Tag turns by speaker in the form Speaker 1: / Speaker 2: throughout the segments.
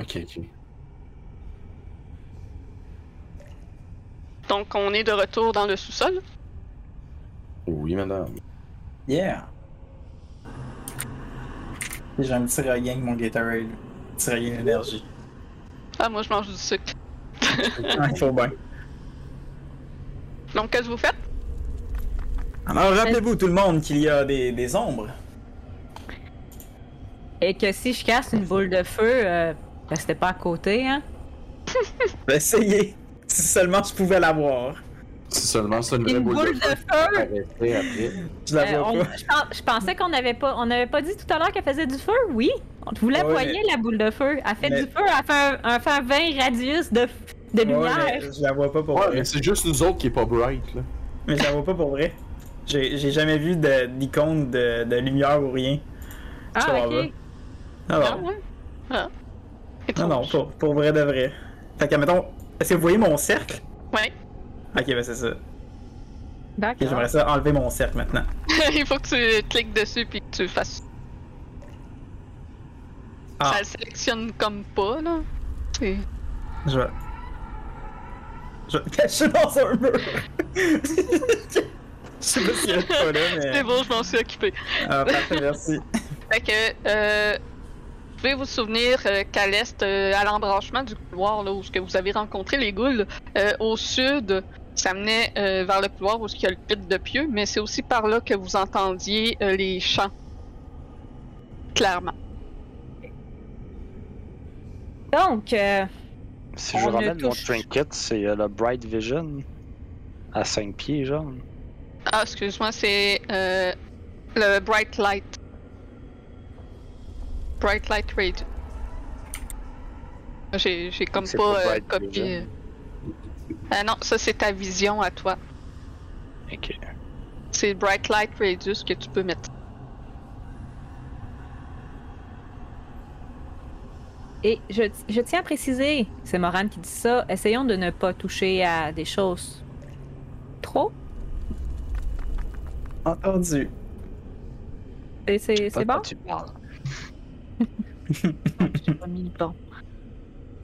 Speaker 1: Ok, ok.
Speaker 2: Donc, on est de retour dans le sous-sol.
Speaker 1: Oui, madame.
Speaker 3: Yeah! J'ai un petit regain avec mon Gatorade. Petit regain d'énergie.
Speaker 2: Ah, moi, je mange du sucre.
Speaker 3: Ah, il faut bien.
Speaker 2: Donc, qu'est-ce que vous faites?
Speaker 3: Alors, rappelez-vous tout le monde qu'il y a des, des ombres.
Speaker 4: Et que si je casse une boule de feu, euh, restez pas à côté, hein.
Speaker 3: Ben, Essayez! Si seulement je pouvais l'avoir.
Speaker 1: Si seulement ça une vraie
Speaker 4: Une boule de feu!
Speaker 1: Arrêtez après.
Speaker 3: Je la
Speaker 4: Euh,
Speaker 3: vois
Speaker 4: on-
Speaker 3: pas.
Speaker 4: je, pens- je pensais qu'on n'avait pas, on n'avait pas dit tout à l'heure qu'elle faisait du feu, oui. On- Vous la
Speaker 3: Ouais,
Speaker 4: voyez, la boule de feu. Elle fait
Speaker 3: Mais-
Speaker 4: du feu, elle fait un, un fait 20 radius de, de lumière.
Speaker 3: Ouais, mais je la vois pas pour
Speaker 1: Ouais,
Speaker 3: vrai.
Speaker 1: mais c'est juste nous autres qui est pas bright, là.
Speaker 3: Mais je la vois pas pour vrai. J'ai j'ai jamais vu de- d'icône de, de lumière ou rien.
Speaker 4: ah,
Speaker 3: vois,
Speaker 4: ok.
Speaker 3: Non,
Speaker 2: Ah,
Speaker 3: non,
Speaker 2: ouais. Ah.
Speaker 3: non, non,
Speaker 2: Étrange.
Speaker 3: pour, pour vrai de vrai. Fait que, mettons, est-ce que vous voyez mon cercle?
Speaker 2: Ouais.
Speaker 3: Ok, ben c'est ça. Ok,
Speaker 4: D'accord.
Speaker 3: J'aimerais ça enlever mon cercle maintenant.
Speaker 2: Il faut que tu cliques dessus puis que tu fasses.
Speaker 3: Ah. Euh.
Speaker 2: Ça le sélectionne comme pas, là. C'est-
Speaker 3: Je vais. Je vais le cacher dans un mur! Je sais pas s'il y a pas là, mais.
Speaker 2: C'est bon, je m'en suis occupé.
Speaker 3: Ah, parfait, merci.
Speaker 2: Fait que, euh, vous pouvez vous souvenir euh, qu'à l'est, euh, à l'embranchement du couloir, là, où ce que vous avez rencontré les ghouls, euh, au sud, ça menait euh, vers le couloir où il y a le pit de pieux, mais c'est aussi par là que vous entendiez euh, les chants. Clairement.
Speaker 4: Donc, euh,
Speaker 5: Si je
Speaker 4: On a
Speaker 5: ramène mon
Speaker 4: touché.
Speaker 5: trinket, c'est euh, le Bright Vision à 5 pieds, genre.
Speaker 2: Ah, excuse-moi, c'est euh, le Bright Light. Bright Light Raid. J'ai j'ai comme
Speaker 5: C'est
Speaker 2: pas,
Speaker 5: pas
Speaker 2: euh,
Speaker 5: Bright hein.
Speaker 2: copié.
Speaker 5: Vision.
Speaker 2: Ah non, ça c'est ta vision à toi.
Speaker 5: Ok.
Speaker 2: C'est le Bright Light Radius que tu peux mettre.
Speaker 4: et je, je tiens à préciser, c'est Morane qui dit ça, essayons de ne pas toucher à des choses trop.
Speaker 3: Entendu.
Speaker 4: Et C'est c'est bon?
Speaker 5: Tu parles.
Speaker 4: J'ai pas mis le bon.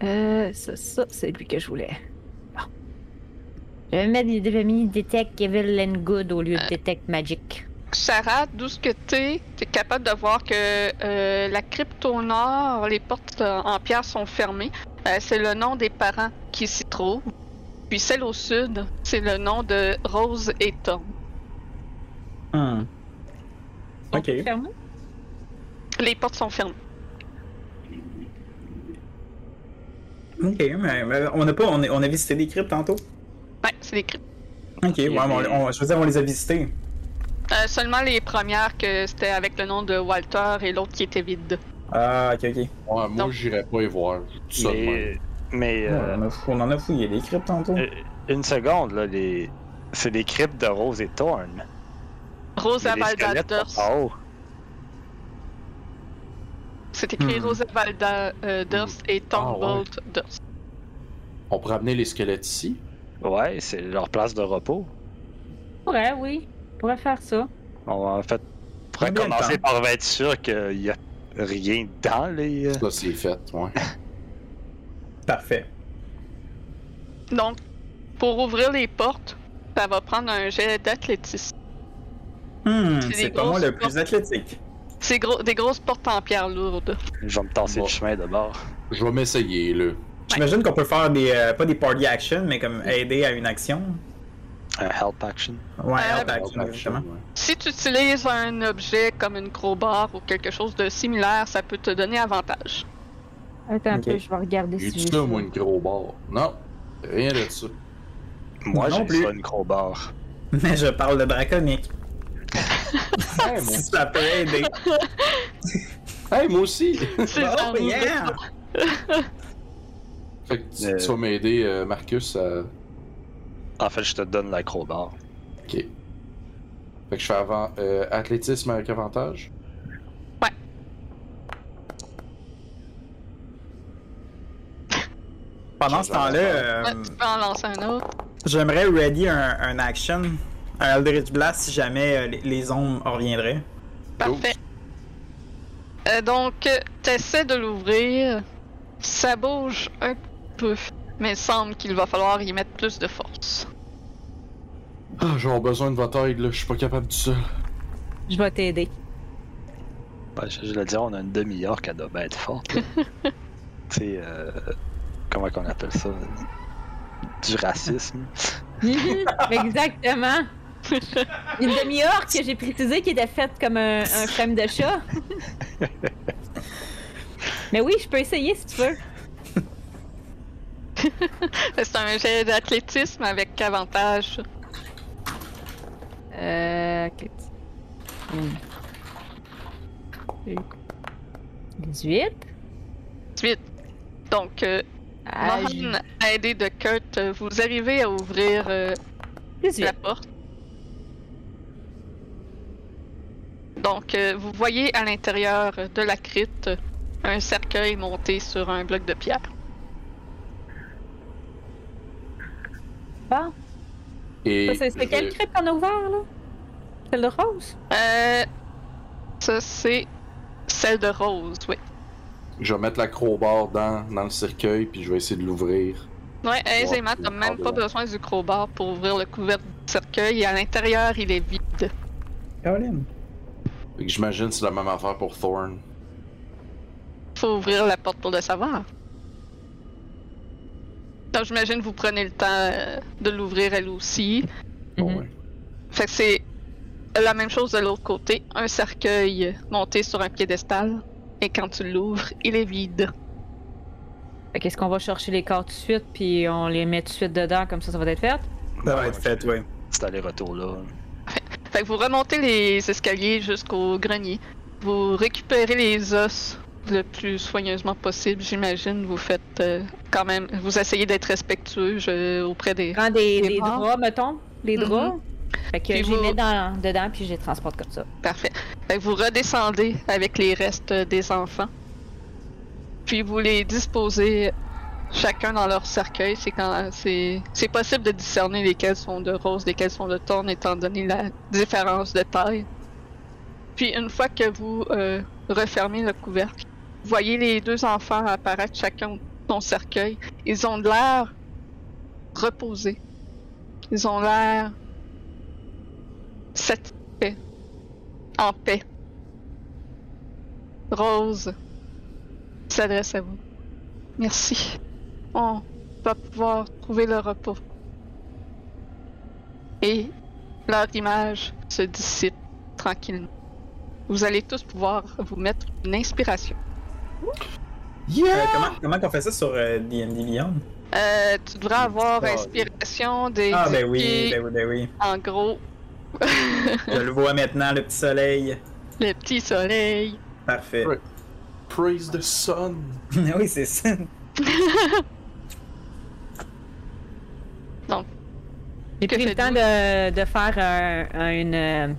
Speaker 4: Euh, ça, ça, c'est lui que je voulais. Bon. Je vais mettre, j'avais mis Detect Evil and Good au lieu
Speaker 1: Euh.
Speaker 4: de Detect Magic.
Speaker 2: Sarah, d'où ce que t'es, t'es capable de voir que euh, la crypte au nord, les portes en en pierre sont fermées. Euh, c'est le nom des parents qui s'y trouvent. Puis celle au sud, c'est le nom de Rose et Tom.
Speaker 3: Hmm. Ok.
Speaker 4: Fermé?
Speaker 2: Les portes sont fermées.
Speaker 3: Ok, mais, mais on a pas, on, a- on a visité des cryptes tantôt.
Speaker 2: Ouais, c'est les cryptes.
Speaker 3: Ok, ouais, mais on- on- je veux dire, on les a visités.
Speaker 2: Euh, seulement les premières que c'était avec le nom de Walter et l'autre qui était vide.
Speaker 3: Ah, ok, ok.
Speaker 1: Ouais, moi,
Speaker 2: Non.
Speaker 1: j'irais pas y voir. Tout ça de même.
Speaker 5: Mais, mais euh,
Speaker 3: On, en a, fou- on en a fouillé des cryptes tantôt.
Speaker 5: euh, une seconde, là, les... c'est des cryptes de Rose et Thorn.
Speaker 2: Rosa
Speaker 5: Mais les squelettes ah. oh, sont
Speaker 2: Valdadors.
Speaker 5: pas hauts.
Speaker 2: C'est écrit
Speaker 3: Hmm.
Speaker 2: Rosa Valdadors et
Speaker 1: Ah, ouais.
Speaker 2: Thornbolt Durst.
Speaker 1: On pourrait amener les squelettes ici.
Speaker 5: Ouais, c'est leur place de repos.
Speaker 4: Pourrait, oui. Pourrait faire ça.
Speaker 5: On, en fait, on pourrait
Speaker 3: Combien de
Speaker 5: commencer
Speaker 3: temps?
Speaker 5: par être sûr qu'il y a rien dans les. euh,
Speaker 1: Ça, c'est fait, ouais.
Speaker 3: Parfait.
Speaker 2: Donc, pour ouvrir les portes, ça va prendre un jet d'athlétisme.
Speaker 3: Hmm,
Speaker 2: C'est
Speaker 3: c'est
Speaker 2: des
Speaker 3: pas moi
Speaker 2: grosses
Speaker 3: le plus
Speaker 2: portes.
Speaker 3: athlétique.
Speaker 2: C'est gros, des grosses portes en pierre lourde.
Speaker 5: Je vais me tasser
Speaker 1: Bon.
Speaker 5: le chemin de bord.
Speaker 1: Je vais m'essayer, là.
Speaker 3: J'imagine qu'on peut faire des, euh, pas des party action, mais comme aider à une action.
Speaker 5: Un help action.
Speaker 3: Ouais,
Speaker 2: Euh,
Speaker 3: help action, exactement.
Speaker 1: Ouais.
Speaker 2: Si tu utilises un objet comme une crowbar ou quelque chose de similaire, ça peut te donner avantage.
Speaker 4: Attends
Speaker 3: Ok.
Speaker 4: un peu, je vais regarder
Speaker 1: J'ai
Speaker 4: si
Speaker 1: eu ça, moi, une gros barre. Non, rien de ça.
Speaker 5: Moi,
Speaker 3: Non
Speaker 5: j'ai
Speaker 3: plus.
Speaker 5: ça une gros barre.
Speaker 3: Mais je parle de draconique.
Speaker 1: Hey, moi,
Speaker 3: Si ça peut aider.
Speaker 1: hey, moi aussi!
Speaker 2: C'est
Speaker 3: Oh,
Speaker 2: genre-
Speaker 3: yeah!
Speaker 1: fait que tu,
Speaker 5: Euh.
Speaker 1: tu vas m'aider, euh, Marcus, à...
Speaker 5: En fait, je te donne la gros barre.
Speaker 1: Ok. Fait que je fais avant, euh, athlétisme avec avantage.
Speaker 2: Ouais.
Speaker 3: Pendant ce temps-là, euh,
Speaker 2: Ouais, tu peux en lancer un autre.
Speaker 3: j'aimerais ready un, un action, un Eldritch Blast si jamais euh, les, les ombres en reviendraient.
Speaker 2: Parfait. Euh, donc, tu essaies de l'ouvrir. Ça bouge un peu, mais il semble qu'il va falloir y mettre plus de force.
Speaker 1: Ah, j'ai besoin de votre aide, là. Je suis pas capable du seul.
Speaker 4: Je vais t'aider.
Speaker 5: Ben, je, je le dire, on a une demi-orque, elle doit bien être forte. là. tu sais, euh, comment qu'on appelle ça Du racisme.
Speaker 4: Exactement. Une demi-orque que j'ai précisé qui était faite comme un, un frame de chat. Mais oui, je peux essayer si tu veux.
Speaker 2: C'est un jet d'athlétisme avec avantage.
Speaker 4: Euh. ok. Hmm. 18.
Speaker 2: Ensuite, donc, euh,
Speaker 4: Ah, j'ai-
Speaker 2: Mohan, aidé de Kurt, euh, vous arrivez à ouvrir euh,
Speaker 4: 18.
Speaker 2: la porte. Donc, euh, vous voyez à l'intérieur de la crypte euh, un cercueil monté sur un bloc de pierre.
Speaker 4: Bon.
Speaker 1: Et. euh,
Speaker 4: Ça, c'est c'est quelle
Speaker 1: je-
Speaker 4: crêpe qu'on a ouvert, là? Celle de rose?
Speaker 2: Euh, ça, c'est celle de Rose, oui.
Speaker 1: Je vais mettre la crowbar dans, dans le cercueil, puis je vais essayer de l'ouvrir.
Speaker 2: Ouais, aisément,
Speaker 1: puis
Speaker 2: t'as
Speaker 1: on
Speaker 2: même
Speaker 1: part
Speaker 2: pas
Speaker 1: de là.
Speaker 2: besoin du crowbar pour ouvrir le couvercle du cercueil et à l'intérieur, il est vide.
Speaker 3: Caroline.
Speaker 1: Fait que j'imagine que c'est la même affaire pour Thorn.
Speaker 2: Faut ouvrir la porte pour le savoir. Donc, j'imagine que vous prenez le temps euh, de l'ouvrir elle aussi.
Speaker 1: Bon,
Speaker 4: Mhm.
Speaker 1: Oh, ouais.
Speaker 2: Fait que c'est la même chose de l'autre côté, un cercueil monté sur un piédestal. Et quand tu l'ouvres, il est vide.
Speaker 4: Fait qu'est-ce qu'on va chercher les corps tout de suite, puis on les met tout de suite dedans, comme ça, ça va être fait?
Speaker 3: Ça va être fait, oui.
Speaker 5: Cet aller-retour-là.
Speaker 2: Fait que vous remontez les escaliers jusqu'au grenier. Vous récupérez les os le plus soigneusement possible, j'imagine. Vous faites euh, quand même, vous essayez d'être respectueux je- auprès des.
Speaker 4: Prends des,
Speaker 2: Des
Speaker 4: des
Speaker 2: morts.
Speaker 4: draps, mettons. Les
Speaker 2: Mhm.
Speaker 4: draps. Fait que
Speaker 2: Puis
Speaker 4: je les
Speaker 2: vous-
Speaker 4: mets dans, dedans, puis je les transporte comme ça.
Speaker 2: Parfait. Fait que vous redescendez avec les restes des enfants. Puis vous les disposez chacun dans leur cercueil. C'est quand c'est c'est possible de discerner lesquels sont de rose, lesquels sont de thorne, étant donné la différence de taille. Puis une fois que vous euh, refermez le couvercle, vous voyez les deux enfants apparaître chacun son cercueil. Ils ont de l'air reposés. Ils ont l'air satisfaits en paix. Rose s'adresse à vous. Merci. On va pouvoir trouver le repos. Et leur image se dissipe tranquillement. Vous allez tous pouvoir vous mettre une inspiration.
Speaker 3: Euh, comment, comment qu'on fait ça sur euh, D&D Beyond?
Speaker 2: Euh, tu devras avoir
Speaker 5: Ah, oui.
Speaker 2: inspiration des.
Speaker 3: Ah,
Speaker 2: des-
Speaker 3: ben oui, ben oui, ben oui.
Speaker 2: En gros,
Speaker 3: Je le vois maintenant, le petit soleil.
Speaker 2: le petit soleil.
Speaker 3: Parfait.
Speaker 1: Ouais. Praise the sun!
Speaker 3: oui, c'est ça.
Speaker 4: J'ai
Speaker 2: Que
Speaker 4: pris le
Speaker 2: faites-vous?
Speaker 4: temps de, de faire un- un- une, euh,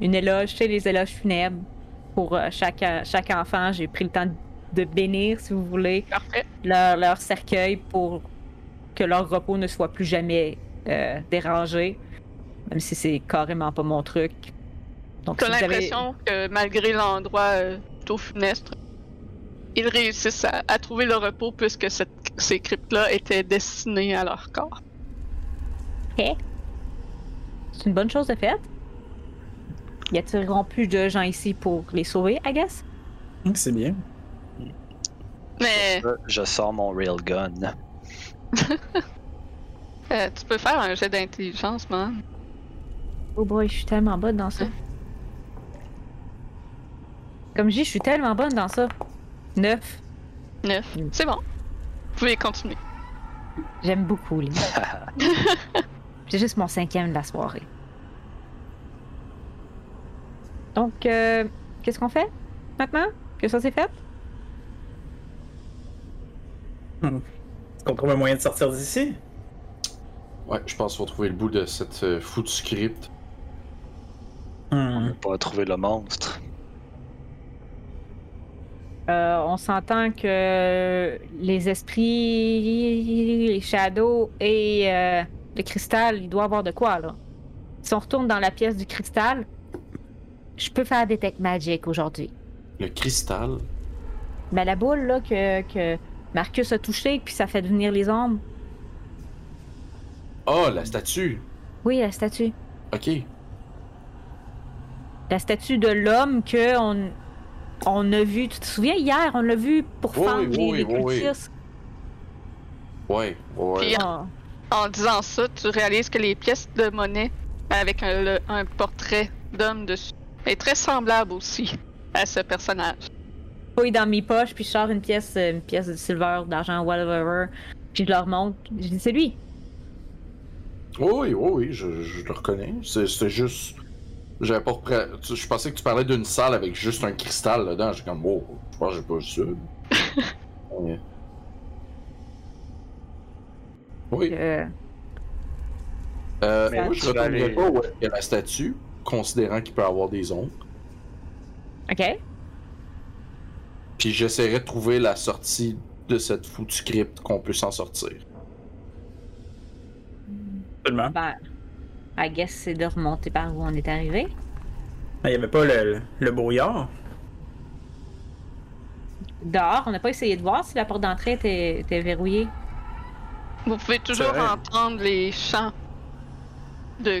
Speaker 4: une éloge, tu sais, les éloges funèbres pour euh, chaque, chaque enfant. J'ai pris le temps de bénir, si vous voulez,
Speaker 2: Parfait.
Speaker 4: leur, leur cercueil pour que leur repos ne soit plus jamais euh, dérangé, même si c'est carrément pas mon truc. Donc,
Speaker 2: T'as
Speaker 4: si vous avez-
Speaker 2: l'impression que malgré l'endroit euh, plutôt funeste, ils réussissent à, à trouver le repos puisque cette, ces cryptes-là étaient destinées à leur corps.
Speaker 4: C'est une bonne chose de fait. Y attireront plus de gens ici pour les sauver, I guess?
Speaker 3: Hum, C'est bien.
Speaker 2: Mais
Speaker 5: Je, je sors mon railgun.
Speaker 2: euh, tu peux faire un jet d'intelligence, man.
Speaker 4: Oh boy, je suis tellement bonne dans ça. Comme je dis, je suis tellement bonne dans ça. Neuf.
Speaker 2: Neuf.
Speaker 4: Mm.
Speaker 2: C'est bon. Vous pouvez continuer.
Speaker 4: J'aime beaucoup les neufs. C'est juste mon cinquième de la soirée. Donc, euh, qu'est-ce qu'on fait maintenant que ça c'est fait?
Speaker 3: Est-ce qu'on trouve un moyen de sortir d'ici?
Speaker 1: Ouais, je pense qu'on va trouver le bout de cette euh, foutue script.
Speaker 5: On
Speaker 3: Hum.
Speaker 5: n'a pas trouvé le monstre.
Speaker 4: Euh, on s'entend que les esprits, les shadows et euh, le cristal, il doit avoir de quoi, là. Si on retourne dans la pièce du cristal, je peux faire des tech magic aujourd'hui.
Speaker 1: Le cristal.
Speaker 4: Mais la boule, là, que, que Marcus a touché, puis ça fait devenir les ombres.
Speaker 1: Ah, la statue!
Speaker 4: Oui, la statue.
Speaker 1: Ok.
Speaker 4: La statue de l'homme que on, on a vu. Tu te souviens hier, on l'a vu pour
Speaker 1: Oui,
Speaker 4: fendre
Speaker 1: oui,
Speaker 4: les,
Speaker 1: oui,
Speaker 4: les
Speaker 1: oui, oui.
Speaker 4: cultistes.
Speaker 1: Ouais, ouais.
Speaker 2: Puis-
Speaker 4: Ah.
Speaker 2: En disant ça, tu réalises que les pièces de monnaie avec un, le- un portrait d'homme dessus est très semblable aussi à ce personnage.
Speaker 4: Je fouille dans mes poches, puis je sors une pièce, euh, une pièce de silver, d'argent, whatever. Puis je leur montre. Je dis, c'est lui.
Speaker 1: Oui, oui, oui, je, je le reconnais. C'est- C'était juste. J'avais pas repris- tu- Je pensais que tu parlais d'une salle avec juste un cristal dedans. J'ai comme, wow, je pense que j'ai pas vu ça. Ouais. Oui.
Speaker 4: Euh,
Speaker 1: Euh,
Speaker 5: Mais
Speaker 1: moi, je
Speaker 5: tu vas
Speaker 1: retournerai
Speaker 5: aller-
Speaker 1: pas où est-ce qu'il y a la statue, considérant qu'il peut avoir des ombres.
Speaker 4: OK.
Speaker 1: Puis j'essaierai de trouver la sortie de cette foutue crypte qu'on peut s'en sortir.
Speaker 3: Absolument.
Speaker 4: Ben, I guess c'est de remonter par où on est arrivé.
Speaker 3: Mais Ah, il n'y avait pas le, le- le brouillard.
Speaker 4: Dehors, on n'a pas essayé de voir si la porte d'entrée était, était verrouillée.
Speaker 2: Vous pouvez toujours
Speaker 3: C'est vrai.
Speaker 2: entendre les chants de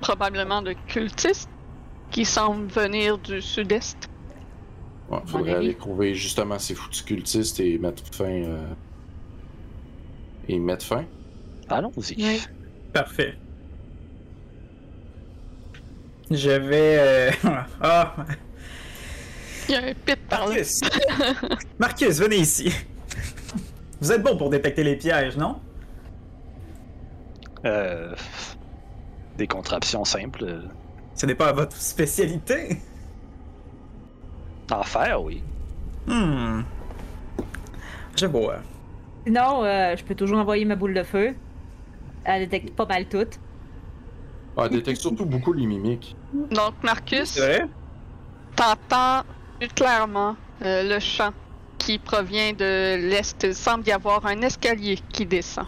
Speaker 2: probablement de cultistes qui semblent venir du sud-est.
Speaker 1: Ouais, faudrait
Speaker 4: Mon avis.
Speaker 1: aller trouver justement ces foutus cultistes et mettre fin. euh, Et mettre fin.
Speaker 5: Allons-y.
Speaker 4: Oui.
Speaker 3: Parfait. Je vais. euh, Ah!
Speaker 2: Il y a un pit par là.
Speaker 3: Marcus! Marcus, venez ici! Vous êtes bon pour détecter les pièges, non?
Speaker 5: Euh, des contraptions simples. euh,
Speaker 3: Ce n'est pas votre spécialité!
Speaker 5: En faire, oui.
Speaker 3: Hmm. euh, Je vois.
Speaker 4: Sinon, euh, je peux toujours envoyer ma boule de feu. Elle détecte pas mal toutes.
Speaker 1: Ah, elle détecte surtout beaucoup les mimiques.
Speaker 2: Donc Marcus,
Speaker 3: C'est vrai?
Speaker 2: t'entends plus clairement euh, le chant qui provient de l'est. Il semble y avoir un escalier qui descend.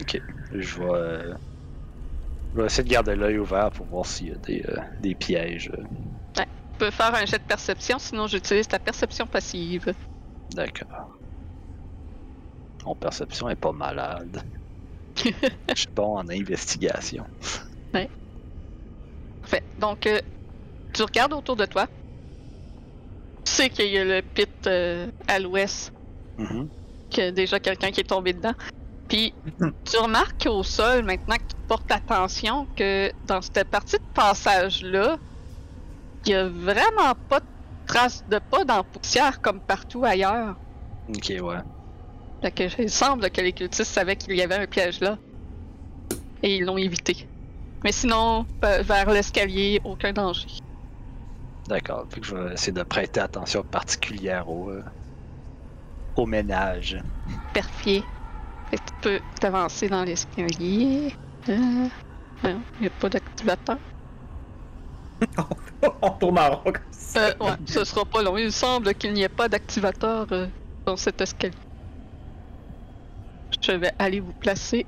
Speaker 5: Ok. Je vais. euh, je vais essayer de garder l'œil ouvert pour voir s'il y a des, euh, des pièges. euh,
Speaker 2: Tu peux faire un jet de perception, sinon j'utilise ta perception passive.
Speaker 5: D'accord. Mon perception est pas malade. Je suis bon en investigation.
Speaker 2: Parfait. Donc, euh, tu regardes autour de toi. Tu sais qu'il y a le pit euh, à l'ouest,
Speaker 5: Mhm.
Speaker 2: que déjà quelqu'un qui est tombé dedans. Puis,
Speaker 3: Mhm.
Speaker 2: tu remarques au sol, maintenant que tu portes attention, que dans cette partie de passage-là, il n'y a vraiment pas de traces de pas dans la poussière comme partout ailleurs.
Speaker 5: Ok, ouais.
Speaker 2: Fait que il semble que les cultistes savaient qu'il y avait un piège là. Et ils l'ont évité. Mais sinon, pe- vers l'escalier, aucun danger.
Speaker 5: D'accord. Fait que je vais essayer de prêter attention particulière au, euh, au ménage.
Speaker 2: Parfait. Fait que tu peux t'avancer dans l'escalier. Euh, non, il n'y a pas d'activateur.
Speaker 3: On tourne en rond comme ça.
Speaker 2: Euh, ouais, ce sera pas long. Il semble qu'il n'y ait pas d'activateur euh, dans cet escalier. Je vais aller vous placer.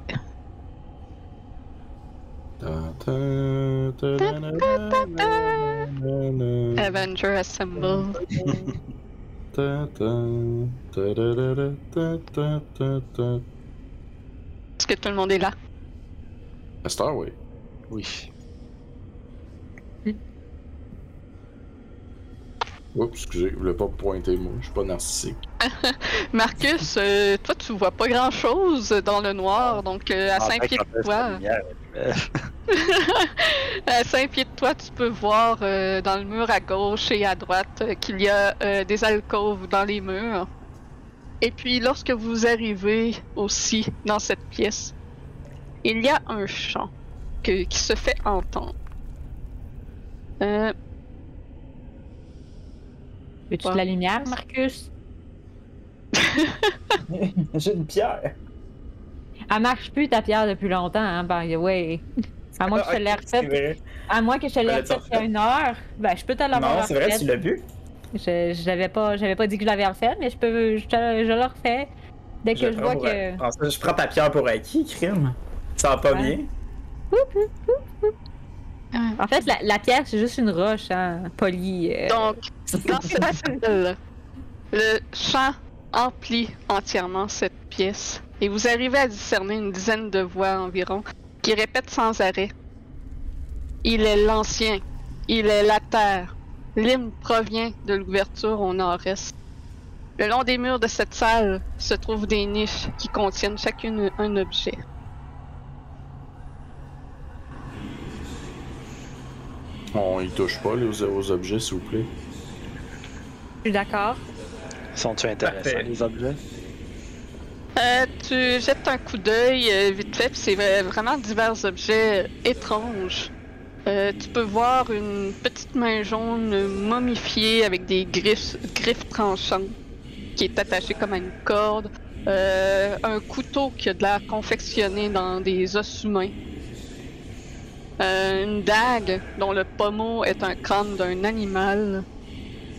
Speaker 4: Eh ben.
Speaker 2: Avenger Assemble.
Speaker 1: À
Speaker 2: Est-ce que tout le monde est là?
Speaker 1: cette heure, oui.
Speaker 5: Oui.
Speaker 1: Oups, excusez, je voulais pas me pointer, moi. Je suis pas narcissique.
Speaker 2: Marcus, euh, toi, tu vois pas grand chose dans le noir, donc euh,
Speaker 5: Ah, ben,
Speaker 2: à 5 pieds de toi. À 5 pieds de toi, tu peux voir euh, dans le mur à gauche et à droite euh, qu'il y a euh, des alcôves dans les murs. Et puis lorsque vous arrivez aussi dans cette pièce, il y a un chant que- qui se fait entendre. Euh,
Speaker 4: Veux-tu de la lumière, Marcus?
Speaker 3: J'ai une pierre.
Speaker 4: Elle marche plus ta pierre depuis longtemps, hein, by the way. À moins que Ah, je te l'ai
Speaker 3: Ah, C'est
Speaker 4: recette.
Speaker 3: vrai.
Speaker 4: À moins que je te l'ai
Speaker 3: Fallait te
Speaker 4: recette il y a
Speaker 3: refaire.
Speaker 4: une heure. Ben, je peux te l'avoir
Speaker 3: Non, c'est vrai,
Speaker 4: refaite.
Speaker 3: tu l'as vu.
Speaker 4: Je, je l'avais pas, j'avais pas dit que je l'avais refait, mais je peux, je, te- je le refais. Dès que je,
Speaker 3: prends
Speaker 4: vois
Speaker 3: pour- euh,
Speaker 4: que.
Speaker 3: prends ça, Je prends ta pierre pour acquis, crime. Ça va pas
Speaker 4: Ouais.
Speaker 3: bien.
Speaker 4: En fait, la, la pierre, c'est juste une roche, hein, polie. euh,
Speaker 2: donc, dans cette salle, le chant emplit entièrement cette pièce et vous arrivez à discerner une dizaine de voix environ qui répètent sans arrêt. Il est l'ancien, il est la terre. L'hymne provient de l'ouverture au nord-est. Le long des murs de cette salle se trouvent des niches qui contiennent chacune un objet.
Speaker 1: On y touche pas les, aux objets, s'il vous plaît.
Speaker 4: Je suis d'accord.
Speaker 5: Sont-ils intéressants,
Speaker 3: Parfait.
Speaker 5: les objets?
Speaker 2: Euh, tu jettes un coup d'œil euh, vite fait, puis c'est euh, vraiment divers objets euh, étranges. Euh, tu peux voir une petite main jaune momifiée avec des griffes, griffes tranchantes qui est attachée comme à une corde. Euh, un couteau qui a de l'air confectionné dans des os humains. Euh, une dague dont le pommeau est un crâne d'un animal.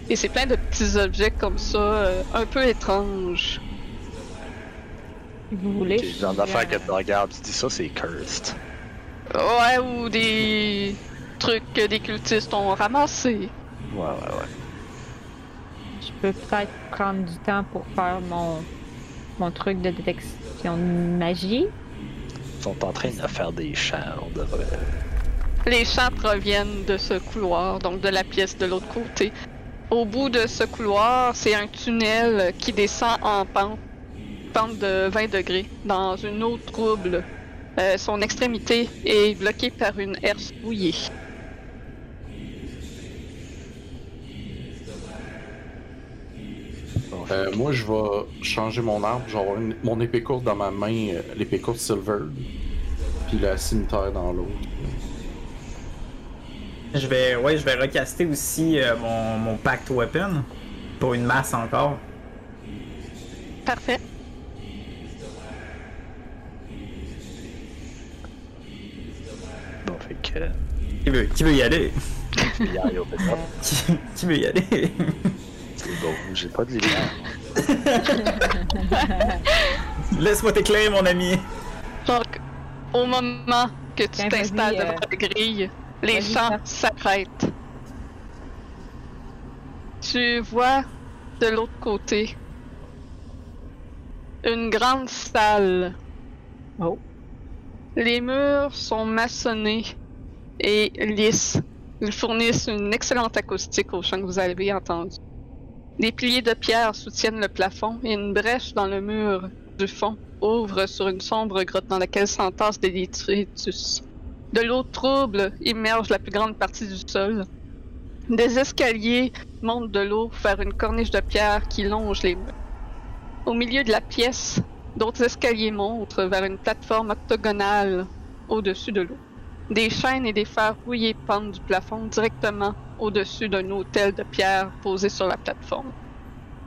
Speaker 2: Et c'est plein de petits objets comme ça, euh, un peu étranges.
Speaker 4: Vous voulez.
Speaker 5: C'est le genre d'affaires que tu regardes, tu dis ça, c'est cursed.
Speaker 2: Ouais, ou des trucs que des cultistes ont ramassés.
Speaker 5: Ouais, ouais, ouais.
Speaker 4: Je peux peut-être prendre du temps pour faire mon, mon truc de détection de magie.
Speaker 5: Ils sont en train de faire des chants, on devrait.
Speaker 2: Les chants proviennent de ce couloir, donc de la pièce de l'autre côté. Au bout de ce couloir, c'est un tunnel qui descend en pente, pente de 20 degrés, dans une eau trouble. Euh, son extrémité est bloquée par une herse bouillie.
Speaker 1: Euh, moi, je vais changer mon arbre. Je vais avoir une- mon épée courte dans ma main, euh, l'épée courte silver, puis la cimetière dans l'autre.
Speaker 3: Je vais, ouais, je vais recaster aussi euh, mon, mon Pact Weapon pour une masse encore.
Speaker 2: Parfait.
Speaker 5: Bon, fait que. euh,
Speaker 3: Qui veut, qui veut y aller
Speaker 5: je vais y aller au pétrole.
Speaker 3: qui, qui veut y aller
Speaker 5: C'est bon, j'ai pas de lumière.
Speaker 3: Laisse-moi t'éclairer, mon ami.
Speaker 2: Donc, au moment que tu
Speaker 4: Ben, vas-y,
Speaker 2: t'installes
Speaker 4: euh,
Speaker 2: devant la grille, les
Speaker 4: vas-y,
Speaker 2: chants
Speaker 4: Sarah.
Speaker 2: s'arrêtent. Tu vois de l'autre côté une grande salle.
Speaker 4: Oh.
Speaker 2: Les murs sont maçonnés et lisses. Ils fournissent une excellente acoustique au chant que vous avez entendu. Des piliers de pierre soutiennent le plafond et une brèche dans le mur du fond ouvre sur une sombre grotte dans laquelle s'entassent des détritus. De l'eau trouble immerge la plus grande partie du sol. Des escaliers montent de l'eau vers une corniche de pierre qui longe les murs. Au milieu de la pièce, d'autres escaliers montent vers une plateforme octogonale au-dessus de l'eau. Des chaînes et des fers rouillés pendent du plafond directement au-dessus d'un autel de pierre posé sur la plateforme.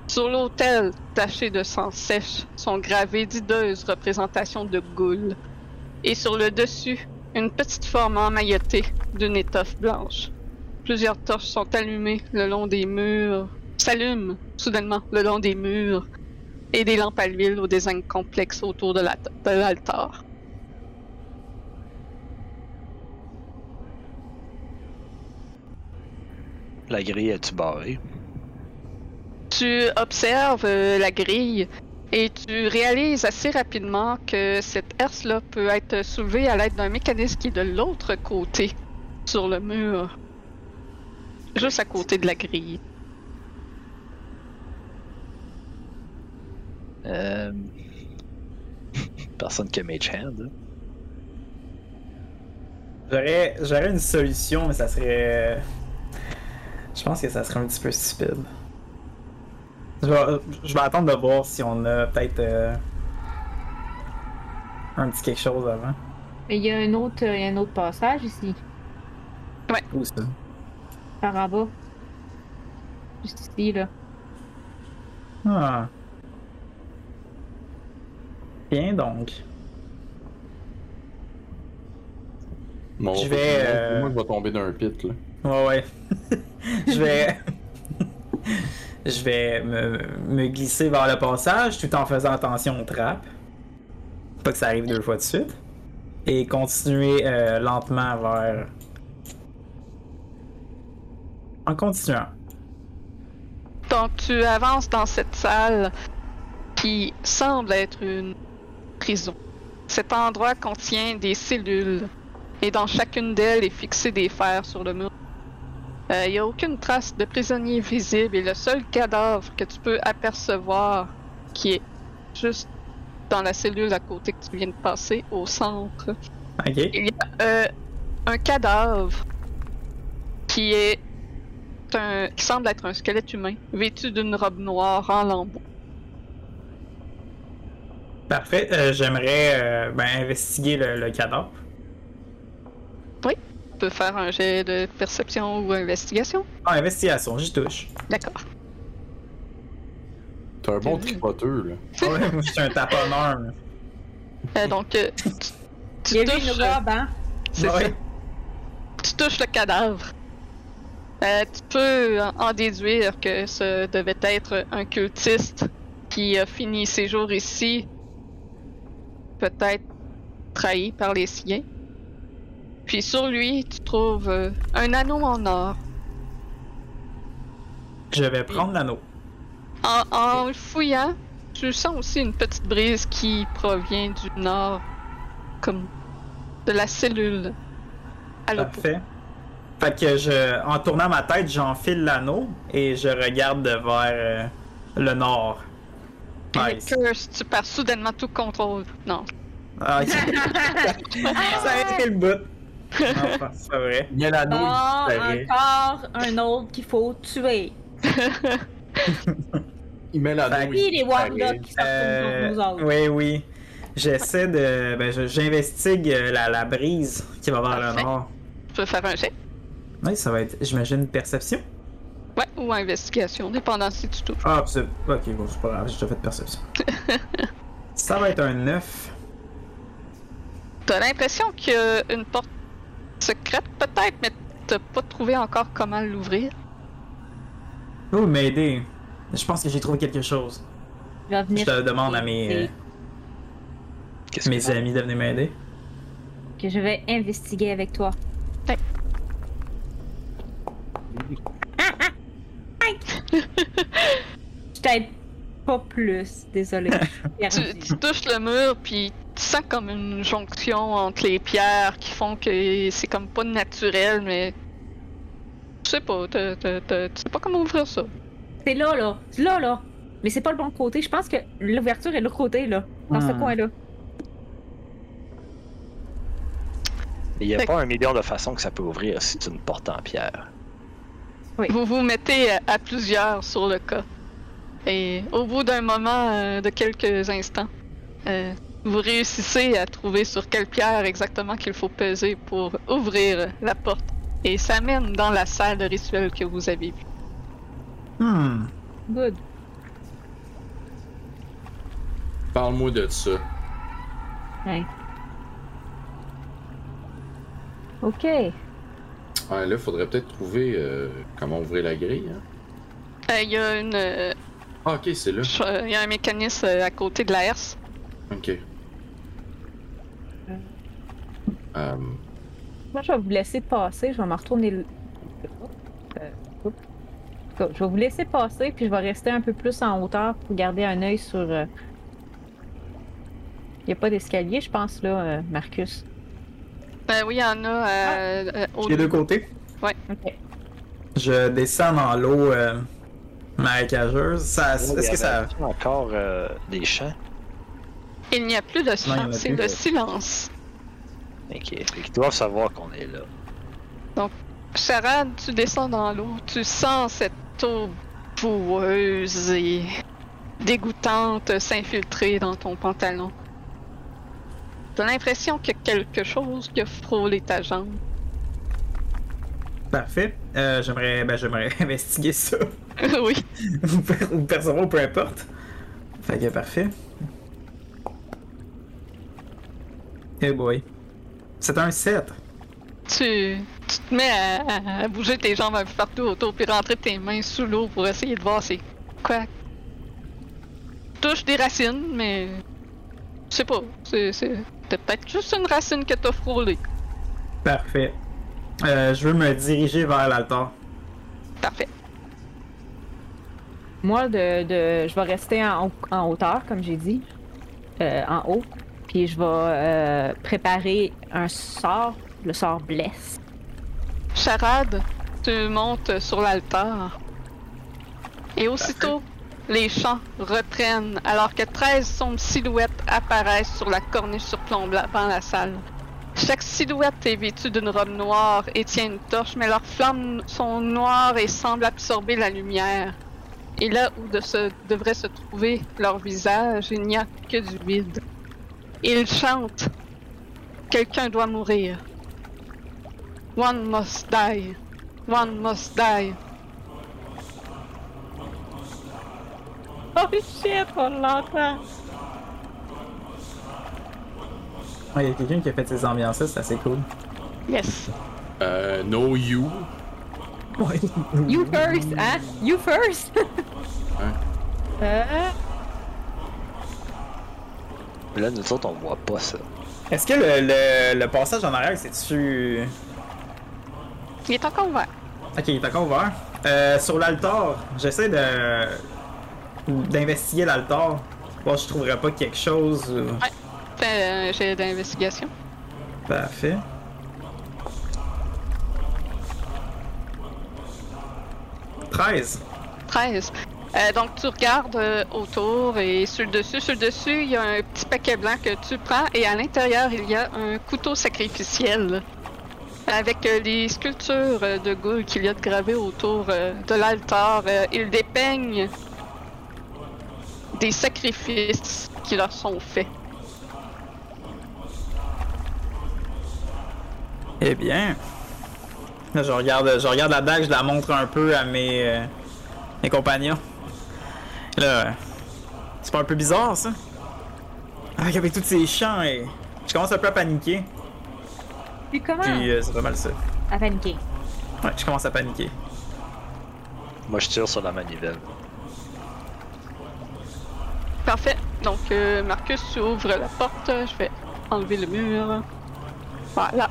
Speaker 2: Sur l'autel, taché de sang sèche, sont gravées d'hideuses représentations de goules. Et sur le dessus, une petite forme emmaillotée d'une étoffe blanche. Plusieurs torches sont allumées le long des murs, s'allument soudainement le long des murs, et des lampes à l'huile au design complexe autour de la- de l'altar.
Speaker 5: La grille est-tu barrée?
Speaker 2: Tu observes euh, la grille et tu réalises assez rapidement que cette herse-là peut être soulevée à l'aide d'un mécanisme qui est de l'autre côté, sur le mur, juste à côté de la grille.
Speaker 5: Euh... Personne qui a Mage Hand. hein.
Speaker 3: J'aurais, j'aurais une solution, mais ça serait. Je pense que ça serait un petit peu stupide. Je vais, je vais attendre de voir si on a peut-être euh, un petit quelque chose avant.
Speaker 4: Mais il y a un autre, il y a un autre passage ici,
Speaker 3: Où ça
Speaker 4: par en bas. Juste ici, là.
Speaker 3: Ah. Bien donc.
Speaker 1: Mon-
Speaker 3: Je vais,
Speaker 1: mon-
Speaker 3: euh,
Speaker 1: Moi, je vais tomber d'un pit, là.
Speaker 3: Ouais, ouais. je vais. je vais me, me glisser vers le passage tout en faisant attention aux trappes. Pas que ça arrive deux fois de suite. Et continuer euh, lentement vers. En continuant.
Speaker 2: Donc tu avances dans cette salle qui semble être une prison. Cet endroit contient des cellules, et dans chacune d'elles est fixé des fers sur le mur. Euh, Il n'y a aucune trace de prisonnier visible, et le seul cadavre que tu peux apercevoir, qui est juste dans la cellule à côté que tu viens de passer, au centre,
Speaker 3: Ok.
Speaker 2: euh, un cadavre qui est un, qui semble être un squelette humain, vêtu d'une robe noire en lambeaux.
Speaker 3: Parfait. Euh, J'aimerais euh, ben, investiguer le, le cadavre.
Speaker 2: Tu peux faire un jet de perception ou investigation.
Speaker 3: Ah, investigation, j'y touche.
Speaker 2: D'accord.
Speaker 1: T'es un bon tripoteux, là.
Speaker 3: Ah Ouais, moi, je suis un taponneur. là.
Speaker 2: Euh, donc, euh, tu, tu
Speaker 4: Il y a eu
Speaker 2: touches, euh,
Speaker 4: une robe, hein?
Speaker 2: c'est
Speaker 3: Ouais.
Speaker 2: ça. tu touches le cadavre. Euh, tu peux en- en déduire que ce devait être un cultiste qui a fini ses jours ici, peut-être trahi par les siens. Puis sur lui, tu trouves euh, un anneau en or.
Speaker 3: Je vais prendre l'anneau.
Speaker 2: En, en le fouillant, tu sens aussi une petite brise qui provient du nord, comme de la cellule. À l'opposé.
Speaker 3: Parfait. Fait que je, en tournant ma tête, j'enfile l'anneau et je regarde de vers euh, le nord. Nice.
Speaker 2: Curse, tu perds soudainement tout contrôle. Non.
Speaker 3: Ah, ok.
Speaker 2: Ah!
Speaker 3: ça a été le bout. Non, pas- c'est pas vrai.
Speaker 1: Il y a l'anneau,
Speaker 4: Ah,
Speaker 1: il disparaît.
Speaker 4: encore un autre qu'il faut tuer.
Speaker 1: Il met l'anneau,
Speaker 4: Puis les
Speaker 1: disparaît.
Speaker 4: warlocks qui sortent
Speaker 3: Euh,
Speaker 4: contre nous autres.
Speaker 3: oui, oui. J'essaie de. Ben, je- j'investigue euh, la, la brise qui va vers le
Speaker 2: Parfait.
Speaker 3: nord.
Speaker 2: Tu peux faire un jet.
Speaker 3: Oui, ça va être, j'imagine, perception.
Speaker 2: Ouais, ou investigation, dépendant si tu touches.
Speaker 3: Ah, pis c'est- ok, bon, c'est pas grave, j'ai déjà fait de perception. ça va être un 9.
Speaker 2: T'as l'impression qu'il y a une porte secrète, peut-être, mais t'as pas trouvé encore comment l'ouvrir.
Speaker 3: Oh, m'aider. Je pense que j'ai trouvé quelque chose.
Speaker 4: Il va
Speaker 3: Je
Speaker 4: venir
Speaker 3: te demande à mes, euh,
Speaker 5: Qu'est-ce
Speaker 3: mes amis de venir m'aider.
Speaker 4: que je vais investiguer avec toi. Je t'aide pas plus, désolé.
Speaker 2: Tu, tu touches le mur, puis tu sens comme une jonction entre les pierres qui font que c'est comme pas naturel, mais. Tu sais pas, t'as- t'as- t'as- tu sais pas comment ouvrir ça.
Speaker 4: C'est là, là. C'est là, là. Mais c'est pas le bon côté. Je pense que l'ouverture est de l'autre côté, là. Dans ce
Speaker 3: Hmm.
Speaker 4: coin-là.
Speaker 5: Il n'y a
Speaker 2: Fait-
Speaker 5: pas un million de façons que ça peut ouvrir si c'est une porte en pierre.
Speaker 2: Vous vous mettez à- à plusieurs sur le cas. Et au bout d'un moment, euh, de quelques instants, euh, vous réussissez à trouver sur quelle pierre exactement qu'il faut peser pour ouvrir la porte. Et ça mène dans la salle de rituel que vous avez vue.
Speaker 3: Hmm.
Speaker 4: Good.
Speaker 1: Parle-moi de ça.
Speaker 4: Ouais. Ok.
Speaker 1: Ouais, là, faudrait peut-être trouver euh, comment ouvrir la grille. Hein.
Speaker 2: Euh, Il y a une, euh,
Speaker 1: Ah, ok, c'est là.
Speaker 2: ch- euh, il y a un mécanisme euh, à côté de la herse.
Speaker 1: Ok. Euh,
Speaker 4: Moi, je vais vous laisser passer. Je vais me retourner. le- Euh, oups. En tout cas, Je vais vous laisser passer, puis je vais rester un peu plus en hauteur pour garder un œil sur. euh, Il n'y a pas d'escalier, je pense, là, euh, Marcus.
Speaker 2: Euh, oui, il y en a euh, euh, au-
Speaker 3: Les deux côtés.
Speaker 4: Ok.
Speaker 3: Je descends dans l'eau euh, marécageuse. Ça,
Speaker 5: Il y
Speaker 3: est-ce que ça.
Speaker 5: avait encore euh, des champs?
Speaker 2: Il n'y a plus de
Speaker 3: il y en a
Speaker 2: chant, c'est
Speaker 3: plus.
Speaker 2: le silence.
Speaker 5: Ok. Ils doivent savoir qu'on est là.
Speaker 2: Charade, tu descends dans l'eau, tu sens cette eau boueuse et dégoûtante s'infiltrer dans ton pantalon. T'as l'impression qu'il y a quelque chose qui a frôlé ta jambe.
Speaker 3: Parfait. Euh, j'aimerais, ben, j'aimerais investiguer ça.
Speaker 2: oui.
Speaker 3: ou per- ou percevoir, peu importe. Fait que parfait. Eh boy. C'est un 7.
Speaker 2: Tu, tu te mets à, à- à bouger tes jambes un peu partout autour, puis rentrer tes mains sous l'eau pour essayer de voir c'est quoi. Touche des racines, mais. Je sais pas. C'est c'est- c'est peut-être juste une racine que t'as frôlée.
Speaker 3: Parfait. Euh, je veux me diriger vers l'altar.
Speaker 2: Parfait.
Speaker 4: Moi, de, de- je vais rester en, en hauteur, comme j'ai dit, euh, en haut. Puis je vais euh, préparer un sort, le sort blesse.
Speaker 2: Charade, tu montes sur l'altar. Et aussitôt, les chants reprennent alors que 13 sombres silhouettes apparaissent sur la corniche surplombant la salle. Chaque silhouette est vêtue d'une robe noire et tient une torche, mais leurs flammes sont noires et semblent absorber la lumière. Et là où de se- devrait se trouver leur visage, il n'y a que du vide. Ils chantent. Quelqu'un doit mourir. One must die. One must die.
Speaker 4: Oh shit, on l'entend!
Speaker 3: Ouais, Il y a quelqu'un qui a fait ces ambiances-là, c'est assez cool.
Speaker 2: Yes.
Speaker 1: Euh, no you.
Speaker 3: Ouais.
Speaker 4: You first, hein? You first!
Speaker 1: Hein?
Speaker 4: Euh,
Speaker 5: Mais là, nous autres, on voit pas ça.
Speaker 3: Est-ce que le, le, le passage en arrière, c'est-tu.
Speaker 2: Il est encore ouvert.
Speaker 3: Ok, il est encore ouvert. Euh, sur l'altar, j'essaie de. d'investiguer l'altar. Voir si je trouverais pas quelque chose. euh, ou-
Speaker 2: Fais euh, un jet d'investigation.
Speaker 3: Parfait. Treize.
Speaker 2: 13. Euh, donc tu regardes euh, autour et sur le dessus, sur le dessus, il y a un petit paquet blanc que tu prends et à l'intérieur, il y a un couteau sacrificiel avec euh, les sculptures euh, de goules qu'il y a de gravées autour euh, de l'altar. Euh, ils dépeignent des sacrifices qui leur sont faits.
Speaker 3: Eh bien. Là, je regarde, je regarde la dague, je la montre un peu à mes, euh, mes compagnons. Là, euh, c'est pas un peu bizarre ça? Avec, avec tous ces chants et. Je commence un peu à paniquer.
Speaker 4: puis comment?
Speaker 3: Puis euh, c'est pas mal ça.
Speaker 4: À paniquer.
Speaker 3: Ouais, je commence à paniquer.
Speaker 5: Moi, je tire sur la manivelle.
Speaker 2: Parfait. Donc, euh, Marcus, tu ouvres la porte. Je vais enlever le mur. Voilà.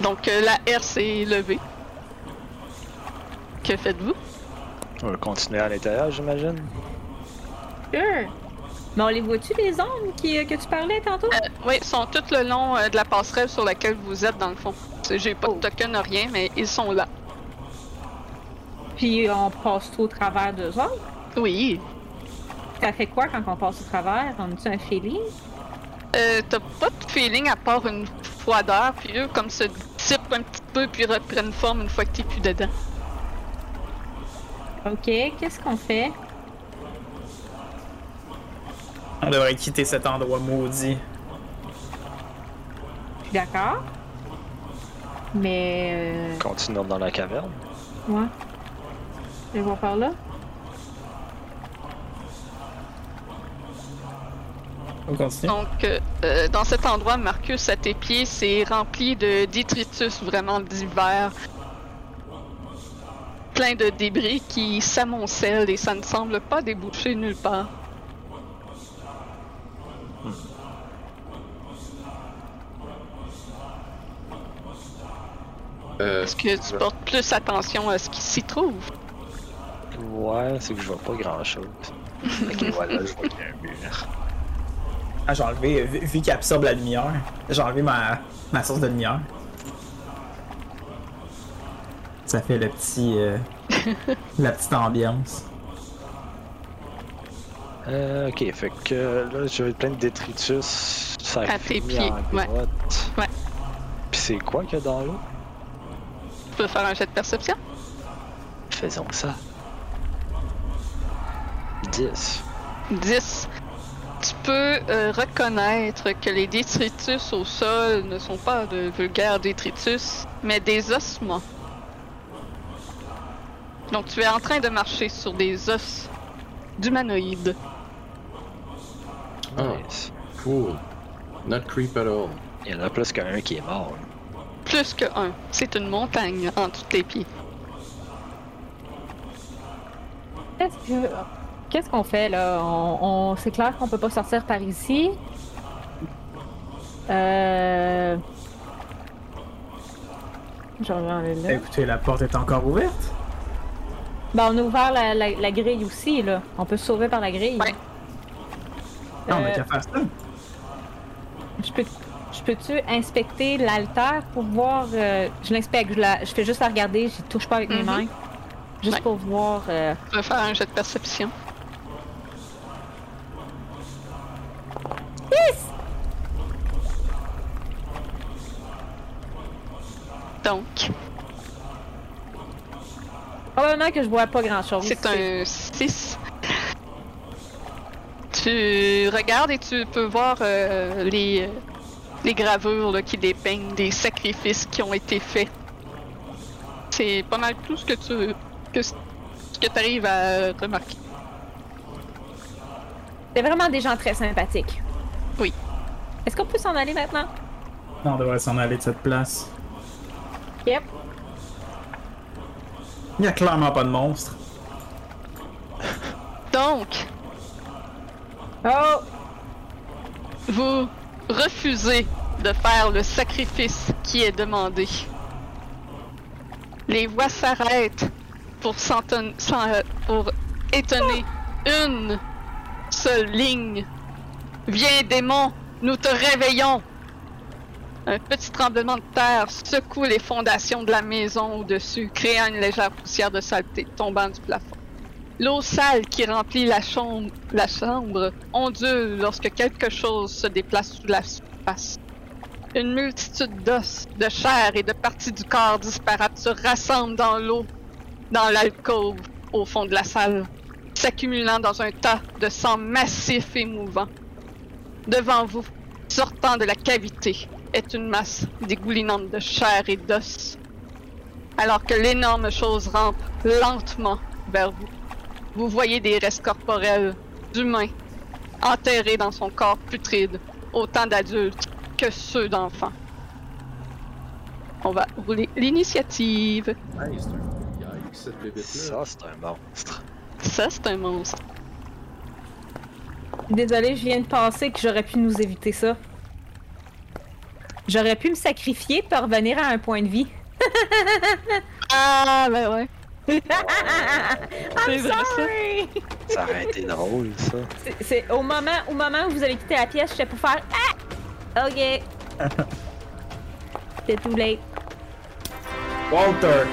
Speaker 2: Donc, euh, la R s'est levée. Que faites-vous?
Speaker 5: On va continuer à l'intérieur, j'imagine.
Speaker 4: Sure! Mais on les voit-tu, les hommes qui, que tu parlais tantôt?
Speaker 2: Euh, oui, ils sont tout le long euh, de la passerelle sur laquelle vous êtes, dans le fond. J'ai pas de token, rien, mais ils sont là.
Speaker 4: Puis euh, on passe tout au travers d'eux autres.
Speaker 2: Oui.
Speaker 4: Ça fait quoi quand on passe au travers? On a-tu un feeling?
Speaker 2: Euh, T'as pas de feeling à part une froideur, puis eux, comme se dissipent un petit peu, puis reprennent forme une fois que t'es plus dedans.
Speaker 4: Ok, qu'est-ce qu'on fait?
Speaker 3: On devrait quitter cet endroit maudit.
Speaker 4: Je suis d'accord. Mais. euh,
Speaker 5: Continuons dans la caverne.
Speaker 4: Ouais. Je vais par là.
Speaker 3: On continue.
Speaker 2: Donc, euh, euh, dans cet endroit, Marcus, à tes pieds, c'est rempli de détritus vraiment divers. Plein de débris qui s'amoncellent et ça ne semble pas déboucher nulle part.
Speaker 1: Euh,
Speaker 2: Est-ce que tu portes plus attention à ce qui s'y trouve?
Speaker 5: Ouais, c'est que je vois pas grand chose. ok, voilà, je vois qu'il y a un mur.
Speaker 3: Ah, j'ai enlevé, vu, vu qu'il absorbe la lumière, j'ai enlevé ma, ma source de lumière. Ça fait le petit. euh, la petite ambiance.
Speaker 5: Euh, ok, fait que là, j'ai plein de détritus. Ça
Speaker 2: À tes pieds, ouais. Ouais.
Speaker 5: Puis c'est quoi qu'il y a dans l'eau?
Speaker 2: Tu peux faire un jet de perception?
Speaker 5: Faisons ça. 10.
Speaker 2: 10. Tu peux euh, reconnaître que les détritus au sol ne sont pas de vulgaires détritus, mais des ossements. Donc tu es en train de marcher sur des os d'humanoïdes.
Speaker 1: Ah.
Speaker 5: Nice.
Speaker 1: cool. Not creep at all.
Speaker 5: Il y en a plus qu'un qui est mort.
Speaker 2: Plus que un. C'est une montagne en dessous de tes pieds.
Speaker 4: Qu'est-ce que. Qu'est-ce qu'on fait là? On, on- C'est clair qu'on peut pas sortir par ici. Euh. Je vais aller là.
Speaker 3: Écoutez, la porte est encore ouverte.
Speaker 4: Ben, on a ouvert la, la- la grille aussi, là. On peut se sauver par la grille.
Speaker 2: Ouais.
Speaker 3: Ah, On
Speaker 4: Euh,
Speaker 3: a qu'à faire ça.
Speaker 4: Je peux, je peux-tu inspecter l'altère pour voir euh, Je l'inspecte, je, la- je fais juste la regarder, je touche pas avec
Speaker 2: Mhm.
Speaker 4: mes mains, juste
Speaker 2: Ouais.
Speaker 4: pour voir. euh,
Speaker 2: Je vais faire un jet de perception. Yes! Donc,
Speaker 4: Probablement que je vois pas grand-chose.
Speaker 2: c'est un 6. Tu regardes et tu peux voir euh, les, euh, les gravures là, qui dépeignent des sacrifices qui ont été faits. C'est pas mal tout ce que tu que, ce que arrives à remarquer.
Speaker 4: C'est vraiment des gens très sympathiques.
Speaker 2: Oui.
Speaker 4: Est-ce qu'on peut s'en aller maintenant
Speaker 3: On devrait s'en aller de cette place.
Speaker 4: Yep.
Speaker 3: Il n'y a clairement pas de monstre.
Speaker 2: Donc,
Speaker 4: Oh
Speaker 2: Vous refusez de faire le sacrifice qui est demandé. Les voix s'arrêtent pour, s'enton- s'en- euh, pour étonner une seule ligne. Viens démon, nous te réveillons. Un petit tremblement de terre secoue les fondations de la maison au-dessus, créant une légère poussière de saleté tombant du plafond. L'eau sale qui remplit la chambre, la chambre ondule lorsque quelque chose se déplace sous la surface. Une multitude d'os, de chair et de parties du corps disparates se rassemblent dans l'eau, dans l'alcôve, au fond de la salle, s'accumulant dans un tas de sang massif et mouvant. Devant vous, sortant de la cavité, est une masse dégoulinante de chair et d'os, alors que l'énorme chose rampe lentement vers vous. Vous voyez des restes corporels d'humains enterrés dans son corps putride, autant d'adultes que ceux d'enfants. On va rouler l'initiative.
Speaker 1: Hey, c'est un yikes, cette bébête-là.
Speaker 5: Ça, c'est un monstre.
Speaker 2: Ça, c'est un monstre.
Speaker 4: Désolée, je viens de penser que j'aurais pu nous éviter ça. J'aurais pu me sacrifier pour revenir à un point de vie.
Speaker 2: Ah, ben ouais. C'est
Speaker 4: I'm
Speaker 2: vrai, ça.
Speaker 4: sorry!
Speaker 5: Ça aurait été drôle, ça.
Speaker 4: C'est- C'est au moment, au moment où vous avez quitté la pièce, j'étais pour faire Ah! Ok. C'est tout late.
Speaker 3: Walter!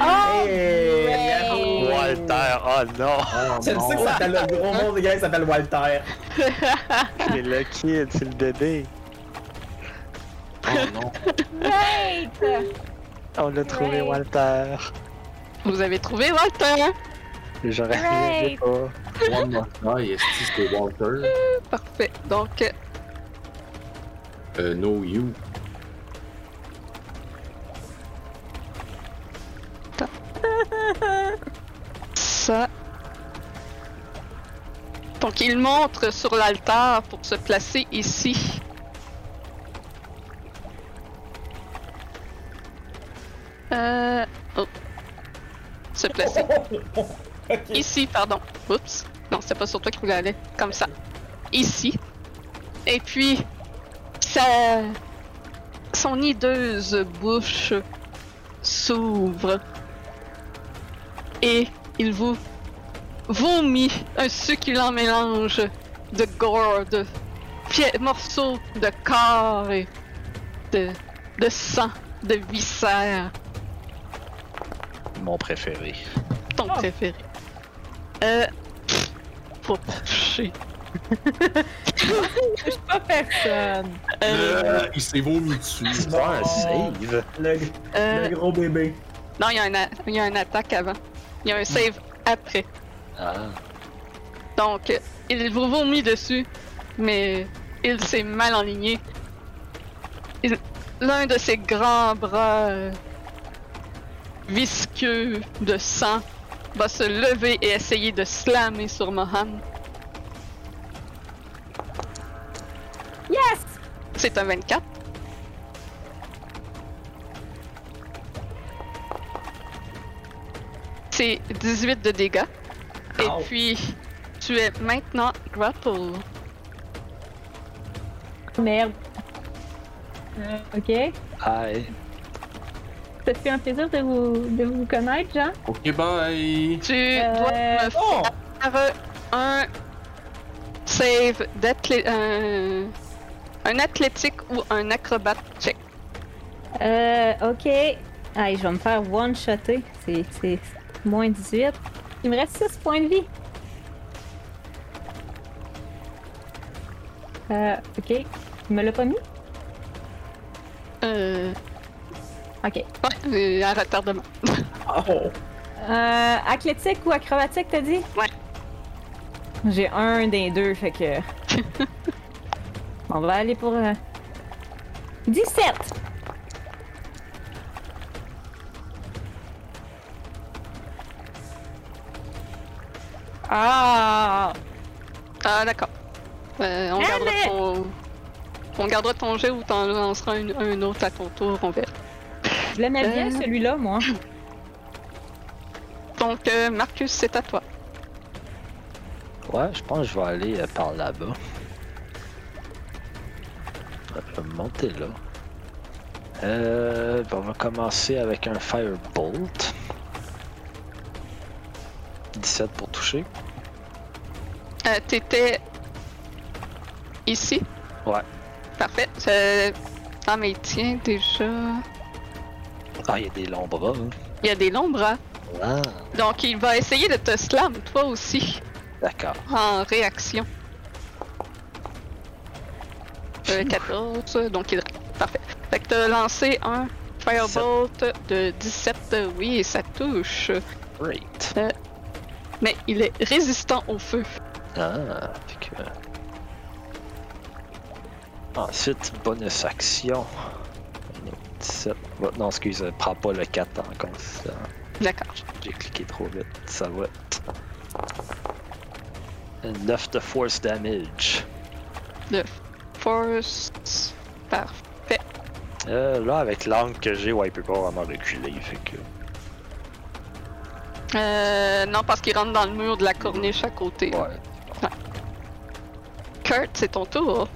Speaker 4: Oh!
Speaker 3: Hey,
Speaker 4: ouais.
Speaker 5: Walter, oh non!
Speaker 1: Ah,
Speaker 3: Je le sais que
Speaker 1: non.
Speaker 3: ça s'appelle le gros monde des gars qui s'appelle Walter.
Speaker 5: C'est le kid, c'est le bébé.
Speaker 1: Oh, non.
Speaker 4: Great!
Speaker 5: On l'a trouvé,
Speaker 4: Ouais.
Speaker 5: Walter.
Speaker 2: Vous avez trouvé Walter.
Speaker 5: J'aurais
Speaker 4: Ouais.
Speaker 5: aimé pas.
Speaker 1: One more try, est-ce que c'est Walter?
Speaker 2: Parfait. Donc, euh,
Speaker 1: Euh, no you.
Speaker 2: ça. Donc, il montre sur l'altar pour se placer ici. Euh. oh. Se placer.
Speaker 3: ok.
Speaker 2: Ici, pardon. Oups. Non, c'est pas sur toi qu'il voulait aller. Comme ça. Ici. Et puis, sa... son hideuse bouche s'ouvre. Et il vous euh, vomit un succulent mélange de gore, de pie- morceaux de corps et de, de sang, de viscères.
Speaker 5: Mon préféré.
Speaker 2: Ton
Speaker 4: Ah.
Speaker 2: préféré. Euh. pff, Faut pas toucher.
Speaker 4: Je suis pas personne.
Speaker 2: Euh,
Speaker 1: Euh, il s'est vomi dessus.
Speaker 3: Non.
Speaker 5: Save!
Speaker 3: Le,
Speaker 2: euh,
Speaker 3: le gros bébé.
Speaker 2: non, il y, a un a- il y a une attaque avant. Il y a un save après.
Speaker 5: Ah,
Speaker 2: Donc, euh, il vous vomit dessus, mais il s'est mal enligné. Il- L'un de ses grands bras euh, visqueux de sang va se lever et essayer de slammer sur Mohan.
Speaker 4: Yes!
Speaker 2: C'est un 24. C'est 18 de dégâts. Et
Speaker 3: Ow.
Speaker 2: puis, tu es maintenant grapple.
Speaker 4: Merde. Euh, ok.
Speaker 5: aïe.
Speaker 4: Ça fait un plaisir de vous, de vous connaître, Jean.
Speaker 1: Ok, bye!
Speaker 2: Tu
Speaker 4: Euh,
Speaker 2: dois me
Speaker 3: Oh!
Speaker 2: faire un save d'athlé... Un... un athlétique ou un acrobat check.
Speaker 4: Euh, ok. Allez, je vais me faire one-shotter. C'est- C'est c'est moins 18. Il me reste 6 points de vie. Euh, ok. Il me l'a pas mis?
Speaker 2: Euh...
Speaker 4: Ok.
Speaker 2: Ouais, euh, un retardement.
Speaker 3: Oh!
Speaker 4: Euh, athlétique ou acrobatique, t'as dit?
Speaker 2: Ouais.
Speaker 4: J'ai un des deux, fait que. On va aller pour. euh, 17! Ah!
Speaker 2: Ah, d'accord. Euh, on,
Speaker 4: Ah,
Speaker 2: gardera
Speaker 4: mais-
Speaker 2: ton... on gardera ton jet ou t'en lanceras une- un autre à ton tour, on verra.
Speaker 4: Je l'aimais bien
Speaker 2: Euh.
Speaker 4: celui-là, moi.
Speaker 2: Donc, euh, Marcus, c'est à toi.
Speaker 5: Ouais, je pense que je vais aller euh, par là-bas. Je vais monter là. Euh, ben, on va commencer avec un Firebolt. 17 pour toucher.
Speaker 2: Euh, T'étais ici?
Speaker 5: Ouais.
Speaker 2: Parfait. Je- Ah, mais tiens, déjà.
Speaker 5: Ah, il y a des longs bras. hein.
Speaker 2: Il y a des longs bras.
Speaker 5: Ah,
Speaker 2: Donc, il va essayer de te slam, toi aussi,
Speaker 5: d'accord.
Speaker 2: en réaction. Euh, 14, donc il rate. Parfait. Fait que t'as lancé un Firebolt de 17, oui, et ça touche.
Speaker 5: Great.
Speaker 2: Mais il est résistant au feu.
Speaker 5: Ah, fait que... Ensuite, bonus action. Un autre 17. Va- Non, excuse, euh, prends pas le 4 en considération.
Speaker 2: D'accord.
Speaker 5: J'ai cliqué trop vite, ça va. 9 de force damage.
Speaker 2: De force. Parfait.
Speaker 5: Euh, là, avec l'angle que j'ai, ouais, il peut pas vraiment reculer, fait que...
Speaker 2: Euh, non, parce qu'il rentre dans le mur de la corniche à côté.
Speaker 5: Ouais.
Speaker 2: Kurt, c'est ton tour.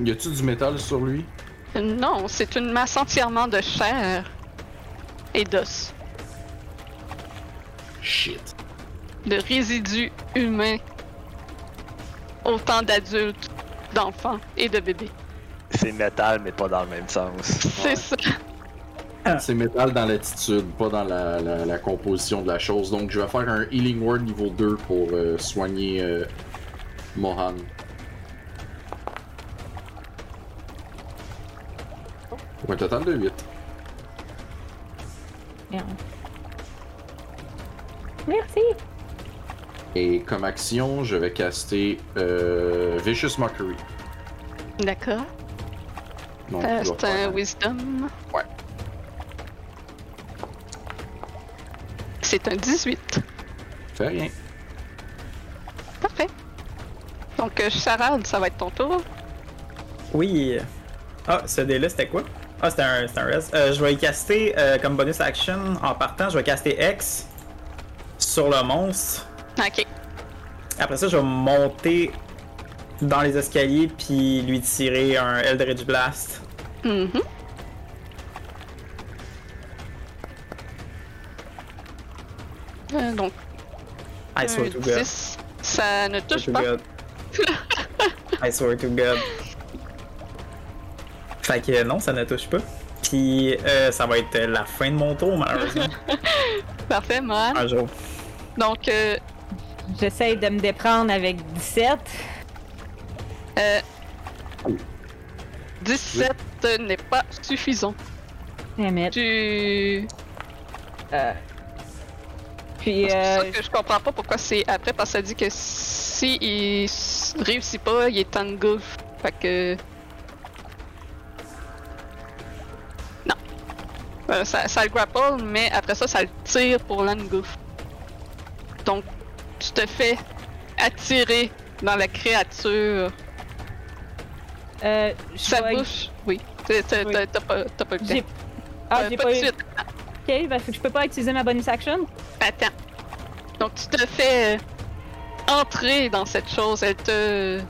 Speaker 1: Y a-tu du métal sur lui?
Speaker 2: Non, c'est une masse entièrement de chair et d'os,
Speaker 1: Shit.
Speaker 2: de résidus humains, autant d'adultes, d'enfants et de bébés.
Speaker 5: C'est métal, mais pas dans le même sens.
Speaker 2: C'est ça.
Speaker 3: Ah.
Speaker 1: C'est métal dans l'attitude, pas dans la, la- la composition de la chose. Donc je vais faire un Healing Word niveau 2 pour euh, soigner euh, Mohan. Pour un total de 8.
Speaker 4: Merde. Merci!
Speaker 1: Et comme action, je vais caster euh, Vicious Mockery.
Speaker 2: D'accord.
Speaker 1: Donc,
Speaker 2: Euh,
Speaker 1: je vais
Speaker 2: c'est un
Speaker 1: faire-
Speaker 2: wisdom.
Speaker 1: Ouais.
Speaker 2: C'est un 18.
Speaker 1: Fais rien.
Speaker 2: Parfait. Donc, euh, Charade, ça va être ton tour.
Speaker 3: Oui. Ah, ce dé-là, c'était quoi? Ah, c'était un, c'était un res. Euh, je vais y caster, euh, comme bonus action, en partant, je vais caster X sur le monstre.
Speaker 2: Ok.
Speaker 3: Après ça, je vais monter dans les escaliers, puis lui tirer un Eldritch Blast.
Speaker 2: Mhm. Euh, donc,
Speaker 3: I
Speaker 2: un
Speaker 3: swear to God.
Speaker 2: 10, ça ne touche
Speaker 3: to
Speaker 2: pas.
Speaker 3: God. I swear to God. Fait que non, ça ne touche pas. Puis euh, ça va être la fin de mon tour, malheureusement. Ah,
Speaker 2: Parfait, Mohan.
Speaker 3: Un jour.
Speaker 2: Donc, euh,
Speaker 4: J'essaye de me déprendre avec 17.
Speaker 2: euh, 17 n'est pas suffisant.
Speaker 4: Damn it.
Speaker 2: Tu...
Speaker 4: Euh, Puis,
Speaker 2: C'est
Speaker 4: euh,
Speaker 2: ça que je comprends pas pourquoi c'est après, parce que ça dit que si il s- réussit pas, il est en golf. Fait que... Non. Euh, ça, ça le grapple, mais après ça, ça le tire pour l'engouffre. Donc, tu te fais attirer dans la créature.
Speaker 4: euh, je
Speaker 2: Sa
Speaker 4: vais-
Speaker 2: bouche, oui. T'as- t'as-
Speaker 4: Oui.
Speaker 2: T'as t'as pas, t'as pas le temps.
Speaker 4: J'ai... Ah,
Speaker 2: Euh,
Speaker 4: j'ai
Speaker 2: pas
Speaker 4: pas,
Speaker 2: de
Speaker 4: eu-
Speaker 2: suite.
Speaker 4: Ok, parce que je peux pas utiliser ma bonus action.
Speaker 2: Attends. Donc tu te fais euh, entrer dans cette chose, elle te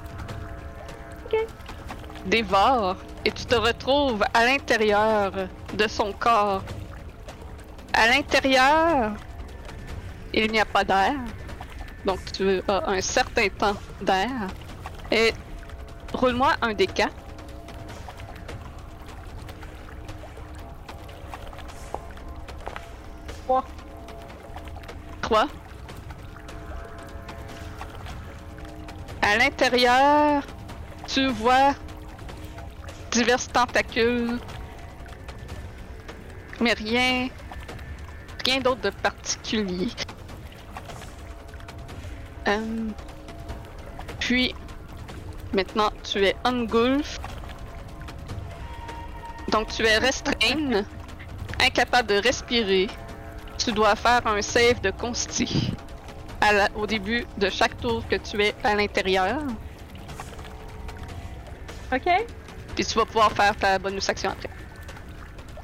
Speaker 2: dévore et tu te retrouves à l'intérieur de son corps. À l'intérieur, il n'y a pas d'air. Donc tu as un certain temps d'air. Et roule-moi un des quatre.
Speaker 4: Trois.
Speaker 2: Trois. À l'intérieur, tu vois divers tentacules. Mais rien. Rien d'autre de particulier. Hum. puis, maintenant, tu es engulf. Donc, tu es restreint, incapable de respirer. Tu dois faire un save de consti à la- au début de chaque tour que tu es à l'intérieur.
Speaker 4: Ok.
Speaker 2: Puis tu vas pouvoir faire ta bonus action après.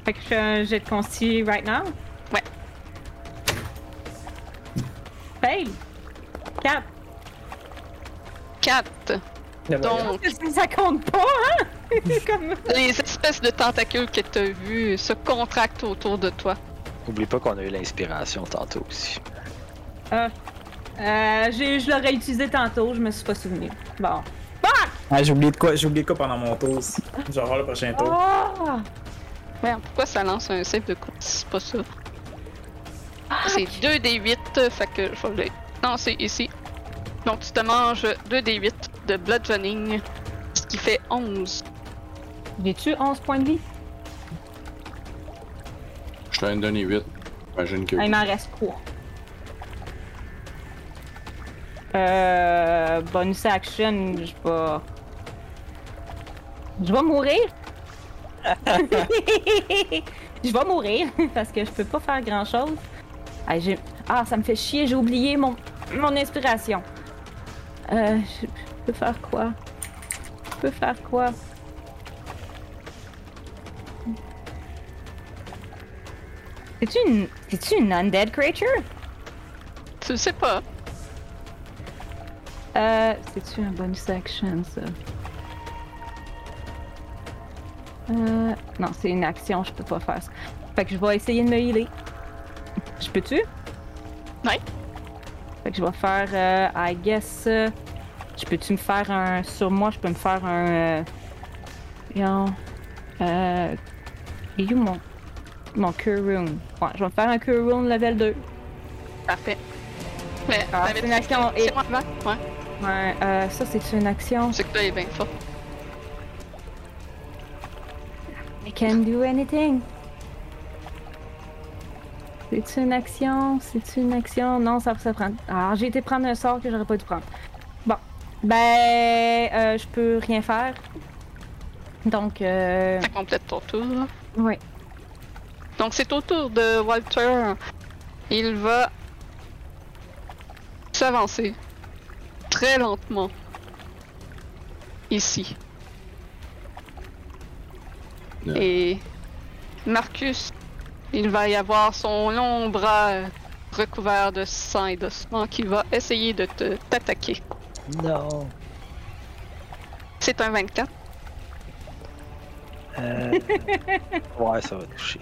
Speaker 4: Fait que je fais un jet de consti right now.
Speaker 2: Ouais.
Speaker 4: Fail. 4.
Speaker 2: 4.
Speaker 3: Là, voyons.
Speaker 2: Donc,
Speaker 4: Ça compte pas, hein? C'est comme...
Speaker 2: les espèces de tentacules que tu as vues se contractent autour de toi.
Speaker 5: Oublie pas qu'on a eu l'inspiration tantôt aussi.
Speaker 4: Euh, j'ai- je l'aurais utilisé tantôt, je me suis pas souvenu. Bon. Fuck!
Speaker 3: Ah, j'ai oublié de quoi, j'ai oublié de quoi pendant mon tour. aussi. Je vais voir le prochain tour.
Speaker 4: Oh!
Speaker 2: Merde, pourquoi ça lance un save de course? C'est pas ça. C'est 2 des 8, fait que je vais le lancer ici. Donc tu te manges 2 des 8 de bludgeoning, ce qui fait 11.
Speaker 4: J'ai-tu 11 points de vie?
Speaker 1: Je t'en ai donné 8. J'imagine que.
Speaker 4: Ah, Il m'en reste 3. Euh. Bonus action, je vais. Je vais mourir! je vais mourir parce que je peux pas faire grand chose. Ah, j'ai- ah, ça me fait chier, j'ai oublié mon, mon inspiration. Euh, je je peux faire quoi? Je peux faire quoi? C'est-tu une... C'est-tu une undead creature?
Speaker 2: Tu sais pas.
Speaker 4: Euh, c'est-tu un bonus action, ça? Euh, non, c'est une action, je peux pas faire ça. Fait que je vais essayer de me healer. Je peux-tu?
Speaker 2: Ouais.
Speaker 4: Fait que je vais faire, euh, I guess... euh, je peux-tu me faire un... Sur moi, je peux me faire un... Euh... voyons, Euh... Il est où mon... Mon cure rune? Ouais, je vais me faire un cure rune level 2.
Speaker 2: Parfait. Mais
Speaker 4: Ah,
Speaker 2: t'avais-
Speaker 4: c'est une action et-
Speaker 2: C'est moi, ouais. ouais.
Speaker 4: Ouais, euh, ça, c'est une action.
Speaker 2: C'est que là, il est bien fort.
Speaker 4: I can do anything. C'est une action, c'est une action. Non, ça ça prend. Alors, j'ai été prendre un sort que j'aurais pas dû prendre. Bon, ben, euh, je peux rien faire. Donc, euh,
Speaker 2: Ça complète ton tour.
Speaker 4: ouais.
Speaker 2: Donc c'est au tour de Walter. Il va s'avancer très lentement ici.
Speaker 1: Non.
Speaker 2: Et Marcus, il va y avoir son long bras recouvert de sang et d'ossements qui va essayer de te t'attaquer.
Speaker 5: Non.
Speaker 2: C'est un 24.
Speaker 5: ouais, ça va toucher.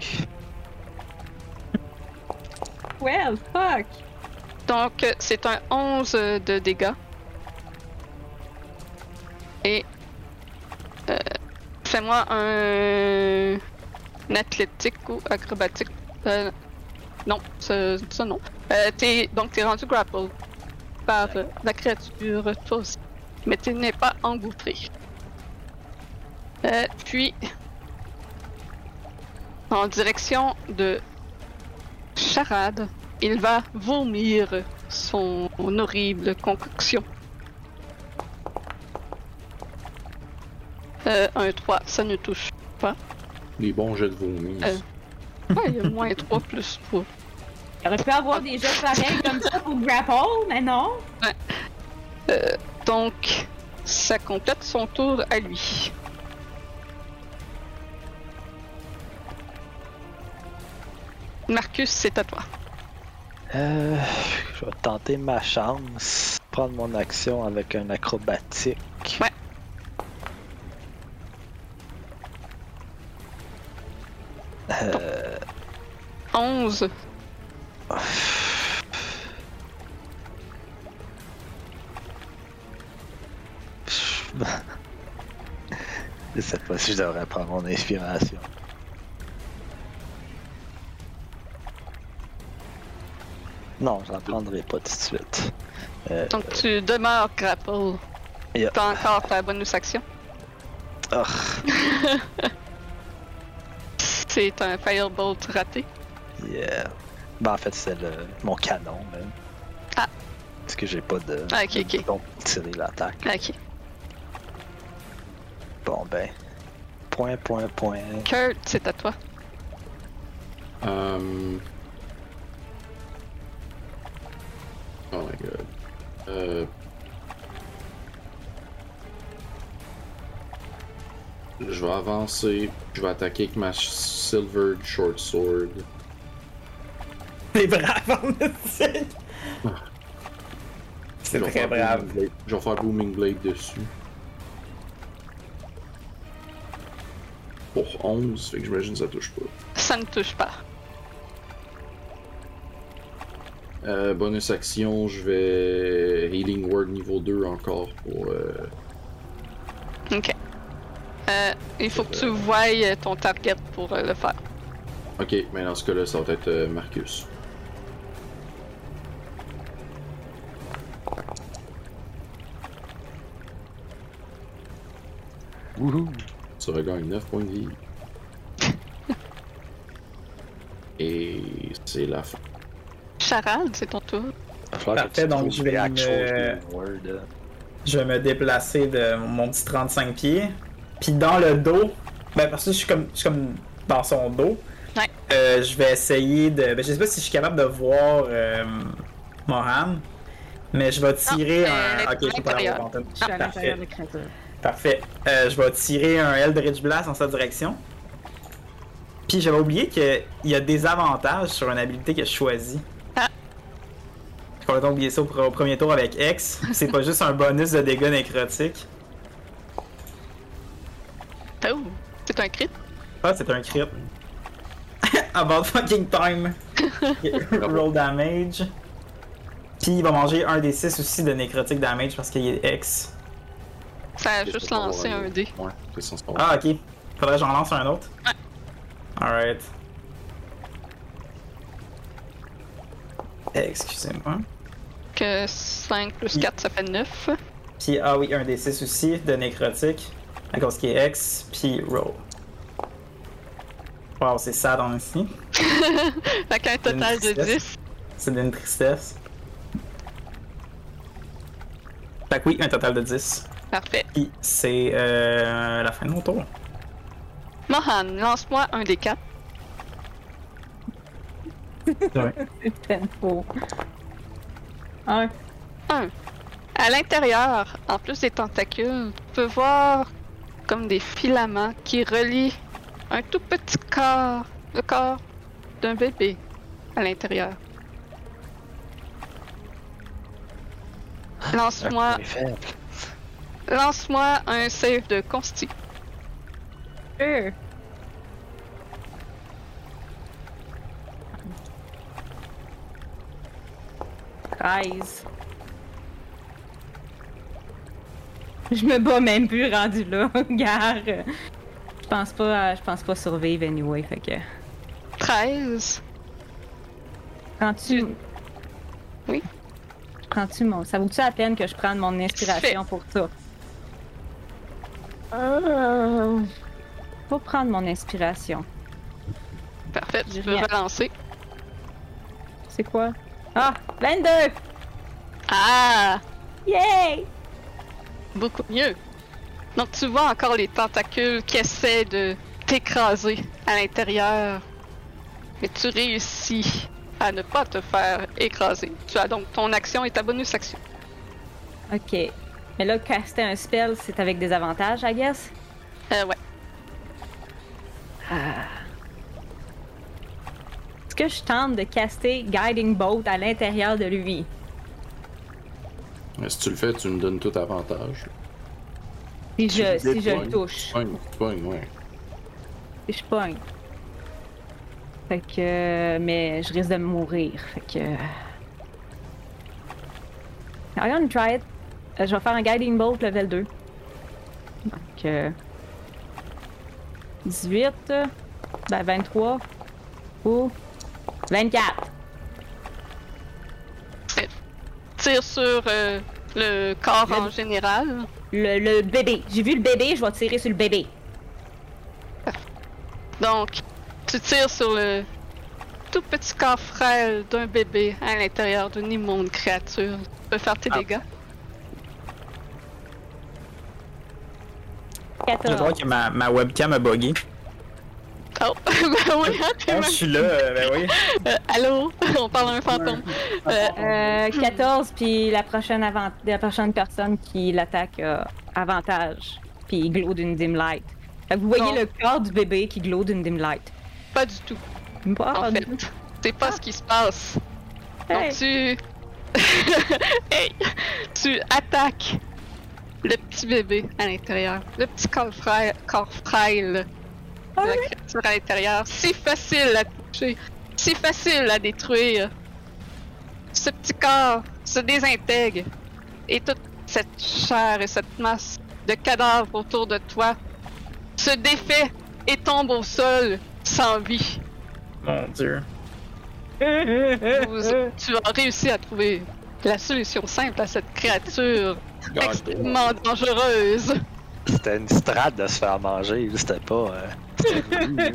Speaker 4: Well, fuck.
Speaker 2: Donc, euh, c'est un 11 de dégâts. Et. euh, Fais-moi un. un athlétique ou acrobatique. Euh, non, ça, ça non. Euh, t'es- donc, t'es rendu grapple par euh, la créature, toi aussi. Mais tu n'es pas engouffré. Euh, puis. En direction de. Charade il va vomir son horrible concoction. Euh, un 3, ça ne touche.
Speaker 1: Des bons jets de vomi.
Speaker 2: Euh. Ouais, il y a moins 3 plus 3.
Speaker 4: J'aurais pu avoir des jeux pareils comme ça pour grapple, mais non.
Speaker 2: Donc, ça complète son tour à lui. Marcus, c'est à toi.
Speaker 5: Euh, je vais tenter ma chance. Prendre mon action avec un acrobatique.
Speaker 2: Ouais. 11.
Speaker 5: Et Cette fois-ci, je devrais prendre mon inspiration. Non, j'en prendrai pas tout de suite. Euh,
Speaker 2: Donc tu demeures grapple.
Speaker 5: Yeah.
Speaker 2: T'as encore ta bonus action.
Speaker 5: ah,
Speaker 2: C'est un firebolt raté.
Speaker 5: yeah. Ben, en fait, c'est le- mon canon, même.
Speaker 2: Ah.
Speaker 5: Parce que j'ai pas de.
Speaker 2: Ah, ok, ok.
Speaker 5: Donc, tirer l'attaque.
Speaker 2: Ok.
Speaker 5: Bon, ben. Point, point, point.
Speaker 2: Kurt, c'est à toi.
Speaker 1: Um... Oh my god. Euh... Je vais avancer, je vais attaquer avec ma Silver Short Sword.
Speaker 3: T'es brave en musique! C'est
Speaker 1: Je vais faire
Speaker 3: très brave.
Speaker 1: Booming Blade- Je vais faire Booming Blade dessus. Pour 11, fait que j'imagine que ça touche pas.
Speaker 2: Ça ne touche pas.
Speaker 1: Euh, bonus action, je vais Healing Word niveau 2 encore pour. euh,
Speaker 2: Ok. Euh, il faut que tu voies euh, ton target pour euh, le faire.
Speaker 1: Ok, mais dans ce cas-là, ça va être euh, Marcus.
Speaker 5: Wouhou!
Speaker 1: Tu regagnes 9 points de vie. Et c'est la fin.
Speaker 2: Charade, c'est ton tour.
Speaker 3: Parfait, donc, je vais me- Je vais me déplacer de mon petit 35 pieds. Puis dans le dos, ben parce que je suis comme, je suis comme dans son dos.
Speaker 2: Ouais.
Speaker 3: Euh, je vais essayer de. Ben, je sais pas si je suis capable de voir euh, Mohan, mais je vais tirer
Speaker 2: Non, elle est
Speaker 3: un.
Speaker 2: à
Speaker 3: Ok, je peux pas la
Speaker 2: l'intérieur.
Speaker 3: voir, Anton.
Speaker 4: Je suis à
Speaker 3: Parfait.
Speaker 4: l'intérieur de la créature.
Speaker 3: Parfait. Euh, je vais tirer un Eldritch Blast en sa direction. Puis j'avais oublié qu'il y a des avantages sur une habilité que je choisis.
Speaker 2: Ah.
Speaker 3: J'ai complètement oublié ça au, pr- au premier tour avec X. C'est pas juste un bonus de dégâts nécrotiques.
Speaker 2: Oh, c'est un crit.
Speaker 3: Ah, c'est un crit. About fucking time. Roll damage. Puis il va manger un des 6 aussi de nécrotique damage parce qu'il est X.
Speaker 2: Ça a juste lancé un dé.
Speaker 1: Ouais, c'est sans son.
Speaker 3: Ah, ok. Faudrait que j'en lance un autre.
Speaker 2: Ouais.
Speaker 3: Alright. Excusez-moi.
Speaker 2: Que 5 plus
Speaker 3: Il-
Speaker 2: 4, ça fait 9.
Speaker 3: Puis, ah oui, un des 6 aussi de nécrotique. À cause qu'il est X, puis roll. Wow, c'est sad en ici.
Speaker 2: Fait qu'un total de
Speaker 3: tristesse.
Speaker 2: 10.
Speaker 3: C'est d'une tristesse. Fait que oui, un total de 10.
Speaker 2: Parfait.
Speaker 3: Puis c'est euh, la fin de mon tour.
Speaker 2: Mohan, lance-moi un des 4.
Speaker 4: Tempo. Un.
Speaker 2: 1. À l'intérieur, en plus des tentacules, tu peux voir comme des filaments qui relient un tout petit corps, le corps d'un bébé à l'intérieur.
Speaker 5: Ah,
Speaker 2: Lance-moi, lance-moi un save de consti.
Speaker 4: Euh. Treize. Je me bats même plus rendu là, gare. Je pense pas, à- je pense pas survivre anyway, fait que.
Speaker 2: 13.
Speaker 4: Prends-tu.
Speaker 2: Oui?
Speaker 4: Prends-tu mon. Ça vaut-tu la peine que je prenne mon inspiration pour ça? Euh... Faut prendre mon inspiration.
Speaker 2: Parfait, tu peux
Speaker 4: Génial.
Speaker 2: relancer.
Speaker 4: C'est quoi? Ah! 22!
Speaker 2: Ah!
Speaker 4: Yay!
Speaker 2: Beaucoup mieux. Donc tu vois encore les tentacules qui essaient de t'écraser à l'intérieur. Mais tu réussis à ne pas te faire écraser. Tu as donc ton action et ta bonus action.
Speaker 4: Ok. Mais là, caster un spell, c'est avec des avantages, I guess?
Speaker 2: Euh, ouais.
Speaker 4: Est-ce que je tente de caster Guiding Boat à l'intérieur de lui?
Speaker 1: Mais Si tu le fais, tu me donnes tout avantage.
Speaker 4: Si je, si je le
Speaker 1: Pogne,
Speaker 4: touche.
Speaker 1: pogne, pogne, ouais.
Speaker 4: Si je pogne. Fait que. Mais je risque de mourir. Fait que. I'm gonna try it. Euh, Je vais faire un Guiding Bolt level 2. Donc. euh, 18. euh, Ben 23. Ou. 24.
Speaker 2: Tire sur euh, le corps en général.
Speaker 4: Le, le bébé. J'ai vu le bébé, je vais tirer sur le bébé.
Speaker 2: Donc, tu tires sur le tout petit corps frêle d'un bébé à l'intérieur d'une immonde créature. Tu peux faire tes
Speaker 3: Ah.
Speaker 2: dégâts.
Speaker 3: Je crois
Speaker 4: 14.
Speaker 3: que ma, ma webcam a bugué.
Speaker 2: Oh, ben oui, hein, t'es
Speaker 3: Oh,
Speaker 2: mal-
Speaker 3: je suis là, euh, ben oui.
Speaker 2: Euh, allô? On parle à un fantôme. Euh,
Speaker 4: Euh, 14, puis la prochaine, avant... la prochaine personne qui l'attaque a avantage. Puis il glow d'une dim light. Fait que vous voyez
Speaker 2: Non.
Speaker 4: le corps du bébé qui glow d'une dim light.
Speaker 2: pas du tout,
Speaker 4: Bah,
Speaker 2: en fait. C'est pas ce qui se passe.
Speaker 4: hey.
Speaker 2: Donc tu... Hey! Tu attaques le petit bébé à l'intérieur. Le petit corps frêle, corps frêle de la créature à l'intérieur. C'est facile à toucher. C'est facile à détruire. Ce petit corps se désintègre. Et toute cette chair et cette masse de cadavres autour de toi se défait et tombe au sol sans vie.
Speaker 3: Mon dieu.
Speaker 2: Vous- tu as réussi à trouver la solution simple à cette créature extrêmement dangereuse.
Speaker 5: C'était une strade de se faire manger, là, c'était pas. euh, c'était voulu, là.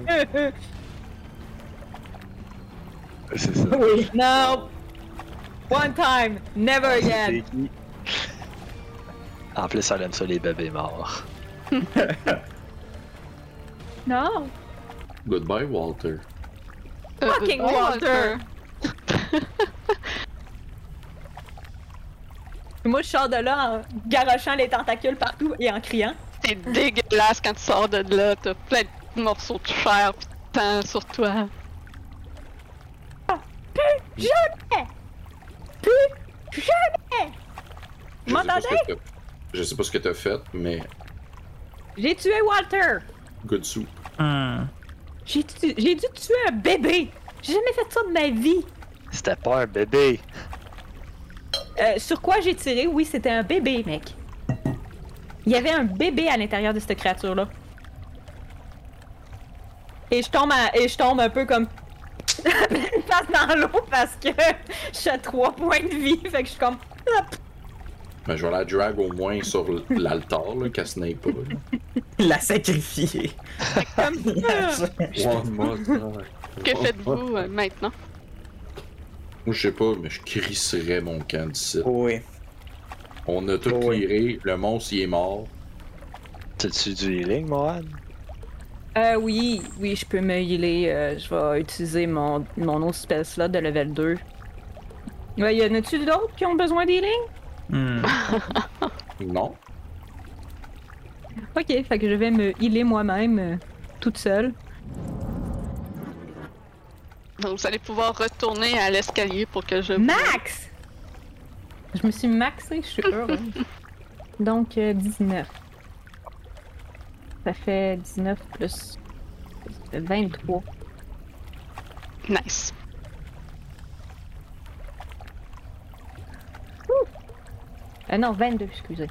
Speaker 5: C'est ça.
Speaker 3: Oui.
Speaker 4: No! One time, never again!
Speaker 5: C'était qui? En plus, elle aime ça, les bébés morts.
Speaker 4: Non!
Speaker 1: Goodbye, Walter.
Speaker 2: Euh,
Speaker 4: Fucking Walter! Moi, je sors de là en garochant les tentacules partout et en criant.
Speaker 2: T'es dégueulasse quand tu sors de là, t'as plein de morceaux de chair pis de sang sur toi.
Speaker 1: Je
Speaker 4: M'en
Speaker 1: sais pas ce que t'as- Je sais pas ce que t'as fait, mais
Speaker 4: J'ai tué Walter!
Speaker 1: good soup.
Speaker 3: Hmm.
Speaker 4: J'ai tu- j'ai dû tuer un bébé! J'ai jamais fait ça de ma vie!
Speaker 5: C'était pas un bébé!
Speaker 4: Euh, sur quoi j'ai tiré? Oui, c'était un bébé, mec. Il y avait un bébé à l'intérieur de cette créature-là. Et je tombe, à- et je tombe un peu comme à pleine face dans l'eau parce que je suis à trois points de vie, fait que je suis comme hop.
Speaker 1: Mais Ben, je vais la drag au moins sur l- l'altar, là, qu'elle se n'aille pas. là.
Speaker 3: La sacrifier.
Speaker 1: One more time.
Speaker 2: Que faites-vous euh, maintenant?
Speaker 1: Moi, je sais pas, mais je crisserais mon camp d'ici.
Speaker 3: oui.
Speaker 1: On a tout
Speaker 3: Oh, oui.
Speaker 1: clearé, le monstre, il est mort.
Speaker 5: T'as-tu du healing, Mohan?
Speaker 4: Euh, oui, oui, je peux me healer. euh, je vais utiliser mon, mon autre spell slot de level 2. Ouais, y en a-tu d'autres qui ont besoin d'healing?
Speaker 3: Hmm.
Speaker 1: Non.
Speaker 4: Ok, fait que je vais me healer moi-même, euh, toute seule.
Speaker 2: Donc, vous allez pouvoir retourner à l'escalier pour que je...
Speaker 4: Max! Je me suis maxé, je suis heureuse. Donc, euh, 19. Ça fait 19 plus 23.
Speaker 2: Nice.
Speaker 4: Euh, non, 22, excusez.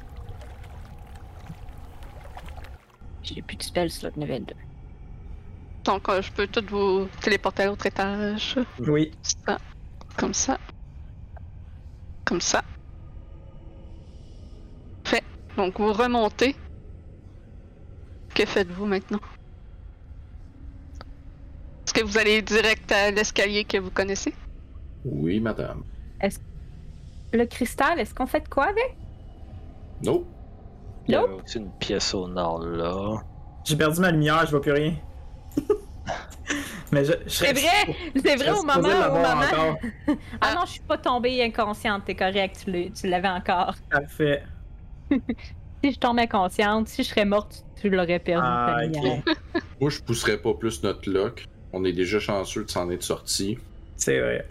Speaker 4: J'ai plus de spell slot level 2.
Speaker 2: Donc, euh, je peux tout vous téléporter à l'autre étage.
Speaker 3: Oui.
Speaker 2: Ça. Comme ça. Comme ça. Fait. Donc vous remontez. Que faites-vous maintenant? Est-ce que vous allez direct à l'escalier que vous connaissez?
Speaker 1: Oui, madame.
Speaker 4: Le cristal, est-ce qu'on fait de quoi avec?
Speaker 1: Non.
Speaker 5: Il y
Speaker 4: Nope.
Speaker 5: avait aussi une pièce au nord, là.
Speaker 3: J'ai perdu ma lumière, je vois plus rien. Mais je, je
Speaker 4: C'est
Speaker 3: serais-
Speaker 4: vrai! C'est
Speaker 3: je
Speaker 4: vrai
Speaker 3: serais
Speaker 4: au moment,
Speaker 3: supposé
Speaker 4: au
Speaker 3: l'avoir
Speaker 4: moment.
Speaker 3: encore.
Speaker 4: Ah non, je suis pas tombée inconsciente, t'es correct, tu l'as- tu l'avais encore.
Speaker 3: Parfait.
Speaker 4: Si je tombais inconsciente, si je serais morte, tu l'aurais perdu.
Speaker 3: Ah,
Speaker 4: Fanny,
Speaker 3: ok.
Speaker 1: Moi, je pousserais pas plus notre lock. On est déjà chanceux de s'en être sorti.
Speaker 3: C'est vrai.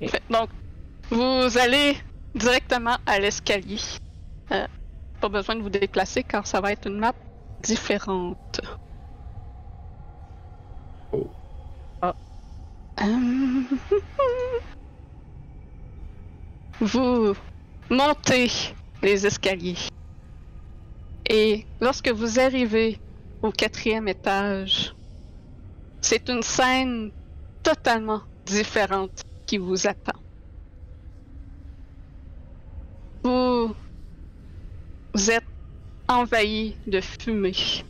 Speaker 2: Fait. Donc vous allez directement à l'escalier. Euh, pas besoin de vous déplacer car ça va être une map différente. Hum. Vous montez les escaliers. Et lorsque vous arrivez au quatrième étage, c'est une scène totalement différente qui vous attend. Vous, vous êtes envahi de fumée.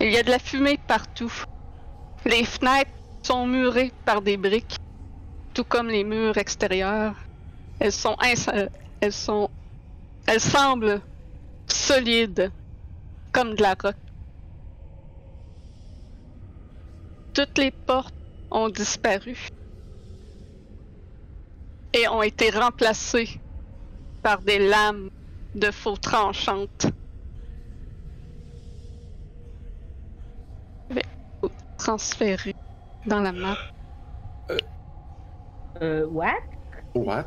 Speaker 2: Il y a de la fumée partout. Les fenêtres sont murées par des briques, tout comme les murs extérieurs. Elles sont ins- elles sont elles semblent solides comme de la roche. Toutes les portes ont disparu et ont été remplacées par des lames de faux tranchantes. Je vais vous transférer dans la map.
Speaker 4: Euh, what?
Speaker 1: Oh, What?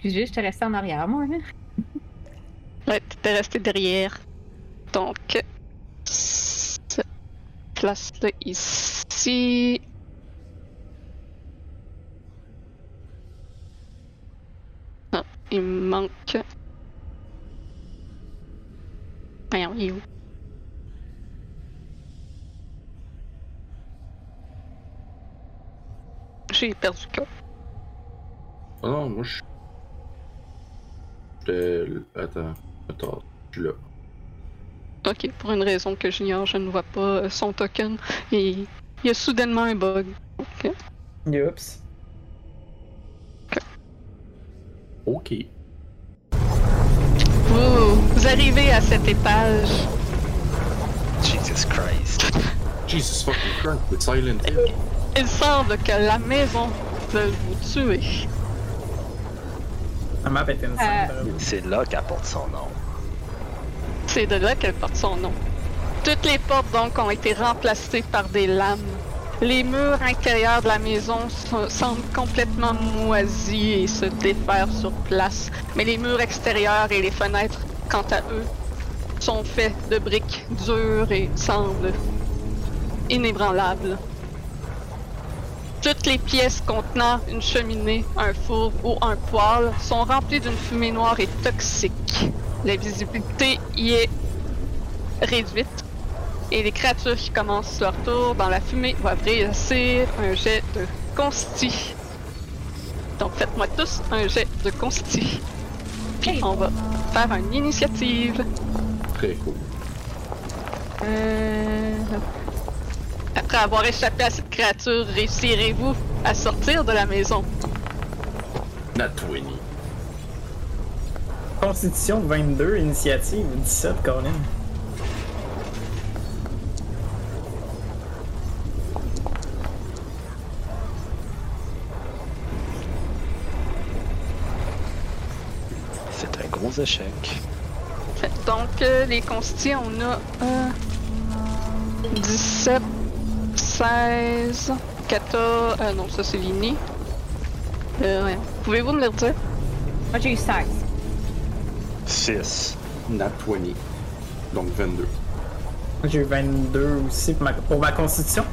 Speaker 4: Excusez, je te restais en arrière, moi. Hein?
Speaker 2: Ouais, t'étais resté derrière. Donc, se place-le ici. Ah, il me manque. Voyons, il est où? J'ai perdu le cap.
Speaker 1: Ah non, moi je. J'étais. Attends, attends, je suis là.
Speaker 2: Ok, pour une raison que j'ignore, je ne vois pas euh, son token. Et il y a soudainement un bug. Ok.
Speaker 3: Oups.
Speaker 1: Ok.
Speaker 2: Vous, vous arrivez à cet étage.
Speaker 5: Jesus Christ.
Speaker 1: Jesus fucking Christ, c'est Silent Hill.
Speaker 2: Il semble que la maison veuille vous tuer.
Speaker 3: La map est
Speaker 4: Euh.
Speaker 3: insane. bravo.
Speaker 5: C'est là qu'apporte son nom.
Speaker 2: C'est de là qu'elle porte son nom. Toutes les portes donc ont été remplacées par des lames. Les murs intérieurs de la maison sont- semblent complètement moisis et se défaire sur place. Mais les murs extérieurs et les fenêtres, quant à eux, sont faits de briques dures et semblent inébranlables. Toutes les pièces contenant une cheminée, un four ou un poêle sont remplies d'une fumée noire et toxique. La visibilité y est réduite et les créatures qui commencent leur tour dans la fumée doivent réussir un jet de consti. Donc faites-moi tous un jet de consti. Puis
Speaker 4: Hey.
Speaker 2: on va faire une initiative.
Speaker 1: Très cool.
Speaker 4: Euh...
Speaker 2: Après avoir échappé à cette créature, réussirez-vous à sortir de la maison?
Speaker 1: Nat 20.
Speaker 3: Constitution 22, initiative 17, Colin.
Speaker 5: C'est un gros échec.
Speaker 2: Fait, Donc, euh, les constis, on a euh, 17, 16, 14. euh, non, ça c'est l'ini. Euh, ouais. Pouvez-vous me le redire?
Speaker 4: Moi, Ah, j'ai eu 16.
Speaker 5: 6.
Speaker 1: Nat 20. Donc 22.
Speaker 3: J'ai eu 22 aussi pour ma, pour ma constitution.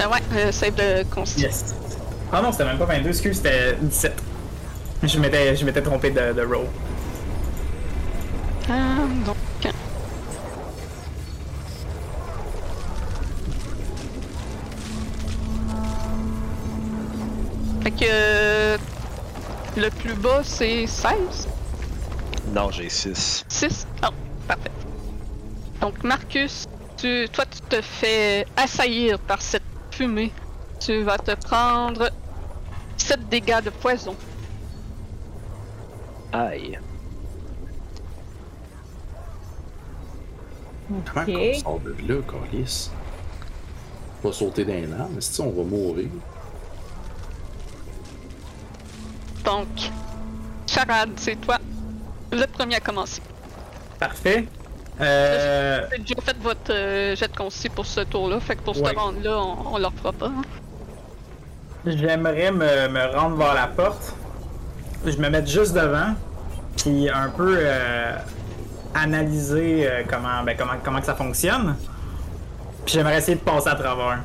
Speaker 2: Ah ouais, euh, save de consti.
Speaker 3: Yes. Ah non, c'était même pas 22, excuse, c'était 17. Je m'étais, je m'étais trompé de, de roll.
Speaker 2: Ah, donc. hein. Fait que. euh, Le plus bas c'est 16.
Speaker 5: Non, j'ai 6.
Speaker 2: 6. Oh, parfait. Donc, Marcus, tu, toi, tu te fais assaillir par cette fumée. Tu vas te prendre 7 dégâts de poison.
Speaker 5: Aïe.
Speaker 1: Comment
Speaker 4: Ok.
Speaker 1: qu'on sort de là, Carlis? On va sauter d'un l'arbre, mais si on va mourir.
Speaker 2: Donc, Charade, c'est toi le premier à commencer.
Speaker 3: Parfait. Euh,
Speaker 2: Vous avez déjà fait votre euh, jet de concis pour ce tour-là, fait que pour
Speaker 3: Ouais.
Speaker 2: ce round-là, on, on leur fera pas. hein.
Speaker 3: j'aimerais me, me rendre vers la porte. Je me mettre juste devant. puis un peu euh, analyser euh, comment, ben, comment, comment que ça fonctionne. Puis j'aimerais essayer de passer à travers.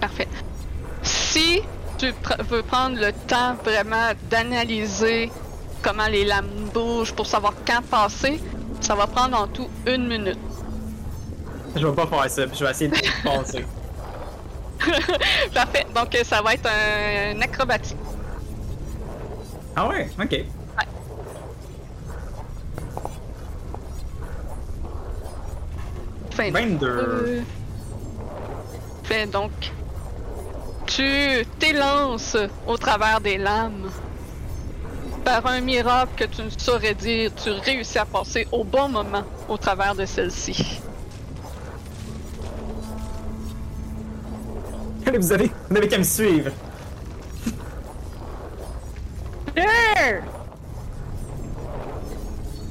Speaker 2: Parfait. Si tu pr- veux prendre le temps vraiment d'analyser comment les lames bougent pour savoir quand passer, ça va prendre en tout une minute.
Speaker 3: Je vais pas faire ça, puis je vais essayer de passer.
Speaker 2: Parfait. Donc euh, ça va être un, un acrobatique.
Speaker 3: Ah ouais, ok.
Speaker 2: Fin
Speaker 3: 22.
Speaker 2: Fait donc. Tu t'élances au travers des lames. Par un miracle que tu ne saurais dire, tu réussis à passer au bon moment au travers de celle-ci.
Speaker 3: Allez, vous avez, vous avez qu'à me suivre.
Speaker 4: Sure!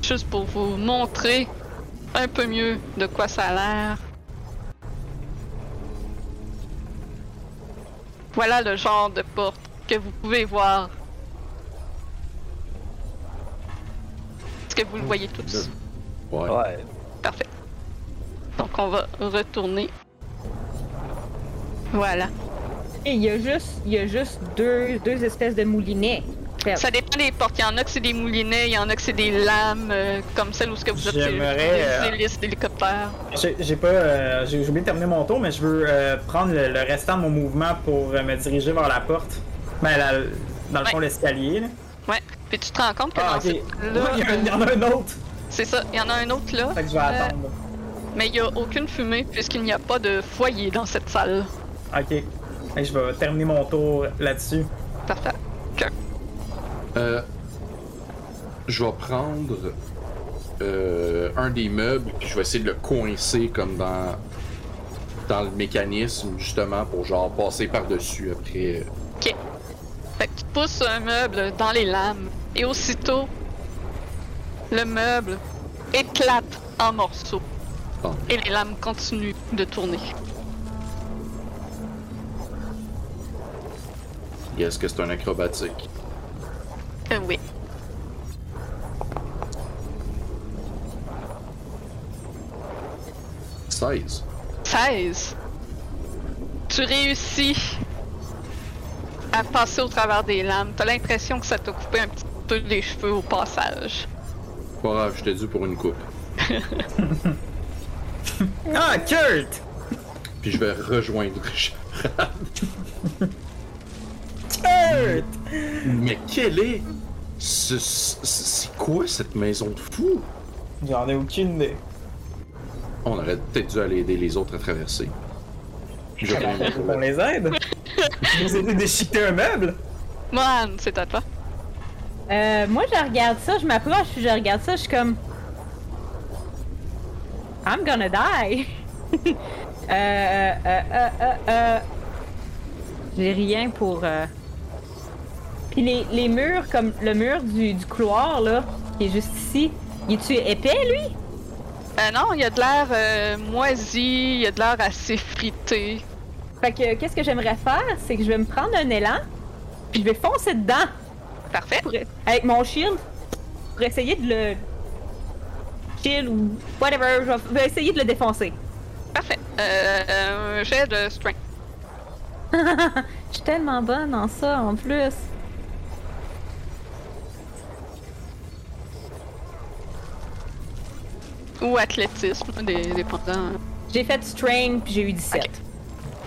Speaker 2: Juste pour vous montrer un peu mieux de quoi ça a l'air. Voilà le genre de porte que vous pouvez voir. Est-ce que vous le voyez tous?
Speaker 1: Ouais.
Speaker 5: Ouais.
Speaker 2: Parfait. Donc on va retourner. Voilà.
Speaker 4: Et il y a juste, il y a juste deux, deux espèces de moulinets. Fait-
Speaker 2: Ça dépend des portes. Il y en a que c'est des moulinets, il y en a que c'est des lames, euh, comme celle où ce que vous observez
Speaker 3: J'aimerais,
Speaker 2: des
Speaker 3: euh,
Speaker 2: hélices d'hélicoptères.
Speaker 3: J'ai j'ai pas. euh, J'ai j'ai oublié de terminer mon tour, mais je veux euh, prendre le, le restant de mon mouvement pour euh, me diriger vers la porte. Ben, la- dans le fond,
Speaker 2: Ouais.
Speaker 3: l'escalier. là.
Speaker 2: Ouais. Puis tu te rends compte que dans
Speaker 3: Ah, ok.
Speaker 2: cette là
Speaker 3: Il y, a un- il y en a un autre.
Speaker 2: c'est ça, il y en a un autre là.
Speaker 3: Fait que je vais
Speaker 2: Euh,
Speaker 3: attendre.
Speaker 2: Mais il n'y a aucune fumée puisqu'il n'y a pas de foyer dans cette salle.
Speaker 3: Ok. Fait que je vais terminer mon tour là-dessus.
Speaker 2: Parfait.
Speaker 1: Euh, je vais prendre euh, un des meubles puis je vais essayer de le coincer comme dans dans le mécanisme justement pour genre passer par dessus après. euh,
Speaker 2: Fait que tu pousses un meuble dans les lames et aussitôt, le meuble éclate en morceaux
Speaker 1: Bon.
Speaker 2: et les lames continuent de tourner.
Speaker 1: Est-ce que c'est un acrobatique?
Speaker 2: Euh, oui.
Speaker 1: Size.
Speaker 2: 16. Tu réussis à passer au travers des lames. T'as l'impression que ça t'a coupé un petit peu les cheveux au passage.
Speaker 1: Pas grave, je t'ai dû pour une coupe.
Speaker 3: Ah, Kurt!
Speaker 1: Puis je vais rejoindre
Speaker 3: Kurt!
Speaker 1: Mais quel est. ce- ce- C'est quoi cette maison de fou?
Speaker 3: J'en ai aucune idée.
Speaker 1: On aurait peut-être dû aller aider les autres à traverser. Je vais quand même-
Speaker 3: On les aide? Je vous ai dit de déchiqueter un meuble?
Speaker 2: Mohan, c'est à toi.
Speaker 4: Euh, moi, je regarde ça, je m'approche, puis je regarde ça, je suis comme. I'm gonna die! euh, euh, euh, euh, euh, euh. J'ai rien pour. euh. Puis les, les murs, comme le mur du, du couloir, là, qui est juste ici, il est-tu épais, lui?
Speaker 2: Euh, non, il y a de l'air euh, moisi, il y a de l'air assez frité.
Speaker 4: Fait que, euh, qu'est-ce que j'aimerais faire, c'est que je vais me prendre un élan, puis je vais foncer dedans
Speaker 2: Parfait.
Speaker 4: pour- e-, avec mon shield pour essayer de le. Shield ou whatever, je vais- je vais essayer de le défoncer.
Speaker 2: Parfait. Euh, euh, un jet de strength.
Speaker 4: Je suis tellement bonne en ça en plus.
Speaker 2: Ou athlétisme, des, dépendant.
Speaker 4: J'ai fait strain puis j'ai eu 17.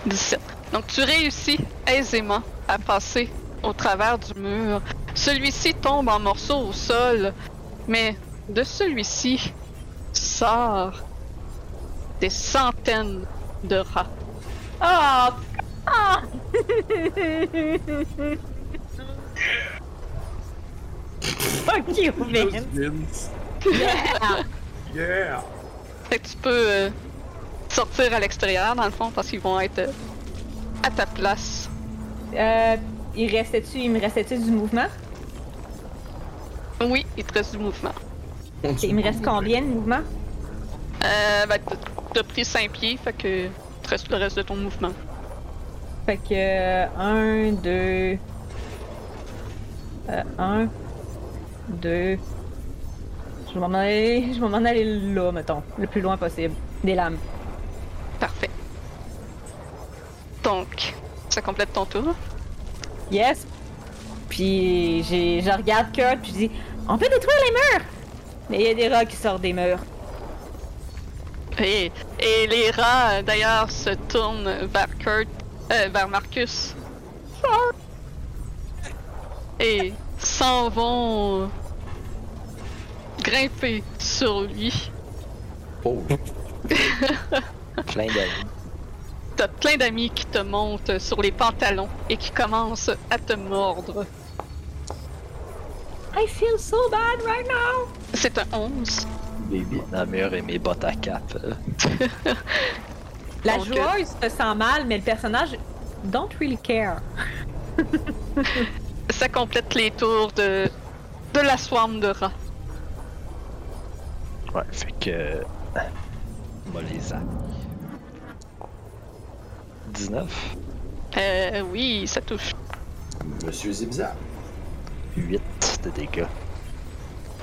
Speaker 2: 17. Donc tu réussis aisément à passer au travers du mur. Celui-ci tombe en morceaux au sol, mais de celui-ci sort des centaines de rats. Ah,
Speaker 4: Oh! oh! Fuck you, man!
Speaker 3: Yeah!
Speaker 2: Fait que tu peux euh, sortir à l'extérieur dans le fond parce qu'ils vont être euh, à ta place.
Speaker 4: Euh, il restait-tu, il me restait-tu du mouvement?
Speaker 2: Oui, il te reste du mouvement.
Speaker 4: Il me reste combien de mouvement?
Speaker 2: Euh, ben, t'as- t'as pris 5 pieds, fait que te reste le reste de ton mouvement.
Speaker 4: Fait que. euh, 1, euh, 2. 1, 2, Je vais m'en aller, je vais m'en aller là, mettons, le plus loin possible. Des lames.
Speaker 2: Parfait. Donc, ça complète ton tour.
Speaker 4: Yes! Puis j'ai- je regarde Kurt, puis je dis On peut détruire les murs! Mais il y a des rats qui sortent des murs.
Speaker 2: Et, et les rats, euh, d'ailleurs, se tournent vers Kurt, euh, vers Marcus. Et s'en vont euh, grimper sur lui.
Speaker 1: Oh,
Speaker 5: Plein d'amis.
Speaker 2: T'as plein d'amis qui te montent sur les pantalons et qui commencent à te mordre.
Speaker 4: I feel so bad right now!
Speaker 2: C'est un 11.
Speaker 5: Mes bienamures et mes bottes à cape. euh.
Speaker 4: La
Speaker 2: Donc, euh,
Speaker 4: joueuse se sent mal, mais le personnage don't really care.
Speaker 2: Ça complète les tours de, de la swarm de rats.
Speaker 5: Ouais, fait que. Moi, les a. 19,
Speaker 2: Euh, oui, ça touche.
Speaker 1: Monsieur Zibza.
Speaker 5: 8 de dégâts.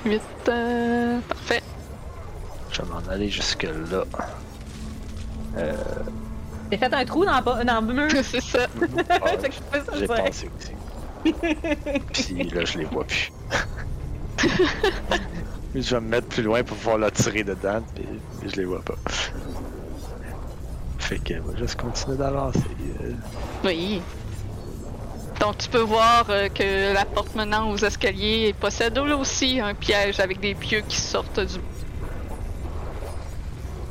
Speaker 2: Vite. euh, parfait.
Speaker 5: Je vais m'en aller jusque-là.
Speaker 4: J'ai fait un trou dans, le bas- dans le mur.
Speaker 2: C'est ça.
Speaker 5: Ah,
Speaker 4: Fait que je fais ça,
Speaker 5: J'ai
Speaker 4: ça.
Speaker 5: pensé aussi. Puis là, je les vois plus. Puis je vais me mettre plus loin pour pouvoir la tirer dedans, puis je les vois pas. Fait que je vais juste continuer d'avancer. euh.
Speaker 2: Oui. Donc tu peux voir euh, que la porte menant aux escaliers possède elle aussi un piège avec des pieux qui sortent du...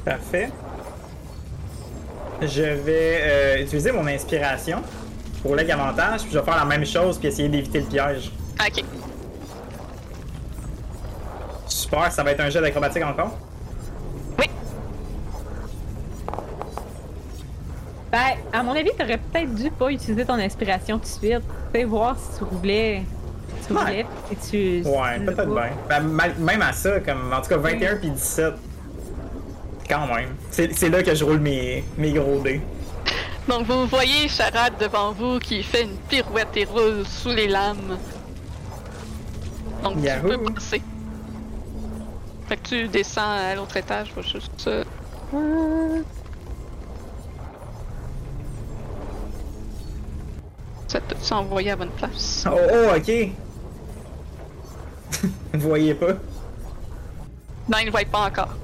Speaker 3: Parfait. Je vais euh, utiliser mon inspiration pour leg avantage, puis je vais faire la même chose puis essayer d'éviter le piège.
Speaker 2: Ah, Ok.
Speaker 3: Super, ça va être un jet d'acrobatique encore.
Speaker 4: Ben, à mon avis, t'aurais peut-être dû pas utiliser ton inspiration tout de suite. Tu sais, voir si tu roulais. Tu
Speaker 3: Ouais.
Speaker 4: roulais, puis tu.
Speaker 3: Ouais,
Speaker 4: tu
Speaker 3: peut-être
Speaker 4: le-
Speaker 3: bien. Ben, mal- même à ça, comme en tout cas 21 puis 17. Quand même. C'est c'est là que je roule mes, mes gros dés.
Speaker 2: Donc vous voyez Charade devant vous qui fait une pirouette et roule sous les lames. Donc
Speaker 3: Yahoo.
Speaker 2: tu peux passer. Fait que tu descends à l'autre étage, faut juste... euh, Ça te s'envoyer à la bonne place.
Speaker 3: Oh, oh, ok. Vous voyez pas?
Speaker 2: Non, il ne voit pas encore.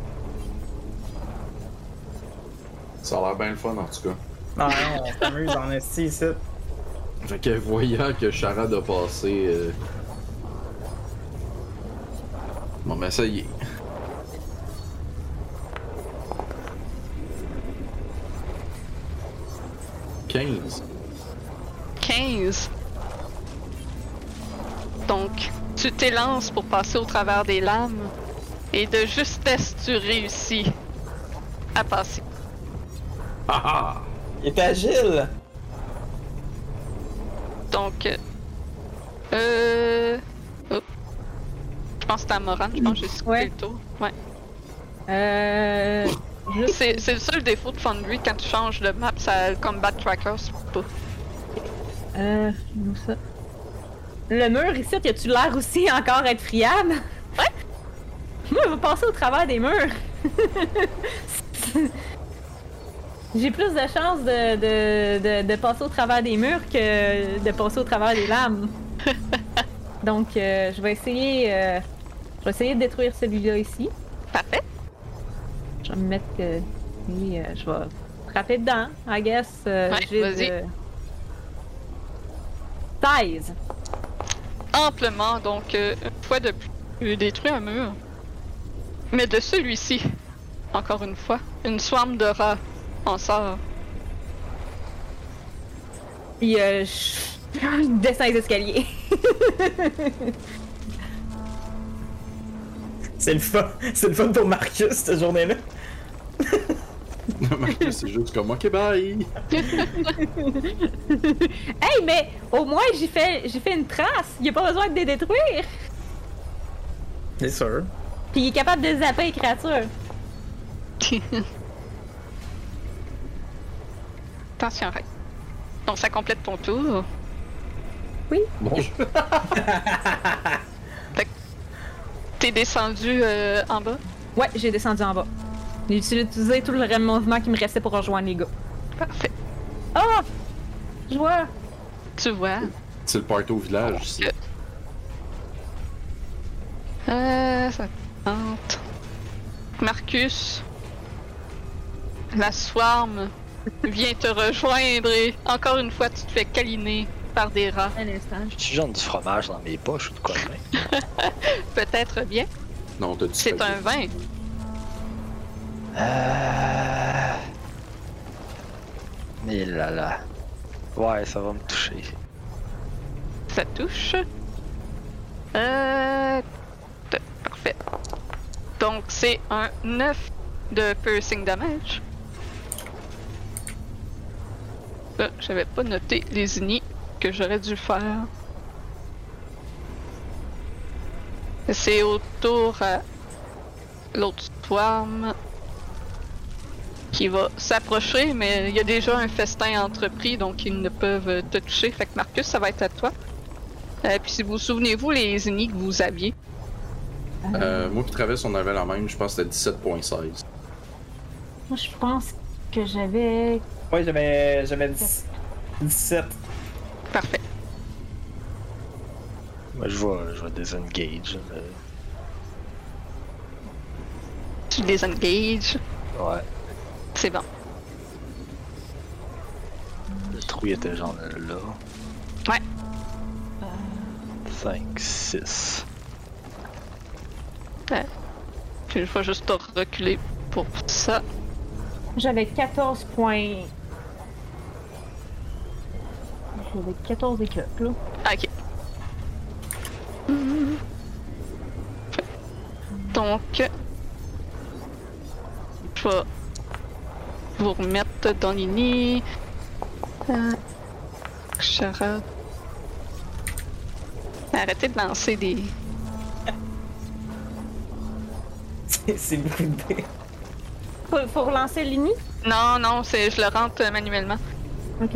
Speaker 1: Ça a l'air bien le fun en tout cas.
Speaker 3: Ah non, on s'amuse en esti ici.
Speaker 1: Fait que voyant que Charade a passé. euh, Bon ben ça y est. Quinze.
Speaker 2: 15. Donc, tu t'élances pour passer au travers des lames et de justesse, tu réussis à passer.
Speaker 1: Ah ah!
Speaker 3: Il est agile!
Speaker 2: Donc, euh, euh, oh. je pense que c'est à Moran, je pense que j'ai skippé
Speaker 4: Ouais.
Speaker 2: le tour. Ouais.
Speaker 4: Euh. Juste.
Speaker 2: C'est c'est le seul défaut de Foundry quand tu changes de map, ça le combat tracker, c'est pas.
Speaker 4: Euh. Où ça? Le mur ici, y a-tu l'air aussi encore être friable?
Speaker 2: Ouais.
Speaker 4: Moi, je vais passer au travers des murs. J'ai plus de chances de, de, de, de passer au travers des murs que de passer au travers des lames. Donc, euh, je vais essayer. euh, je vais essayer de détruire celui-là ici.
Speaker 2: Parfait.
Speaker 4: Je vais me mettre. euh, oui, euh, je vais frapper dedans, I guess. Euh,
Speaker 2: Ouais,
Speaker 4: j'ai
Speaker 2: vas-y.
Speaker 4: de- 16.
Speaker 2: Amplement, donc, euh, une fois de plus, tu détruis un mur. Mais de celui-ci, encore une fois, une swarm de rats en sort.
Speaker 4: Puis euh, je... je descends les escaliers.
Speaker 3: C'est le fun! C'est le fun pour Marcus cette journée-là!
Speaker 1: Marcus, c'est juste comme ok bye!
Speaker 4: hey, mais au moins j'ai fait, j'ai fait une trace. Il a pas besoin de les détruire.
Speaker 3: C'est sûr.
Speaker 4: Puis il est capable de zapper les créatures.
Speaker 2: Attention, Ray. Donc ça complète ton tour.
Speaker 1: Bonjour!
Speaker 2: Fait que t'es descendu euh, en bas.
Speaker 4: Ouais, j'ai descendu en bas. J'ai utilisé tout le reste de mouvement qui me restait pour rejoindre les gars.
Speaker 2: Parfait.
Speaker 4: Ah! Je vois!
Speaker 2: Tu vois.
Speaker 1: C'est le party au village ici.
Speaker 2: Euh, ça tente. Marcus, la swarm vient te rejoindre et encore une fois, tu te fais câliner par des rats.
Speaker 4: Un instant.
Speaker 5: Tu genre du fromage dans mes poches ou de quoi de même?
Speaker 2: Peut-être bien.
Speaker 1: Non, t'as dit
Speaker 2: C'est un vin.
Speaker 5: Euh... Mais là là. Ouais, ça va me toucher.
Speaker 2: Ça touche. Euh... t- Parfait. Donc, c'est un 9 de piercing damage. Euh, J'avais pas noté les unis que j'aurais dû faire. C'est au tour à l'autre swarm qui va s'approcher, mais il y a déjà un festin entrepris, donc ils ne peuvent te toucher. Fait que Marcus, ça va être à toi. Euh, puis si vous vous souvenez-vous les unis que vous aviez,
Speaker 1: Euh, moi qui traverse, on avait la même, je pense que c'était 17.16.
Speaker 4: Moi, je pense que j'avais.
Speaker 3: Ouais, j'avais, j'avais 10 17.
Speaker 2: parfait.
Speaker 5: Moi, je vais, je vais désengage. mais-
Speaker 2: Tu désengages,
Speaker 5: Ouais.
Speaker 2: c'est bon.
Speaker 5: Le trou il était genre euh, là.
Speaker 2: Ouais.
Speaker 5: 5, 6.
Speaker 2: Puis je vais juste te reculer pour ça.
Speaker 4: J'avais 14 points. J'avais 14 éclats, là.
Speaker 2: Ok. Mhm. Donc, je vais vous remettre dans les nids. Euh, charade. Arrêtez de lancer des.
Speaker 3: C'est, c'est beaucoup de dés.
Speaker 4: Faut, faut relancer l'ini?
Speaker 2: Non, non, c'est je le rentre euh, manuellement.
Speaker 4: Ok.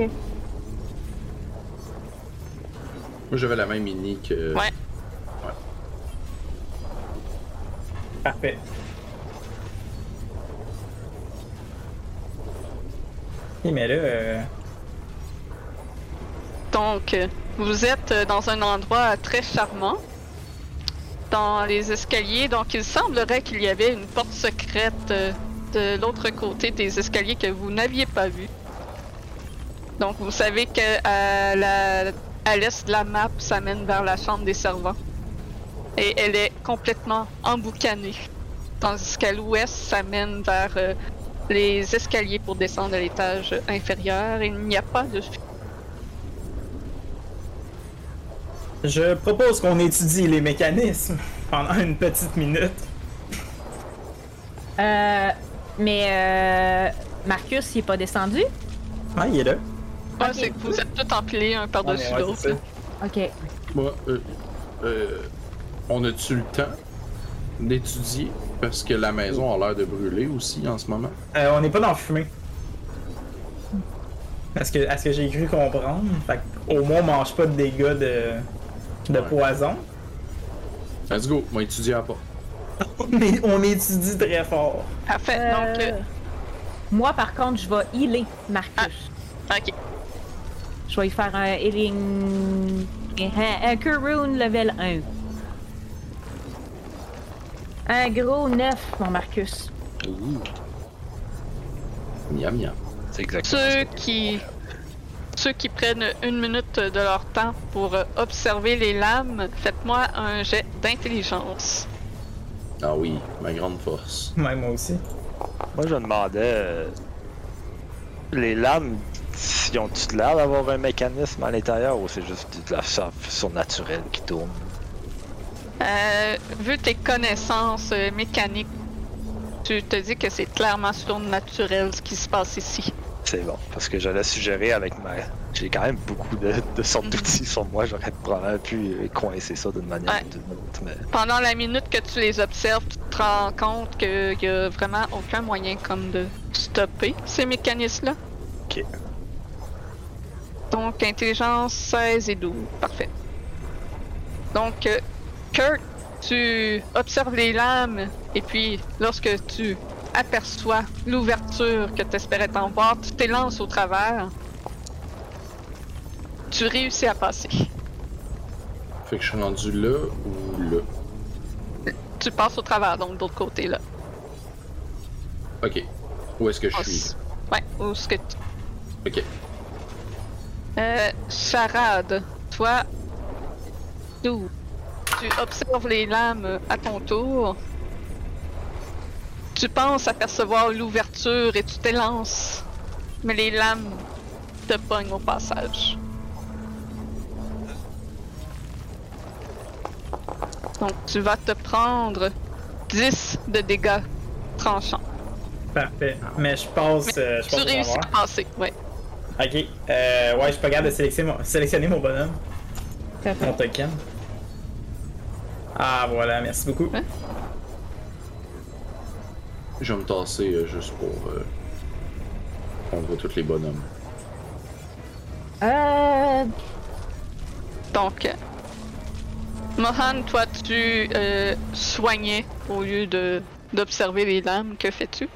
Speaker 1: Moi j'avais la même mini que.
Speaker 2: Ouais.
Speaker 3: Parfait. Et mais là, euh,
Speaker 2: Donc, euh, vous êtes euh, dans un endroit très charmant, dans les escaliers. Donc, il semblerait qu'il y avait une porte secrète euh, de l'autre côté des escaliers que vous n'aviez pas vue. Donc, vous savez que à la- à l'est de la map, ça mène vers la chambre des servants. Et elle est complètement emboucanée. Tandis qu'à l'ouest, ça mène vers euh, les escaliers pour descendre à l'étage inférieur. Il n'y a pas de
Speaker 3: je propose qu'on étudie les mécanismes pendant une petite minute.
Speaker 4: Euh. Mais euh. Marcus, il est pas descendu?
Speaker 3: Ouais, Ah, il est là.
Speaker 2: Ouais,
Speaker 4: Ok.
Speaker 2: Ah, c'est que vous êtes tous empilés un
Speaker 3: Ouais,
Speaker 2: par-dessus
Speaker 3: Ah, ouais,
Speaker 2: l'autre.
Speaker 3: c'est ça.
Speaker 4: Ok.
Speaker 1: Moi, euh, euh, on a-tu le temps d'étudier? Parce que la maison a l'air de brûler aussi en ce moment.
Speaker 3: Euh, on n'est pas dans la fumée. À ce que, à ce que j'ai cru comprendre. Fait que, au moins, on mange pas de dégâts de, de
Speaker 1: Ouais.
Speaker 3: poison.
Speaker 1: Let's go, on va étudier à part.
Speaker 3: Mais on étudie très fort.
Speaker 2: Parfait, donc...
Speaker 4: Euh, Moi, par contre, je vais healer Marcus.
Speaker 2: euh, ok,
Speaker 4: Je vais lui faire un healing. Un, un cure rune level 1. Un gros 9, mon Marcus.
Speaker 5: Ouh.
Speaker 1: Miam miam.
Speaker 5: C'est exactement.
Speaker 2: ceux
Speaker 5: ce que-
Speaker 2: qui... Ceux qui prennent une minute de leur temps pour euh, observer les lames, faites-moi un jet d'intelligence.
Speaker 1: Ah oui, ma grande force.
Speaker 3: Ouais, moi aussi.
Speaker 5: Moi, je me demandais. euh, Les lames, ils ont-tu l'air d'avoir un mécanisme à l'intérieur ou c'est juste du- de la sur- surnaturelle qui tourne
Speaker 2: Euh, vu tes connaissances euh, mécaniques, tu te dis que c'est clairement surnaturel ce qui se passe ici.
Speaker 5: C'est bon, parce que j'allais suggérer avec ma. J'ai quand même beaucoup de, de
Speaker 2: Mhm.
Speaker 5: sortes d'outils sur moi, j'aurais probablement pu euh, coincer ça d'une manière
Speaker 2: Ouais.
Speaker 5: ou d'une autre, mais.
Speaker 2: Pendant la minute que tu les observes, tu te rends compte qu'il n'y a vraiment aucun moyen comme de stopper ces mécanismes-là.
Speaker 5: Ok.
Speaker 2: Donc, intelligence 16 et 12. Parfait. Donc, euh, Kurt, Tu observes les lames et puis lorsque tu aperçois l'ouverture que tu espérais t'en voir, tu t'élances au travers. Tu réussis à passer.
Speaker 1: Fait que je suis rendu là ou là.
Speaker 2: Tu passes au travers, donc de l'autre côté là.
Speaker 1: Ok. Où est-ce que je suis?
Speaker 2: Ouais, où est-ce que tu
Speaker 1: Ok.
Speaker 2: Euh, charade, toi, d'où tu observes les lames à ton tour. Tu penses apercevoir l'ouverture et tu t'élances, mais les lames te pognent au passage. Donc tu vas te prendre 10 de dégâts tranchants.
Speaker 3: Parfait. Mais je passe. euh, je
Speaker 2: Tu
Speaker 3: passe au
Speaker 2: réussis
Speaker 3: travers.
Speaker 2: à passer, ouais.
Speaker 3: Ok. Euh, ouais, je suis pas capable de sélectionner mon, sélectionner mon bonhomme,
Speaker 4: T'as
Speaker 3: mon token. Ah voilà, merci beaucoup.
Speaker 2: Hein?
Speaker 1: Je vais me tasser euh, juste pour. euh, qu'on voit tous les bonhommes.
Speaker 4: Euh.
Speaker 2: Donc, euh, Mohan, toi, tu euh, soignais au lieu de d'observer les lames. Que fais-tu?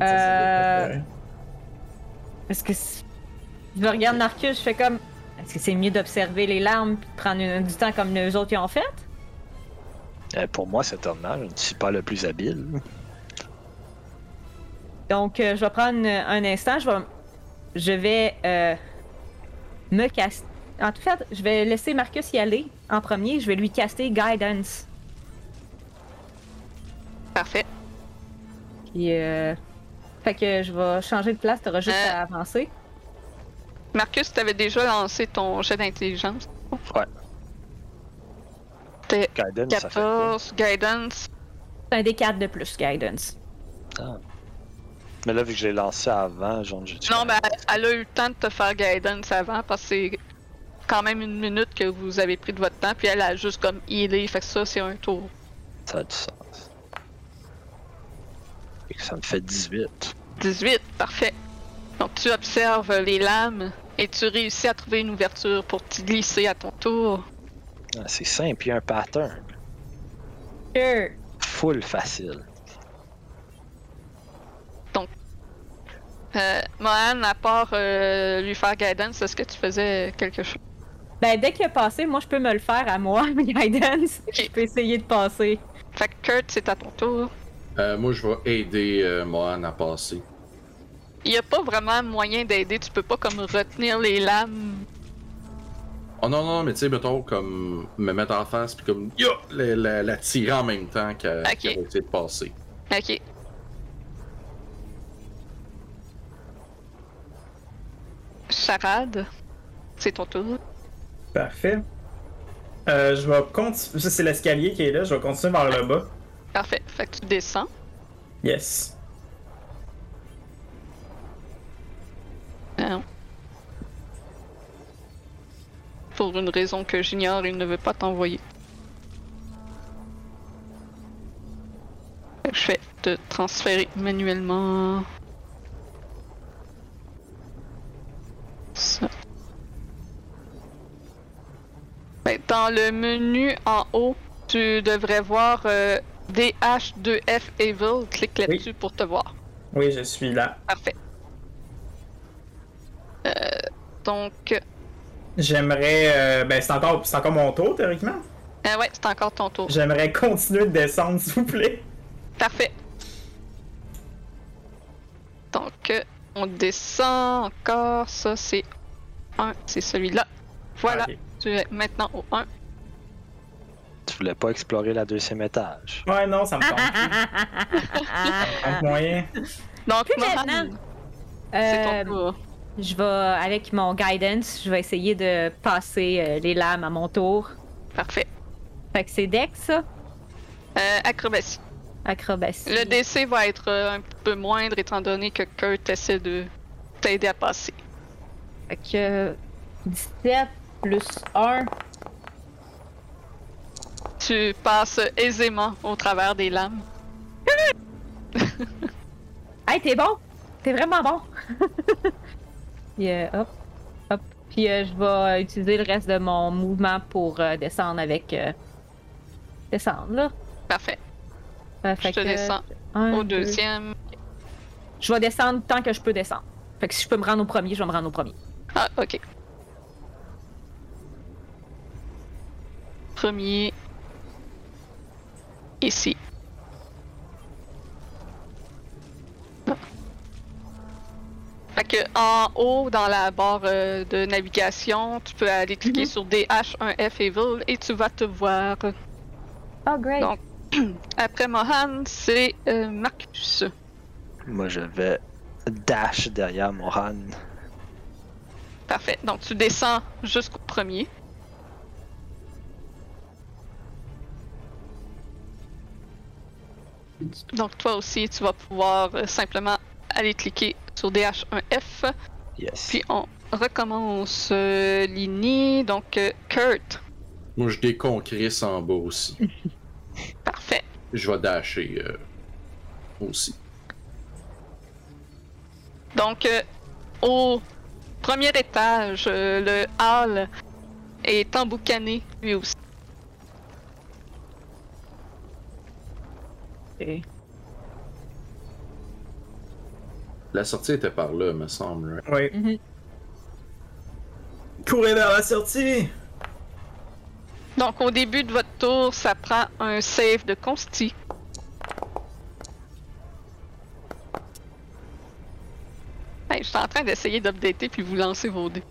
Speaker 4: Euh, Est-ce que. c'est- Je regarde Marcus, je fais comme. Est-ce que c'est mieux d'observer les larmes puis de prendre une- du temps comme les autres y ont fait?
Speaker 5: Euh, pour moi, cet homme-là, je ne suis pas le plus habile.
Speaker 4: Donc, euh, je vais prendre euh, un instant. Je vais, je vais euh, me caster. En tout cas, je vais laisser Marcus y aller en premier. Je vais lui caster Guidance.
Speaker 2: Parfait.
Speaker 4: Puis, euh, fait que je vais changer de place. T'auras juste
Speaker 2: Euh.
Speaker 4: à avancer.
Speaker 2: Marcus, t'avais déjà lancé ton jet d'intelligence.
Speaker 5: Ouais.
Speaker 2: T'es
Speaker 5: Kaiden, ça fait quoi?
Speaker 2: 14, guidance.
Speaker 4: C'est un des quatre de plus, Guidance.
Speaker 5: Mais là, vu que je l'ai lancé avant, genre, j'ai
Speaker 2: Non, ben, elle a eu le temps de te faire guidance avant parce que c'est quand même une minute que vous avez pris de votre temps. Puis elle a juste comme healé. Fait que ça, c'est un tour.
Speaker 5: Ça a du sens. Fait que ça me fait 18.
Speaker 2: 18, parfait. Donc tu observes les lames et tu réussis à trouver une ouverture pour t'y glisser à ton tour.
Speaker 5: Ah, c'est simple, il y a un pattern.
Speaker 4: Sure.
Speaker 5: Full facile.
Speaker 2: Euh, Mohan, à part euh, lui faire guidance, est-ce que tu faisais quelque chose?
Speaker 4: Ben, dès qu'il a passé, moi, je peux me le faire à moi, Guidance. Je peux essayer de passer.
Speaker 2: Fait que Kurt, c'est à ton tour.
Speaker 1: Euh, moi, je vais aider euh, Mohan à passer.
Speaker 2: Il n'y a pas vraiment moyen d'aider, tu peux pas comme retenir les lames.
Speaker 1: Oh non, non, mais tu sais, mettons, comme me mettre en face, puis comme, yo, la, la, la tirer en même temps qu'elle
Speaker 2: Ok.
Speaker 1: qu'elle va essayer de passer.
Speaker 2: Ok. Charade, c'est ton tour.
Speaker 3: Parfait. Euh, je vais continuer. C'est l'escalier qui est là, je vais continuer vers le bas.
Speaker 2: Parfait, fait que tu descends.
Speaker 3: Yes.
Speaker 2: Non. Pour une raison que j'ignore, il ne veut pas t'envoyer. Fait que Je vais te transférer manuellement. Ça. Ben, Dans le menu en haut, tu devrais voir euh, DH2F Evil. Clique là-dessus pour te voir.
Speaker 3: Oui, je suis là.
Speaker 2: Parfait. Euh, donc,
Speaker 3: J'aimerais. euh, ben, c'est encore, c'est encore mon tour, théoriquement.
Speaker 2: euh, ouais, c'est encore ton tour.
Speaker 3: J'aimerais continuer de descendre, s'il vous plaît.
Speaker 2: Parfait. Donc, euh, on descend encore. Ça, c'est 1. C'est celui-là. Voilà.
Speaker 3: Ok.
Speaker 2: Tu es maintenant au 1.
Speaker 5: Tu voulais pas explorer la deuxième étage.
Speaker 3: Ouais, non, ça me tente. Un moyen.
Speaker 2: Donc,
Speaker 4: Plus
Speaker 2: Mohan,
Speaker 4: maintenant.
Speaker 2: c'est
Speaker 4: Euh,
Speaker 2: ton tour.
Speaker 4: Je vais, avec mon guidance, je vais essayer de passer euh, les lames à mon tour.
Speaker 2: Parfait.
Speaker 4: Fait que c'est Dex, ça?
Speaker 2: Euh, acrobatie.
Speaker 4: Acrobatie.
Speaker 2: Le DC va être euh, un petit peu moindre étant donné que Kurt essaie de t'aider à passer.
Speaker 4: Fait que 17 plus 1.
Speaker 2: Tu passes aisément au travers des lames.
Speaker 4: Hey, t'es bon! T'es vraiment bon! Puis, euh, hop, hop. Puis euh, je vais utiliser le reste de mon mouvement pour euh, descendre avec euh, descendre, là.
Speaker 2: Parfait.
Speaker 4: Euh,
Speaker 2: Je
Speaker 4: fait
Speaker 2: te
Speaker 4: que,
Speaker 2: descends
Speaker 4: un,
Speaker 2: au
Speaker 4: deux.
Speaker 2: deuxième.
Speaker 4: Je vais descendre tant que je peux descendre. Fait que si je peux me rendre au premier, je vais me rendre au premier.
Speaker 2: Ah, ok. Premier. Ici. Ah. Fait que en haut, dans la barre euh, de navigation, tu peux aller cliquer sur DH1F Evil et tu vas te voir.
Speaker 4: Oh, great!
Speaker 2: Donc, Après Mohan, c'est euh, Marcus.
Speaker 5: Moi, je vais dash derrière Mohan.
Speaker 2: Parfait. Donc tu descends jusqu'au premier. Donc toi aussi, tu vas pouvoir euh, simplement aller cliquer sur DH1F.
Speaker 5: Yes.
Speaker 2: Puis on recommence euh, l'INI. Donc euh, Kurt,
Speaker 1: Moi, je déconcrisse en bas aussi.
Speaker 2: parfait.
Speaker 1: Je vais dasher euh, aussi.
Speaker 2: Donc, euh, au premier étage, euh, le hall est emboucané lui aussi.
Speaker 4: Et-
Speaker 1: La sortie était par là, me semble. right?
Speaker 3: Oui.
Speaker 4: Mhm.
Speaker 3: Courez vers la sortie!
Speaker 2: Donc, au début de votre tour, ça prend un save de consti. Hey, je suis en train d'essayer d'updater puis vous lancer vos dés.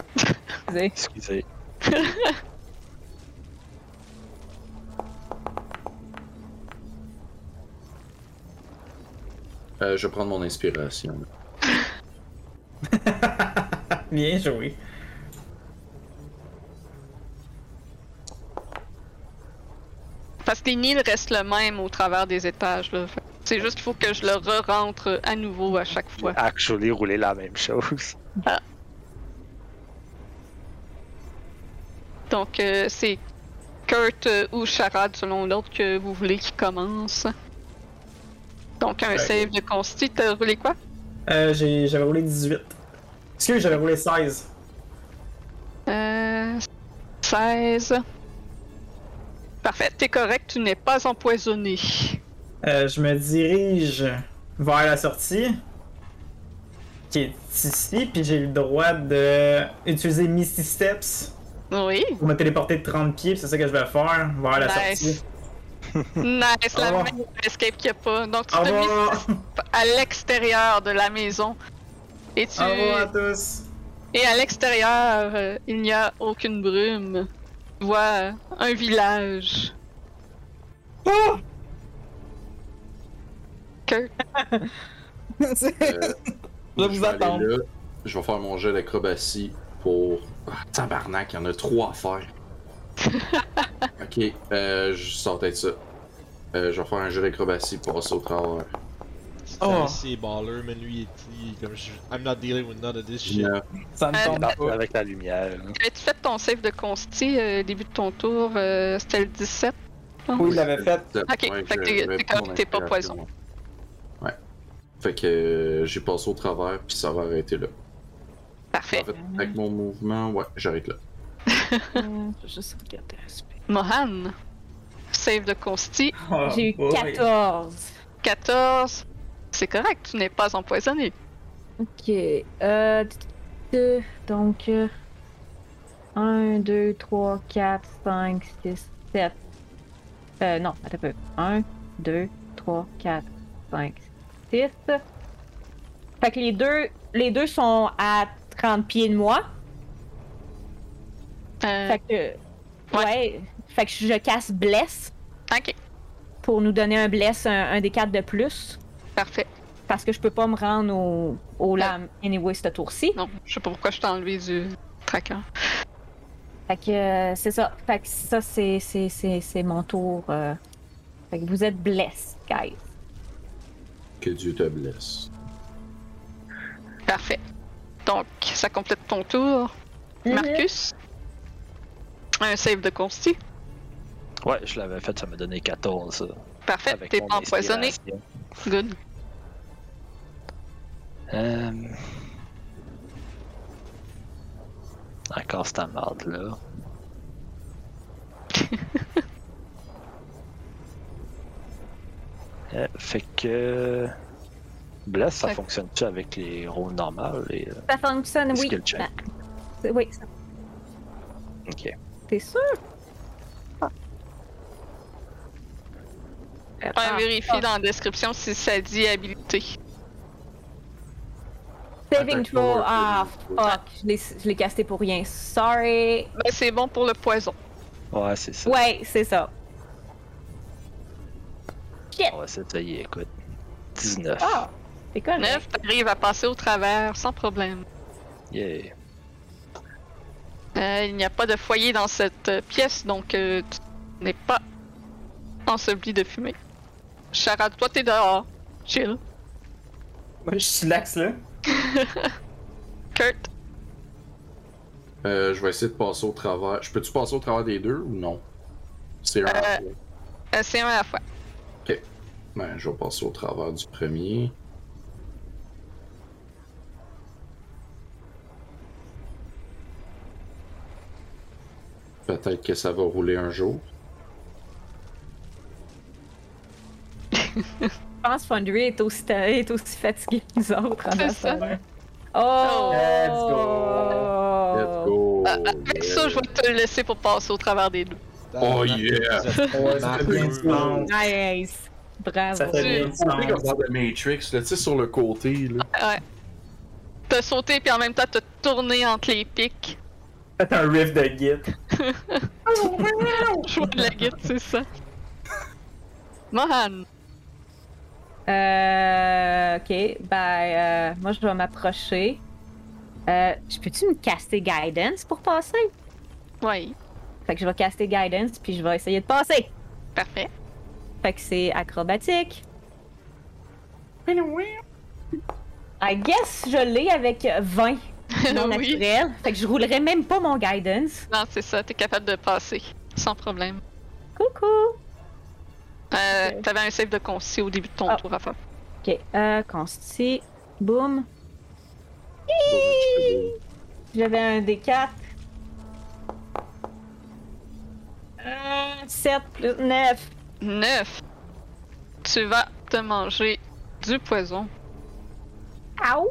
Speaker 4: Excusez.
Speaker 5: Excusez.
Speaker 1: Euh, je vais prendre mon inspiration.
Speaker 3: Bien joué.
Speaker 2: Parce que les nids restent le même au travers des étages. là. Fait que C'est juste qu'il faut que je le re-rentre à nouveau à chaque
Speaker 5: J'ai
Speaker 2: fois.
Speaker 5: actually roulé la même chose.
Speaker 2: Donc, euh, c'est Kurt euh, ou Charade, selon l'autre que vous voulez qui commence. Donc, un
Speaker 1: Ouais.
Speaker 2: save de consti. T'as roulé quoi?
Speaker 3: Euh, j'ai- j'avais roulé 18. Excuse, j'avais roulé 16.
Speaker 2: Euh, 16. Parfait, t'es correct, tu n'es pas empoisonné.
Speaker 3: Euh, je me dirige vers la sortie, qui est ici, puis j'ai le droit de utiliser Misty Steps
Speaker 2: Oui.
Speaker 3: pour me téléporter de 30 pieds, puis c'est ça que je vais faire vers la
Speaker 2: Nice.
Speaker 3: sortie.
Speaker 2: nice, la
Speaker 3: Au revoir.
Speaker 2: même escape qu'il n'y a pas. Donc tu
Speaker 3: Au
Speaker 2: te mets
Speaker 3: revoir!
Speaker 2: à l'extérieur de la maison. Et tu
Speaker 3: Au revoir à tous!
Speaker 2: et à l'extérieur, euh, il n'y a aucune brume. Tu vois euh, un village.
Speaker 3: Oh!
Speaker 2: Que
Speaker 1: Euh,
Speaker 3: Je vous
Speaker 1: vais aller
Speaker 3: attends.
Speaker 1: là, je vais faire mon jet d'acrobatie pour. Ah, tabarnak, il y en a trois à faire. ok, euh, je sortais de ça. Euh, je vais faire un jet d'acrobatie pour passer au travers.
Speaker 3: Oh.
Speaker 6: C'est baller, mais lui, il est comme je- I'm not dealing with none of this shit.
Speaker 1: Neuf.
Speaker 3: Ça me
Speaker 2: Euh,
Speaker 3: tombe
Speaker 5: Dans-
Speaker 3: pas.
Speaker 5: Avec la lumière. là.
Speaker 2: tu fait ton save de consti euh, début de ton tour, euh, c'était le 17.
Speaker 3: Oui, je l'avais fait.
Speaker 2: Ok,
Speaker 1: Ouais,
Speaker 2: fait que
Speaker 1: je-
Speaker 2: t'es-
Speaker 1: je vais
Speaker 2: t'es
Speaker 1: prendre
Speaker 2: correct, t'es pas
Speaker 1: l'inspiration.
Speaker 2: poison.
Speaker 1: Ouais. Fait que euh, j'ai passé au travers, puis ça va arrêter là.
Speaker 2: Parfait.
Speaker 1: En fait, avec mon mouvement, ouais, j'arrête là.
Speaker 4: Euh, je vais juste regarder un aspect.
Speaker 2: Mohan, save de consti,
Speaker 3: Oh,
Speaker 4: J'ai eu
Speaker 3: boy.
Speaker 4: 14.
Speaker 2: 14. C'est correct, tu n'es pas empoisonné.
Speaker 4: Ok. Euh, t- t- donc. euh, 1, 2, 3, 4, 5, 6, 7. Euh, non, attends un peu. 1, 2, 3, 4, 5, 6. Fait que les deux, les deux sont à 30 pieds de moi.
Speaker 2: Euh,
Speaker 4: Fait que. Ouais. Fait que je casse bless
Speaker 2: ok,
Speaker 4: pour nous donner un bless, un, un des quatre de plus.
Speaker 2: parfait.
Speaker 4: Parce que je peux pas me rendre au, au lame anyway ce tour-ci.
Speaker 2: Non, je sais pas pourquoi je t'ai enlevé du tracker.
Speaker 4: Fait que euh, c'est ça. Fait que ça, c'est, c'est, c'est, c'est mon tour. euh. Fait que vous êtes blessed, guys.
Speaker 1: Que Dieu te blesse.
Speaker 2: Parfait. Donc, ça complète ton tour.
Speaker 4: Mm-hmm.
Speaker 2: Marcus, un save de consti.
Speaker 5: Ouais, je l'avais fait, ça m'a donné 14. ça,
Speaker 2: Parfait,
Speaker 5: avec
Speaker 2: t'es
Speaker 5: mon
Speaker 2: pas empoisonné.
Speaker 5: inspiration.
Speaker 2: Good.
Speaker 5: Euh... Encore cette merde là. Euh, fait que. Bless, ça
Speaker 2: Fait-
Speaker 5: fonctionne-tu avec les rôles normales et euh,
Speaker 4: Ça fonctionne,
Speaker 5: les
Speaker 4: oui.
Speaker 5: skill check?
Speaker 4: Ah, oui, ça-
Speaker 5: Ok.
Speaker 4: t'es sûr? Ah.
Speaker 2: On vérifie dans la description si ça dit habilité.
Speaker 4: Saving
Speaker 1: Attaque
Speaker 4: throw.
Speaker 1: lourde.
Speaker 4: Ah, fuck. Je l'ai- je l'ai casté pour rien. Sorry.
Speaker 2: Ben, c'est bon pour le poison.
Speaker 5: Ouais, c'est ça.
Speaker 4: Ouais, c'est ça.
Speaker 5: On va s'essayer, écoute. 19.
Speaker 4: Ah, c'est correct.
Speaker 2: Neuf, t'arrives à passer au travers sans problème.
Speaker 5: Yeah.
Speaker 2: Euh, il n'y a pas de foyer dans cette euh, pièce, donc euh, tu n'es pas enseveli de fumée. Charade, toi t'es dehors. Chill.
Speaker 3: Moi, je suis lax là.
Speaker 2: Kurt,
Speaker 1: Euh, je vais essayer de passer au travers. Je peux-tu passer au travers des deux ou non? C'est un. à la
Speaker 2: Euh.
Speaker 1: fois.
Speaker 2: euh, c'est un à la fois.
Speaker 1: Ben, je vais passer au travers du premier. Peut-être que ça va rouler un jour.
Speaker 4: Je pense que Foundry est aussi, ta- est aussi fatigué que nous autres. en
Speaker 2: C'est
Speaker 4: attendant.
Speaker 3: ça.
Speaker 4: Oh!
Speaker 3: Let's go.
Speaker 1: Let's go!
Speaker 2: Oh. Euh, Avec
Speaker 1: yeah.
Speaker 2: ça, je vais te le laisser pour passer au travers des deux.
Speaker 1: Oh yeah!
Speaker 3: Ouais, ça fait bien du sens.
Speaker 4: Nice!
Speaker 2: Ah,
Speaker 4: Bravo!
Speaker 3: Ça fait bien du sens.
Speaker 1: C'est comme dans The Matrix, là, tu sais, sur le côté, là.
Speaker 2: Ouais. T'as sauté puis en même temps t'as tourné entre les pics.
Speaker 3: Faites un riff de Git.
Speaker 2: Jouer de la guide, c'est ça. Mohan,
Speaker 4: Euh, ok, ben, euh, moi je vais m'approcher. Euh, je peux-tu me caster Guidance pour passer?
Speaker 2: oui,
Speaker 4: Fait que je vais caster Guidance puis je vais essayer de passer.
Speaker 2: parfait.
Speaker 4: Fait que c'est acrobatique. I guess je l'ai avec 20 non
Speaker 2: oui,
Speaker 4: naturel. Fait que je roulerai même pas mon Guidance.
Speaker 2: non, c'est ça, t'es capable de passer sans problème.
Speaker 4: Coucou!
Speaker 2: Euh,
Speaker 4: Ok.
Speaker 2: T'avais un save de concis au début de ton
Speaker 4: Ah.
Speaker 2: tour à faire.
Speaker 4: Ok, euh, Consti. Boum. J'avais un D4. Euh, 7 plus 9.
Speaker 2: 9. Tu vas te manger du poison.
Speaker 4: Ow!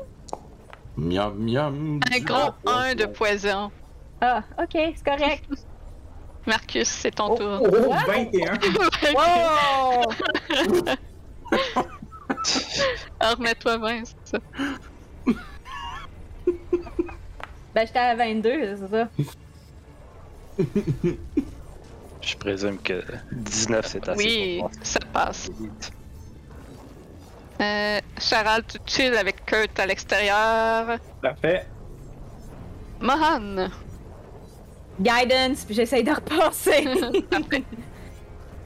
Speaker 1: Miam, miam!
Speaker 2: Un
Speaker 1: du
Speaker 2: gros
Speaker 1: rapport.
Speaker 2: 1 de poison.
Speaker 4: Ah, ok, c'est correct.
Speaker 2: Marcus, c'est ton
Speaker 3: Oh,
Speaker 2: tour.
Speaker 3: oh, oh, 21.
Speaker 4: Wow!
Speaker 2: Ah, Remets-toi 20, c'est ça.
Speaker 4: ben, j'étais à 22, c'est ça.
Speaker 5: Je présume que 19 Ah, c'est assez.
Speaker 2: Oui,
Speaker 5: pour passer.
Speaker 2: ça passe. Euh, Charal, tu chill avec Kurt à l'extérieur.
Speaker 3: Parfait.
Speaker 2: Mohan,
Speaker 4: Guidance, puis j'essaye de repasser.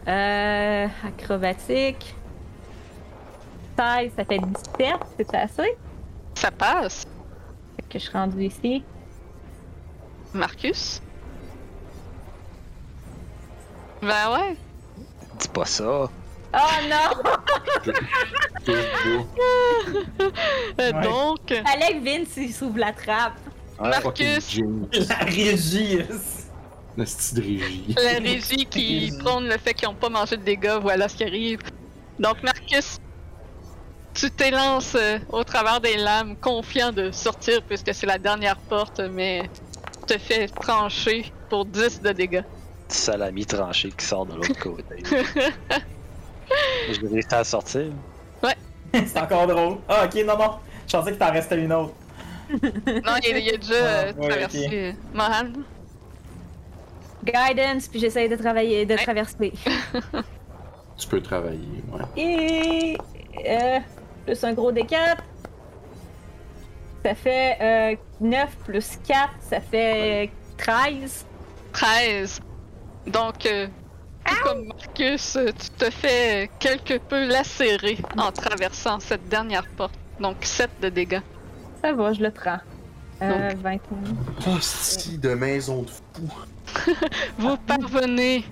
Speaker 4: euh, acrobatique. 16, ça fait 17, c'est assez.
Speaker 2: ça passe.
Speaker 4: Fait que je suis rendue ici.
Speaker 2: Marcus? Ben ouais.
Speaker 5: Dis pas ça.
Speaker 4: Oh non!
Speaker 2: Euh,
Speaker 3: Ouais.
Speaker 2: Donc,
Speaker 4: Fallait que Vince il s'ouvre la trappe.
Speaker 1: Ah,
Speaker 2: Marcus,
Speaker 3: La régie.
Speaker 1: La petite régie.
Speaker 2: la régie qui prône le fait qu'ils n'ont pas mangé de dégâts, voilà ce qui arrive. Donc, Marcus, tu t'élances euh, au travers des lames, confiant de sortir puisque c'est la dernière porte, mais te fais trancher pour 10 de dégâts.
Speaker 5: Petit salami tranché qui sort de l'autre côté. Je réussi à sortir.
Speaker 3: C'est encore drôle. Ah, ok, non, non. Je pensais que t'en restais une autre.
Speaker 2: Non, il y a- il y a déjà euh,
Speaker 3: Ah, ouais,
Speaker 2: traversé.
Speaker 3: ok.
Speaker 2: euh, Mohan?
Speaker 4: Guidance, puis j'essaye de travailler, de traverser.
Speaker 1: Tu peux travailler, ouais.
Speaker 4: Et. Euh, plus un gros D4. Ça fait euh, 9 plus 4, ça fait euh, 13.
Speaker 2: 13. Donc, euh, tout comme Marcus, euh, tu te fais quelque peu lacérer en traversant cette dernière porte. Donc, 7 de dégâts.
Speaker 4: Ça va, je le prends. Euh, 21.
Speaker 1: Hostie Ah, de maison de fou.
Speaker 2: Vous parvenez,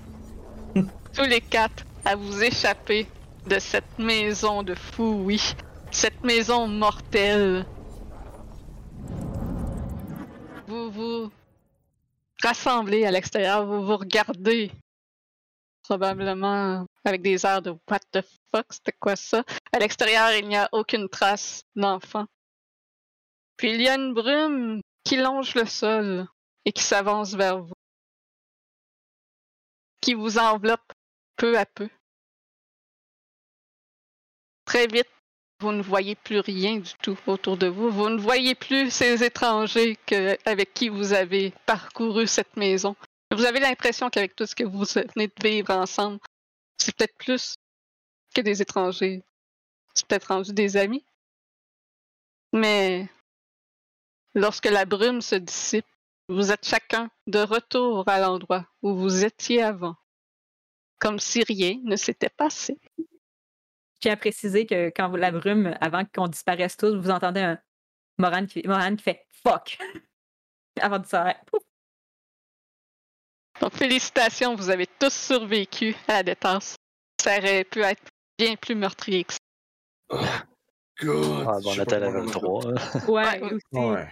Speaker 2: tous les quatre, à vous échapper de cette maison de fou, oui. Cette maison mortelle. Vous vous rassemblez à l'extérieur, vous vous regardez probablement avec des airs de What the fuck, c'était quoi ça? À l'extérieur, il n'y a aucune trace d'enfant. Puis il y a une brume qui longe le sol et qui s'avance vers vous, qui vous enveloppe peu à peu. Très vite, vous ne voyez plus rien du tout autour de vous. Vous ne voyez plus ces étrangers que- avec qui vous avez parcouru cette maison. Vous avez l'impression qu'avec tout ce que vous venez de vivre ensemble, c'est peut-être plus que des étrangers. C'est peut-être rendu des amis. Mais lorsque la brume se dissipe, vous êtes chacun de retour à l'endroit où vous étiez avant, comme si rien ne s'était passé.
Speaker 4: J'ai à préciser que quand vous- la brume, avant qu'on disparaisse tous, vous entendez un Moran qui, Moran qui fait fuck avant de s'arrêter.
Speaker 2: Donc, félicitations, vous avez tous survécu à la détente. Ça aurait pu être bien plus meurtrier que ça.
Speaker 1: God!
Speaker 5: Ah, bon, on
Speaker 1: je sais
Speaker 5: est
Speaker 1: pas
Speaker 5: à level
Speaker 1: comment-
Speaker 5: 3. hein.
Speaker 4: Ouais,
Speaker 2: Ouais,
Speaker 4: aussi.
Speaker 1: Ouais.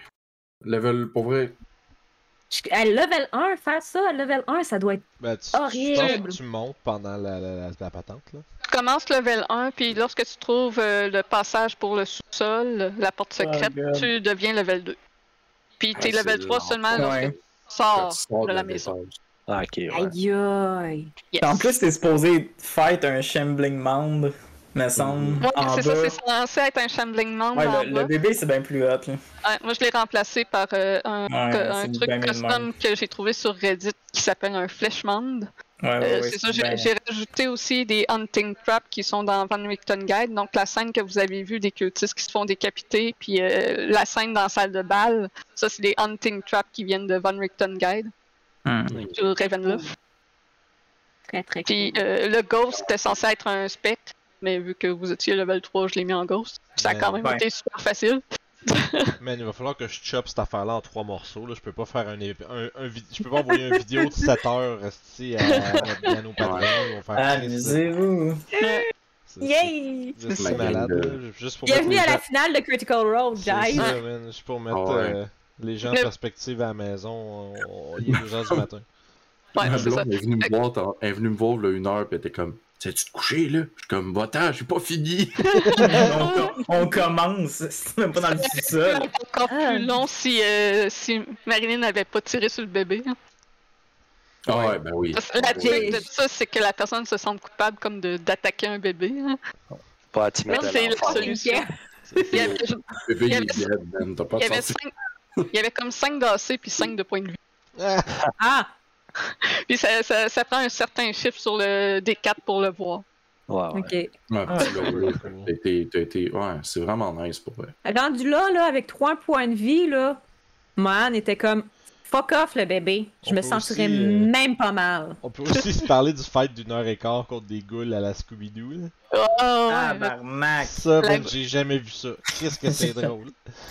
Speaker 1: Level, pour vrai,
Speaker 4: Je- À level 1, faire ça à level 1, ça doit être.
Speaker 6: Ben, tu, tu-
Speaker 4: Horrible.
Speaker 6: je pense que tu montes pendant la, la, la, la patente, là.
Speaker 2: Tu commences level 1, puis lorsque tu trouves euh, le passage pour le sous-sol, la porte
Speaker 3: Ah,
Speaker 2: secrète,
Speaker 3: God.
Speaker 2: tu deviens level 2. Puis t'es
Speaker 1: Ah, c'est
Speaker 2: level 3
Speaker 5: euh,
Speaker 1: long.
Speaker 2: seulement lorsque
Speaker 3: Ouais.
Speaker 2: tu sors.
Speaker 1: sors
Speaker 2: de la maison.
Speaker 1: dépense.
Speaker 5: Ah, ok, ouais.
Speaker 4: Aïe aïe.
Speaker 2: Yes.
Speaker 3: En plus, t'es supposé fight un Shambling Mound, me semble,
Speaker 2: Ouais,
Speaker 3: en
Speaker 2: c'est
Speaker 3: bas.
Speaker 2: ça, c'est censé être un shambling membre
Speaker 3: Ouais,
Speaker 2: en
Speaker 3: le, le
Speaker 2: bas.
Speaker 3: bébé, c'est bien plus hot, là.
Speaker 2: Ouais, moi, je l'ai remplacé par euh, un,
Speaker 3: Ouais,
Speaker 2: que- un
Speaker 3: c'est
Speaker 2: truc
Speaker 3: bien mieux de
Speaker 2: custom
Speaker 3: même.
Speaker 2: que j'ai trouvé sur Reddit qui s'appelle un fleshmound.
Speaker 3: Ouais, ouais,
Speaker 2: Euh,
Speaker 3: ouais,
Speaker 2: c'est ça, j'ai
Speaker 3: Ah bien-
Speaker 2: j'ai rajouté aussi des hunting traps qui sont dans Van Richten Guide. Donc, la scène que vous avez vue des cultistes qui se font décapiter, puis euh, la scène dans la salle de bal, ça, c'est des hunting traps qui viennent de Van Richten Guide
Speaker 3: Hmm.
Speaker 2: sur Ravenloft.
Speaker 4: Très très
Speaker 2: Puis,
Speaker 4: cool.
Speaker 2: euh, le ghost était censé être un spectre, mais vu que vous étiez level 3, je l'ai mis en ghost. Ça a
Speaker 6: Ouais.
Speaker 2: quand même
Speaker 3: Ouais.
Speaker 2: été super facile.
Speaker 6: Man, il va falloir que je choppe cette affaire-là en trois morceaux. Là. Je peux pas faire un, ép- un, un vid- je peux pas envoyer une vidéo de 7 heures resti à notre piano patron. Ils vont faire
Speaker 3: Ah, Amusez-vous.
Speaker 6: C'est- c'est-
Speaker 4: Yay!
Speaker 6: Je suis
Speaker 1: C'est
Speaker 6: malade.
Speaker 1: malade.
Speaker 6: là. Juste pour
Speaker 4: Bienvenue
Speaker 6: mettre
Speaker 4: à
Speaker 6: les
Speaker 4: la
Speaker 6: gens-
Speaker 4: finale de Critical Role,
Speaker 6: C'est
Speaker 4: guys!
Speaker 6: ça, man. Juste pour mettre
Speaker 1: Ah ouais.
Speaker 6: euh, les gens en
Speaker 2: Le-
Speaker 6: perspective à la maison. on- on- Il est 2h du matin.
Speaker 2: Ouais,
Speaker 1: Ma
Speaker 2: c'est ça.
Speaker 1: blonde est venue me voir, t'en- elle est venue me voir là, une heure, puis elle était comme, sais tu te coucher, là? Je suis comme, va-t'en, j'ai pas fini!
Speaker 3: on, on commence, c'est même pas dans le
Speaker 2: C'est
Speaker 3: sous-sol.
Speaker 2: encore
Speaker 4: Ah.
Speaker 2: plus long si, euh, si Marilyn n'avait pas tiré sur le bébé. hein.
Speaker 1: Ah ouais, ben oui.
Speaker 2: Parce que La
Speaker 1: Ouais.
Speaker 2: truc de ça, c'est que la personne se sente coupable comme de- d'attaquer un bébé. hein.
Speaker 5: Pas à t'y mettre à
Speaker 2: c'est la
Speaker 5: l'enfant.
Speaker 2: solution.
Speaker 4: Yeah.
Speaker 2: Il y avait,
Speaker 1: Le bébé,
Speaker 2: il y
Speaker 1: il est dead, man, t'as pas
Speaker 2: il y
Speaker 1: de
Speaker 2: avait
Speaker 1: sens.
Speaker 2: cinq- il y avait comme 5 d'AC puis 5 de points de vue.
Speaker 6: Ah,
Speaker 4: Ah!
Speaker 2: Puis ça, ça- ça prend un certain chiffre sur le D4 pour le voir.
Speaker 5: Ouais, ouais.
Speaker 4: Ok.
Speaker 1: Ouais,
Speaker 3: Ah,
Speaker 1: petit lourd, là.
Speaker 6: cool.
Speaker 1: T'as été- t'as été- Ouais, c'est vraiment nice pour vrai.
Speaker 4: Rendu là, là, avec trois points de vie, là, Man était comme fuck off le bébé. Je
Speaker 6: On
Speaker 4: me
Speaker 6: peut
Speaker 4: sentirais
Speaker 6: aussi, euh,
Speaker 4: même pas mal.
Speaker 6: On peut aussi se parler du fight d'une heure et quart contre des ghouls à la Scooby-Doo. là.
Speaker 2: Oh,
Speaker 3: Ah,
Speaker 2: ouais.
Speaker 3: barnac.
Speaker 6: Ça,
Speaker 2: La-
Speaker 6: man, j'ai jamais vu ça. Qu'est-ce que c'est drôle.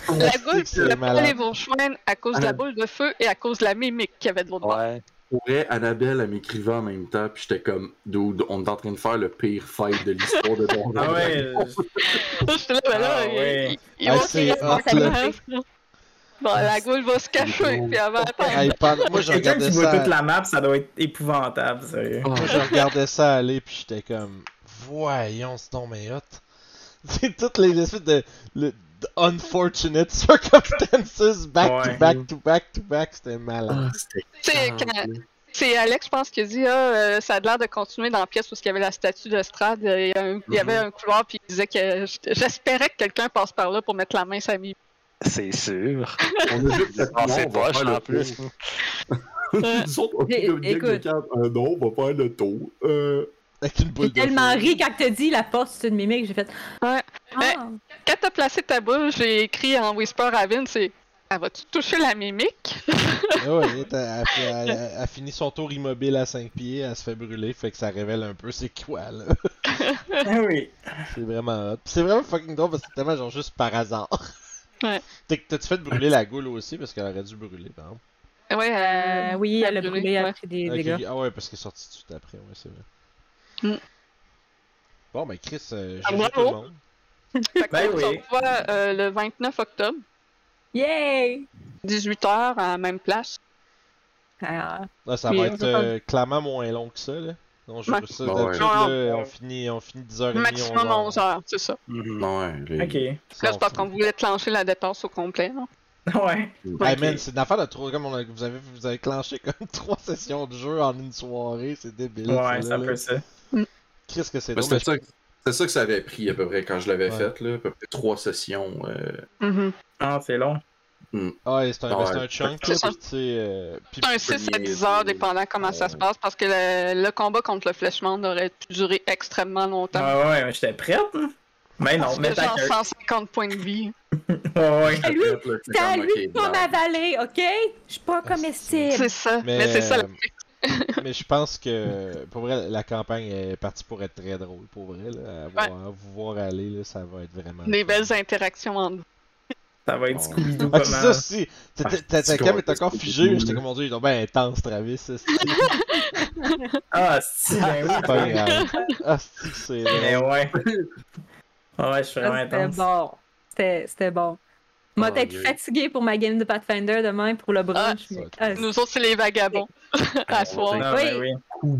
Speaker 2: la goule,
Speaker 6: c'est
Speaker 2: la
Speaker 6: malade.
Speaker 2: boule et vos chouines à cause de la boule de feu et à cause de la mimique qu'il y avait de l'autre bord.
Speaker 5: Ouais.
Speaker 1: Pour vrai, Annabelle, elle m'écrivait en même temps, puis j'étais comme, dude, on est en train de faire le pire fight de l'histoire de Donjon
Speaker 3: Ah ouais,
Speaker 1: Dragon.
Speaker 2: J'étais là, ben là,
Speaker 3: Ah,
Speaker 2: ils-
Speaker 3: ouais.
Speaker 2: ils- ils
Speaker 6: Ah,
Speaker 2: vont
Speaker 6: c'est
Speaker 2: tirer
Speaker 6: hot,
Speaker 2: sur la
Speaker 6: là.
Speaker 2: menace, là. Bon, la goule va se cacher, puis elle va attendre.
Speaker 6: Hey, pendant- Moi, je
Speaker 3: quelqu'un qui
Speaker 6: regardais
Speaker 3: voit
Speaker 6: ça.
Speaker 3: toute la map, ça doit être épouvantable, sérieux.
Speaker 1: Ah,
Speaker 6: Moi, je regardais ça aller, puis j'étais comme, voyons, c'est donc mais hot. C'est toutes les espèces de, le- de unfortunate circumstances, back
Speaker 3: Ouais.
Speaker 6: to back to back to back, c'était malade.
Speaker 1: ah, c'était
Speaker 2: Tu sais,
Speaker 1: calme,
Speaker 2: quand-
Speaker 1: là.
Speaker 2: C'est Alex, je pense, qui a dit ah, euh, ça a l'air de continuer dans la pièce où il y avait la statue de Strad. euh, Il y, a un- il y
Speaker 6: Mhm.
Speaker 2: avait un couloir, puis il disait que j- j'espérais que quelqu'un passe par là pour mettre la main sur la mie.
Speaker 5: C'est sûr.
Speaker 1: On a juste cette
Speaker 5: Ah, c'est
Speaker 1: on va
Speaker 5: poche,
Speaker 1: faire le
Speaker 5: en plus.
Speaker 1: tour. Nous autres, on est comme une gang de
Speaker 4: Écoute.
Speaker 1: quatre. Euh, non, on va faire le tour. Euh,
Speaker 6: Avec une boule
Speaker 4: J'ai
Speaker 6: de
Speaker 4: tellement
Speaker 6: feu.
Speaker 4: ri quand t'as dit la porte, c'est une mimique, j'ai fait.
Speaker 2: Ouais.
Speaker 4: Ah.
Speaker 2: Quand t'as placé ta boule, j'ai écrit en Whisper à Vin c'est Ah, vas-tu toucher la mimique
Speaker 6: Ah ouais, elle, elle- elle- elle- elle finit son tour immobile à 5 pieds, elle se fait brûler, fait que ça révèle un peu c'est quoi là.
Speaker 3: Ah oui.
Speaker 6: C'est vraiment hot. Puis c'est vraiment fucking drôle parce que c'est tellement genre juste par hasard.
Speaker 2: Ouais.
Speaker 6: T'as- T'as-tu fait brûler la goule aussi parce qu'elle aurait dû brûler, par exemple?
Speaker 2: Ouais,
Speaker 4: Euh,
Speaker 2: euh,
Speaker 4: oui,
Speaker 2: ça
Speaker 4: elle a brûlé, elle a
Speaker 2: ouais.
Speaker 4: pris des
Speaker 6: Ok,
Speaker 4: dégâts.
Speaker 6: Ah ouais, parce qu'il est sorti tout de suite après, ouais, c'est vrai.
Speaker 2: Mm.
Speaker 6: Bon, ben Chris, euh,
Speaker 2: Ah,
Speaker 6: GG
Speaker 2: bravo.
Speaker 6: tout le monde.
Speaker 2: Fait que
Speaker 3: Ben
Speaker 2: on
Speaker 3: oui.
Speaker 2: se revoit, euh, le 29 octobre,
Speaker 4: Yay!
Speaker 2: 18h, à la même place.
Speaker 4: Ah,
Speaker 6: Là, ça
Speaker 2: Puis,
Speaker 6: va
Speaker 2: euh,
Speaker 6: Ah, être euh, clairement moins long que ça, là. Non, je
Speaker 2: Ouais.
Speaker 6: veux ça.
Speaker 1: Bah
Speaker 6: d'habitude,
Speaker 2: ouais. Non,
Speaker 6: là, on finit, on finit 10h30.
Speaker 2: Maximum 11 heures, c'est ça.
Speaker 1: Ouais, les-
Speaker 3: Ok. Ouais.
Speaker 2: Là, c'est parce qu'on voulait clencher la dépense au complet, non?
Speaker 6: Hey
Speaker 3: Ok.
Speaker 6: man, c'est une affaire de trop. Comme on a- vous, avez, vous avez clenché comme trois sessions de jeu en une soirée, c'est débile.
Speaker 3: Ouais, ça peut ça.
Speaker 6: Qu'est-ce que c'est
Speaker 1: Mais
Speaker 6: drôle,
Speaker 1: Ben, C'était
Speaker 6: mais
Speaker 1: ça, que- c'était ça que ça avait pris à peu près quand je l'avais
Speaker 6: Ouais.
Speaker 1: fait, là, à peu près trois sessions. euh,
Speaker 2: Mhm.
Speaker 3: Ah, c'est long.
Speaker 6: Ouais, c'est un, mais
Speaker 1: Ah
Speaker 6: c'est
Speaker 1: Ouais.
Speaker 6: un chunk,
Speaker 2: C'est
Speaker 6: là,
Speaker 2: ça.
Speaker 6: pis tu sais. euh, pis-
Speaker 2: C'est un 6 à 10 heures, dépendant comment ça se
Speaker 1: Ouais.
Speaker 2: passe, parce que le, le combat contre le flèchement aurait pu durer extrêmement longtemps.
Speaker 3: Ah ouais, mais j'étais prête. hein. Mais non, mais
Speaker 2: C'était
Speaker 3: ta
Speaker 2: genre
Speaker 3: gueule.
Speaker 2: 150 points de vie.
Speaker 3: Ouais, ouais.
Speaker 4: Salut!
Speaker 1: là, c'est
Speaker 4: C'est à
Speaker 1: comme,
Speaker 4: lui
Speaker 1: ok, ben,
Speaker 4: de pas
Speaker 1: non.
Speaker 4: m'avaler, ok? Je suis pas comestible.
Speaker 2: C'est ça.
Speaker 6: Mais,
Speaker 2: Mais, c'est ça.
Speaker 6: euh, mais je pense que, pour vrai, la campagne est partie pour être très drôle, pour vrai. Là, à voir- vous voir aller, là, ça va être vraiment.
Speaker 2: Des belles interactions entre vous.
Speaker 3: Ça va être
Speaker 1: Bon.
Speaker 3: Scooby-Doo
Speaker 6: Ah,
Speaker 3: pas
Speaker 6: c'est ça,
Speaker 3: mal.
Speaker 6: si! T'étais-
Speaker 1: Ah,
Speaker 6: t'étais- Ta
Speaker 1: c'est
Speaker 6: cam
Speaker 1: con,
Speaker 6: est encore
Speaker 1: c'est
Speaker 6: figée,
Speaker 1: cool.
Speaker 6: j'étais comme mon dieu, ils sont bien intense, Travis. C'est
Speaker 3: Ah, si, ben oui.
Speaker 6: pas grave. Ah, c'est que c'est.
Speaker 3: Mais ouais. Ah Ouais, je suis
Speaker 4: Ça,
Speaker 3: vraiment
Speaker 4: Ah, C'était
Speaker 3: intense.
Speaker 4: bon. C'était c'était bon. Moi,
Speaker 1: Oh,
Speaker 4: être
Speaker 1: Dieu.
Speaker 4: fatiguée pour ma game de Pathfinder demain pour le brunch.
Speaker 6: Ah,
Speaker 4: mais-
Speaker 6: ça va
Speaker 4: Ah,
Speaker 6: être-
Speaker 2: Nous autres, c'est les vagabonds. à soir.
Speaker 3: Ah, ben oui.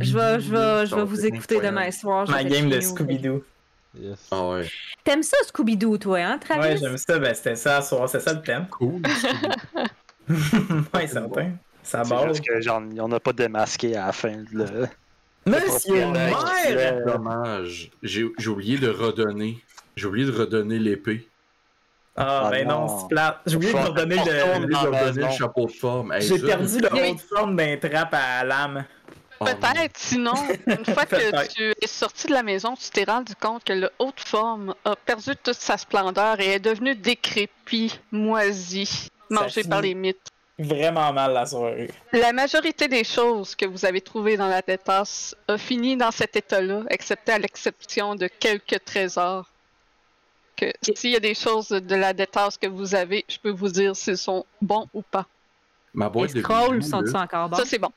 Speaker 4: je vais, je vais, je vais
Speaker 1: Ça va
Speaker 4: vous
Speaker 1: être
Speaker 4: écouter
Speaker 1: incroyable.
Speaker 4: demain soir. je
Speaker 3: Ma
Speaker 4: vais
Speaker 3: game de
Speaker 4: chez nous.
Speaker 3: Scooby-Doo.
Speaker 6: Yes.
Speaker 1: Ah ouais,
Speaker 4: T'aimes ça, Scooby-Doo, toi, hein, Travis?
Speaker 3: Ouais, j'aime ça. Ben, c'était ça à soir. C'est ça le thème.
Speaker 1: cool.
Speaker 3: ouais, certain. Ça
Speaker 5: C'est
Speaker 3: barre.
Speaker 5: juste que, genre, on n'a pas démasqué à la fin. de Le...
Speaker 3: Monsieur le
Speaker 5: propriétaire.
Speaker 3: maire!
Speaker 1: Dommage. J'ai j'ai oublié de redonner. J'ai oublié de redonner l'épée.
Speaker 3: Ah,
Speaker 5: Ah
Speaker 3: ben non,
Speaker 5: non.
Speaker 3: c'est pllat. J'ai oublié de
Speaker 5: Faut-
Speaker 3: leur donner
Speaker 5: faut
Speaker 1: J'ai
Speaker 5: retourner.
Speaker 3: le.
Speaker 1: oublié de
Speaker 5: Ah, ben
Speaker 1: redonner le
Speaker 5: non.
Speaker 1: chapeau de forme. Hey,
Speaker 3: Euh, J'ai
Speaker 1: ça,
Speaker 3: perdu le
Speaker 2: Oui.
Speaker 3: haut de forme d'un trap à lame.
Speaker 1: oh,
Speaker 2: Peut-être, sinon, une fois que
Speaker 3: Peut-être.
Speaker 2: tu es sorti de la maison, tu t'es rendu compte que le haut de forme a perdu toute sa splendeur et est devenu décrépit, moisi,
Speaker 3: Ça
Speaker 2: mangé
Speaker 3: finit.
Speaker 2: par les mythes.
Speaker 3: Vraiment mal la soirée.
Speaker 2: La majorité des choses que vous avez trouvées dans la détasse a fini dans cet état-là, excepté à l'exception de quelques trésors. Que s'il y a des choses de la détasse que vous avez, je peux vous dire s'ils sont bons ou pas.
Speaker 1: Ma boîte de
Speaker 4: Les scrolls
Speaker 1: bijoux,
Speaker 4: sont-ils
Speaker 1: là,
Speaker 4: encore bons?
Speaker 2: Ça, c'est bon.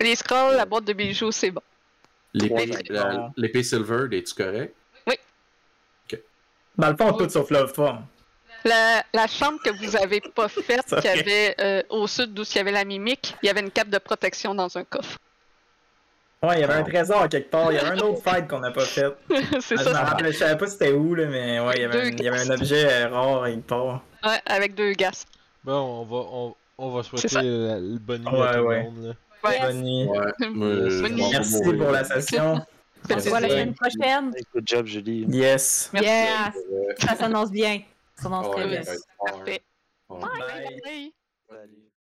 Speaker 2: Les scrolls,
Speaker 1: Euh.
Speaker 2: la boîte de bijoux, c'est bon.
Speaker 1: L'épée
Speaker 5: Trois
Speaker 1: la-
Speaker 3: trésors.
Speaker 1: l'épée silver, es-tu correct?
Speaker 3: Dans le fond, tout sauf Love Form.
Speaker 2: La, la chambre que vous avez pas faite,
Speaker 3: C'est
Speaker 2: qu'il y
Speaker 3: vrai.
Speaker 2: avait euh, au sud d'où il y avait la mimique, il y avait une cape de protection dans un coffre.
Speaker 3: Ouais, il y avait un
Speaker 5: Ah.
Speaker 3: trésor quelque part. Il y avait un autre fight qu'on n'a pas fait.
Speaker 2: c'est
Speaker 3: Ah,
Speaker 2: ça,
Speaker 3: je, m'en rappelle, je savais pas c'était où, là, mais ouais, il y avait,
Speaker 2: Deux
Speaker 3: il y avait un objet euh, rare et part.
Speaker 2: ouais, avec deux gasses.
Speaker 6: Bon, on va, on, on va souhaiter
Speaker 2: C'est ça.
Speaker 6: la- le bonne nuit
Speaker 3: Ouais,
Speaker 6: à tout
Speaker 3: ouais.
Speaker 6: le monde. Là.
Speaker 2: Ouais.
Speaker 3: Bonne nuit.
Speaker 1: Ouais.
Speaker 2: Mm.
Speaker 1: moi, je-
Speaker 2: Bonne nuit.
Speaker 1: on va
Speaker 3: Mm. Merci
Speaker 1: mourir.
Speaker 3: pour la session.
Speaker 4: On se voit la
Speaker 1: Ouais.
Speaker 4: semaine prochaine.
Speaker 5: Good job, Julie.
Speaker 3: Yes.
Speaker 2: Merci.
Speaker 4: Yes!
Speaker 1: Ouais.
Speaker 4: Ça s'annonce bien. Ça s'annonce très
Speaker 1: Ouais,
Speaker 4: bien.
Speaker 1: ouais.
Speaker 2: Parfait.
Speaker 1: Ouais.
Speaker 3: Bye.
Speaker 2: Bye.
Speaker 5: Salut.